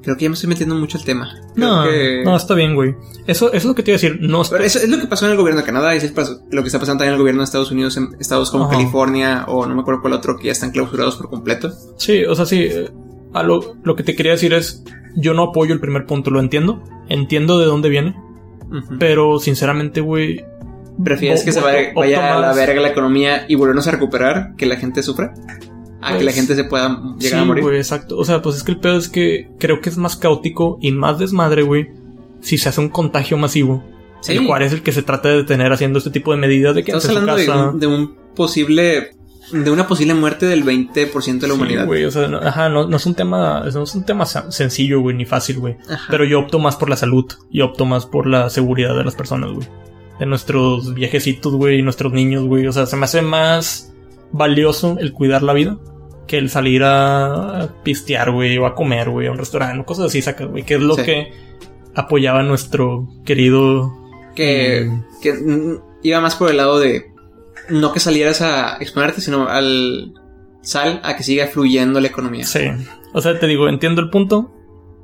Creo que ya me estoy metiendo mucho el tema. Creo
No,
que-
no, está bien, güey. Eso, eso es lo que te iba a decir. No, está-
Pero eso es lo que pasó en el gobierno de Canadá y es el paso- lo que está pasando también en el gobierno de Estados Unidos, en estados como
Ajá.
California o no me acuerdo cuál otro, que ya están clausurados por completo.
sí, o sea, sí. eh, A lo, lo que te quería decir es, yo no apoyo el primer punto, lo entiendo. Entiendo de dónde viene.
Ujú.
Pero, sinceramente, güey,
¿Prefieres
Bo-
que se
bo-
vaya,
opto
vaya a la
más.
verga la economía y volvernos a recuperar? ¿Que la gente sufra? ¿A que la
Pues,
gente se pueda llegar a
sí,
morir?
güey, exacto. O sea, pues es que el pedo es que creo que es más caótico y más desmadre, güey, si se hace un contagio masivo.
Sí.
El cual es el que se trata de detener haciendo este tipo de medidas de que
Estamos
hace su
hablando de
casa.
un, de un posible... De una posible muerte del 20% de la humanidad.
Sí, güey, o sea, no, ajá, no, no es un tema, no es un tema sa- sencillo, güey, ni fácil, güey.
Ajá.
Pero yo opto más por la salud y opto más por la seguridad de las personas, güey. De nuestros viejecitos, güey, y nuestros niños, güey. O sea, se me hace más valioso el cuidar la vida que el salir a pistear, güey, o a comer, güey, a un restaurante, o cosas así, sacas, güey. Que es lo
Sí.
que apoyaba nuestro querido.
que, que, mm, iba más por el lado de no que salieras a exponerte, sino al sal a que siga fluyendo la economía.
Sí. O sea, te digo, entiendo el punto.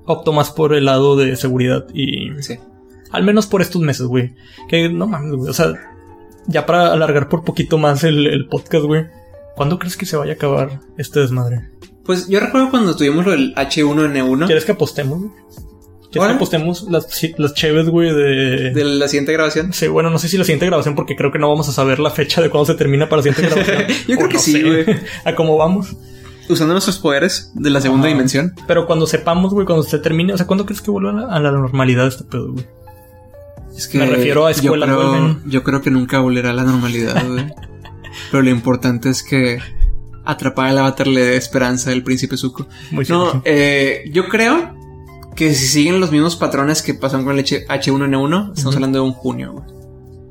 Opto más por el lado de seguridad y
Sí.
Al menos por estos meses, güey. Que no mames, güey. O sea, ya para alargar por poquito más el, el podcast, güey. ¿Cuándo crees que se vaya a acabar este desmadre?
Pues yo recuerdo cuando tuvimos lo del H1N1
¿Quieres que apostemos, güey? ¿Quieres
Ahora.
que apostemos las, las cheves, güey, de...
de la siguiente grabación.
Sí, bueno, no sé si la siguiente grabación, porque creo que no vamos a saber la fecha de cuándo se termina para la siguiente grabación.
Yo creo
O
que
no
sí,
sé,
güey.
a cómo vamos.
Usando nuestros poderes de la segunda
Ah.
dimensión.
Pero cuando sepamos, güey, cuando se termine, o sea, ¿cuándo crees que vuelva a la, a la normalidad este pedo, güey?
Es que
Me refiero a escuelas
yo creo,
vuelven.
yo creo que nunca volverá a la normalidad, güey. Pero lo importante es que atrapar el avatar le dé esperanza al príncipe Zuko.
Muy
No,
cierto.
eh, yo creo que si siguen los mismos patrones que pasaron con el H- H1N1, estamos
Ujú.
hablando de un junio, güey.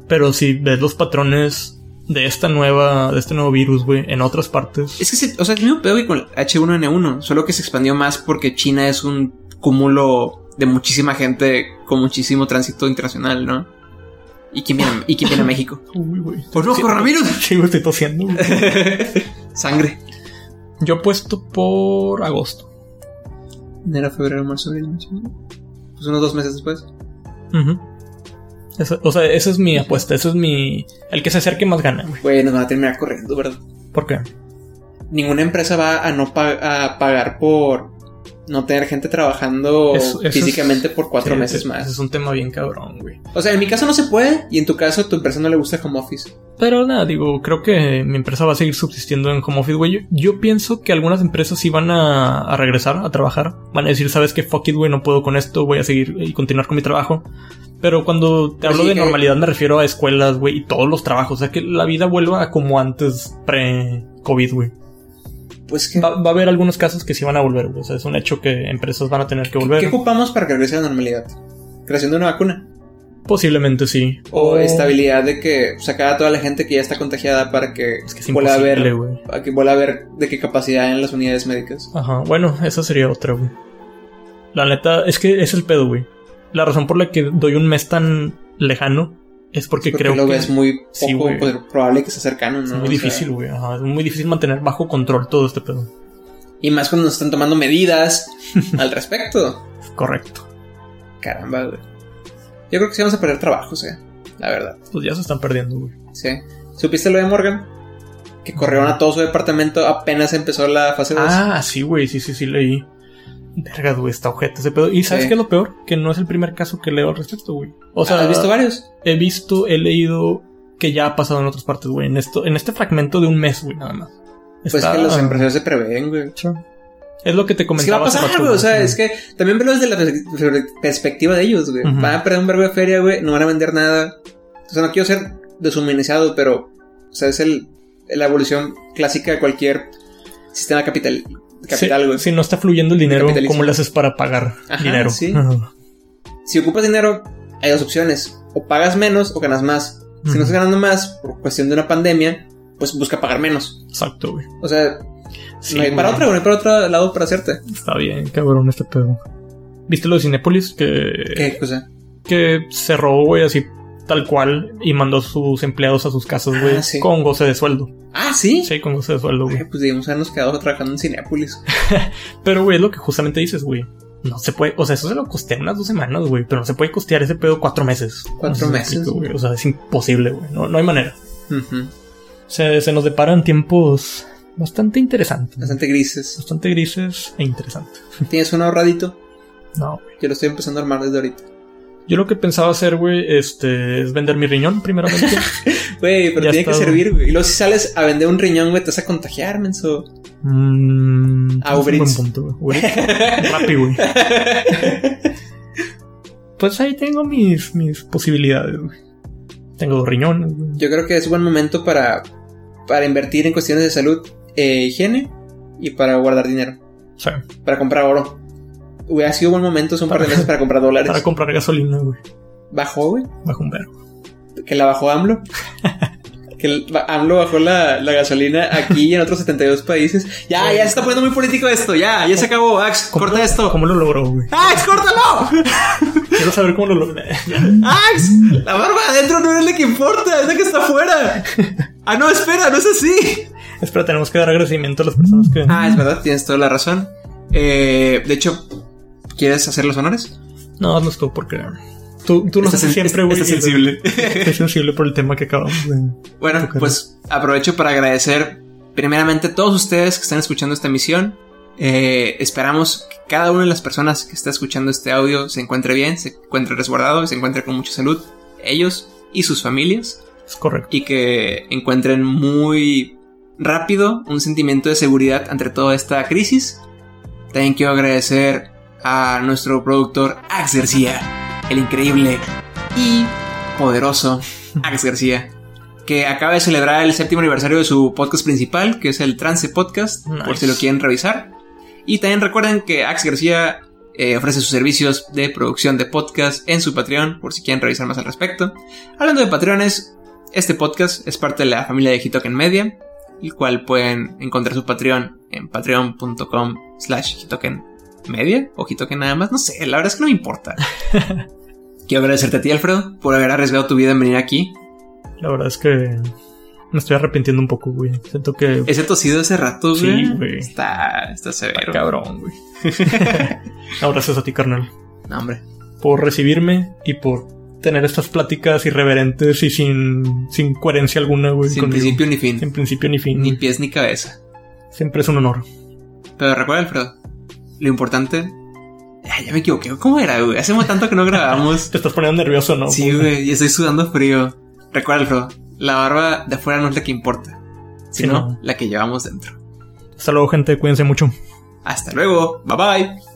Pero si ves los patrones de esta nueva, de este nuevo virus, güey, en otras partes.
Es que, se- o sea, es el mismo pedo que con el H1N1, solo que se expandió más porque China es un cúmulo de muchísima gente con muchísimo tránsito internacional, ¿no? ¿Y quién viene, a- y quién viene a México?
Uy, güey.
¡Pues no, coronavirus!
Sí, güey, estoy tosiendo. güey.
Sangre.
Yo apuesto por agosto.
Enero, febrero, marzo, abril, mayo, junio. Pues unos dos meses después.
Ujú. Esa- o sea, esa es mi apuesta. Esa es mi. El que se acerque más gana, güey.
Güey, nos van a terminar corriendo, ¿verdad?
¿Por qué?
Ninguna empresa va a no pa- a pagar por no tener gente trabajando
Eso- eso es-
físicamente por cuatro
Sí,
meses
ese- ese
más.
Es un tema bien cabrón, güey.
O sea, en mi caso no se puede y en tu caso a tu empresa no le gusta home office.
Pero nada, digo, creo que mi empresa va a seguir subsistiendo en home office, güey. Yo, yo pienso que algunas empresas sí van a, a regresar a trabajar. Van a decir, sabes que fuck it, güey, no puedo con esto, voy a seguir y continuar con mi trabajo. Pero cuando te
Pero
hablo
sí,
de
eh,
normalidad me refiero a escuelas, güey, y todos los trabajos. O sea, que la vida vuelva a como antes pre-COVID, güey.
Pues que...
Va, va a haber algunos casos que sí van a volver, güey. O sea, es un hecho que empresas van a tener que
¿Qué
volver.
ocupamos para que regrese a la normalidad? ¿Creación de una vacuna?
Posiblemente sí.
¿O
O-
estabilidad de que sacar a toda la gente que ya está contagiada para que,
Es que es
vuelva a
imposible,
ver,
güey.
para que vuelva a ver de qué capacidad en las unidades médicas?
Ajá, bueno, esa sería otra, güey. La neta, es que es el pedo, güey. La razón por la que doy un mes tan lejano es porque,
Porque
creo
lo
que
ves muy poco
sí, güey.
pues, probable que se cercano, ¿no?
es
O
muy
sea,
difícil, güey. Ajá, es muy difícil mantener bajo control todo este pedo.
y más cuando nos están tomando medidas al respecto.
Correcto.
Caramba, güey. Yo creo que sí vamos a perder trabajos, eh. La verdad.
Pues ya se están perdiendo, güey.
Sí. ¿Supiste lo de Morgan? Que corrieron a todo su departamento apenas empezó la fase 2.
Ah, sí, güey, sí, sí, sí, leí. Verga, güey, está ojete ese pedo. Y ¿sabes
Sí. Ah,
qué es lo peor? Que no es el primer caso que leo al respecto, güey. O sea,
¿Has visto varios?
he visto, he leído que ya ha pasado en otras partes, güey. En, esto, en este fragmento de un mes, güey, nada más.
Pues es que los empresarios se prevén, güey.
Es lo que te
Es que va a
comentaba. hace
pasar,
rato,
güey. O sea,
Sí.
es que también velo desde la pers- per- perspectiva de ellos, güey.
Ujú.
Van a perder un verbo de feria, güey. No van a vender nada. O sea, no quiero ser deshumanizado, pero. O sea, es el, la evolución clásica de cualquier sistema capital, capital
Sí,
güey.
Si no está fluyendo el dinero,
Capitalismo.
¿cómo le haces para pagar
Ajá,
dinero?
sí.
Ajá.
Si ocupas dinero, hay dos opciones. O pagas menos o ganas más. Si
Ujú.
no estás ganando más por cuestión de una pandemia, pues busca pagar menos.
Exacto, güey.
O sea,
Sí,
no hay para
güey.
otra, güey, no hay para otro lado para hacerte.
Está bien, cabrón, este pedo. ¿Viste lo de Cinépolis? Que,
¿Qué cosa?
que cerró, güey, así tal cual y mandó a sus empleados a sus casas, güey,
Ah, sí.
con goce de sueldo.
Ah, sí.
Sí, con goce de sueldo, güey.
Ay, pues digamos habernos quedado trabajando en Cineápolis.
Pero, güey, es lo que justamente dices, güey. No se puede, o sea, eso se lo costea unas dos semanas, güey, pero no se puede costear ese pedo cuatro meses.
Cuatro
No sé si me
meses.
explico, güey. O sea, es imposible, güey. No, no hay manera.
Ujú.
Se, se nos deparan tiempos bastante interesantes.
Bastante grises.
bastante grises e interesantes.
¿Tienes un ahorradito?
No, güey.
Yo lo estoy empezando a armar desde ahorita.
Yo lo que pensaba hacer, güey, este, es vender mi riñón, primeramente.
Güey, pero
Ya
tiene que
está,
servir, güey. Y luego si sales a vender un riñón, güey, te vas a contagiar, menso.
Mm,
A Uber
es un
Eats.
buen punto, güey. Uber Eats. Rappi, güey. Pues ahí tengo mis, mis posibilidades, güey. Tengo dos riñones, güey.
Yo creo que es buen momento para, para invertir en cuestiones de salud e higiene y para guardar dinero,
O sea,
para comprar oro. Hubiera sido buen momento hace un par de
Para-
meses para comprar dólares.
para comprar gasolina, güey.
Bajó, güey.
Bajo un vergo.
Que la bajó AMLO. que el- ba- AMLO bajó la, la gasolina aquí y en otros 72 países. Ya, ya se está poniendo muy político esto. Ya, ya se acabó. Ax, corta esto.
¿Cómo lo logró, güey?
¡Ax, córtalo!
Quiero saber cómo lo logró.
¡Ax! La barba de adentro no es la que importa, es la que está afuera. Ah, no, espera, no es así.
Espera, tenemos que dar agradecimiento a las personas que...
Ah, es verdad, tienes toda la razón. Eh, de hecho, ¿quieres hacer los honores?
No, hazlos tú, porque... Tú, tú lo
Estás
haces
sen-
siempre, güey.
estás sensible.
Estoy sensible por el tema que acabamos de...
Bueno,
Tocaré.
pues aprovecho para agradecer primeramente a todos ustedes que están escuchando esta emisión. Eh, esperamos que cada una de las personas que está escuchando este audio se encuentre bien, se encuentre resguardado y se encuentre con mucha salud. Ellos y sus familias.
Es correcto.
Y que encuentren muy rápido un sentimiento de seguridad ante toda esta crisis. También quiero agradecer a nuestro productor Ax García, el increíble y poderoso Ax García, que acaba de celebrar el séptimo aniversario de su podcast principal, que es el Trance Podcast, por
Nice.
si lo quieren revisar. Y también recuerden que Ax García eh, ofrece sus servicios de producción de podcast en su Patreon, por si quieren revisar más al respecto. Hablando de Patreones, este podcast es parte de la familia de Hitoken Media, el cual pueden encontrar su Patreon en patreon.com slash Hitoken Media o Hitoken nada más. No sé, la verdad es que no me importa. Quiero agradecerte a ti, Alfredo, por haber arriesgado tu vida en venir aquí.
La verdad es que... Me estoy arrepintiendo un poco, güey. Siento que...
Ese tosido hace rato,
Sí,
güey.
güey.
Está, está severo.
Cabrón, güey. no, gracias a ti, carnal.
No, hombre.
Por recibirme y por tener estas pláticas irreverentes y sin, sin coherencia alguna, güey.
Sin
conmigo.
principio ni fin.
Sin principio ni fin.
Ni
güey.
pies ni cabeza.
Siempre es un honor.
Pero recuerda, Alfredo, lo importante... Ay, ya me equivoqué. ¿Cómo era, güey? Hacemos tanto que no grabamos.
Te estás poniendo nervioso, ¿no?
Sí, güey, y estoy sudando frío. Recuerda, Alfredo, la barba de afuera no es la que importa,
Sí,
sino
no.
la que llevamos dentro.
Hasta luego, gente. Cuídense mucho.
Hasta luego. Bye bye.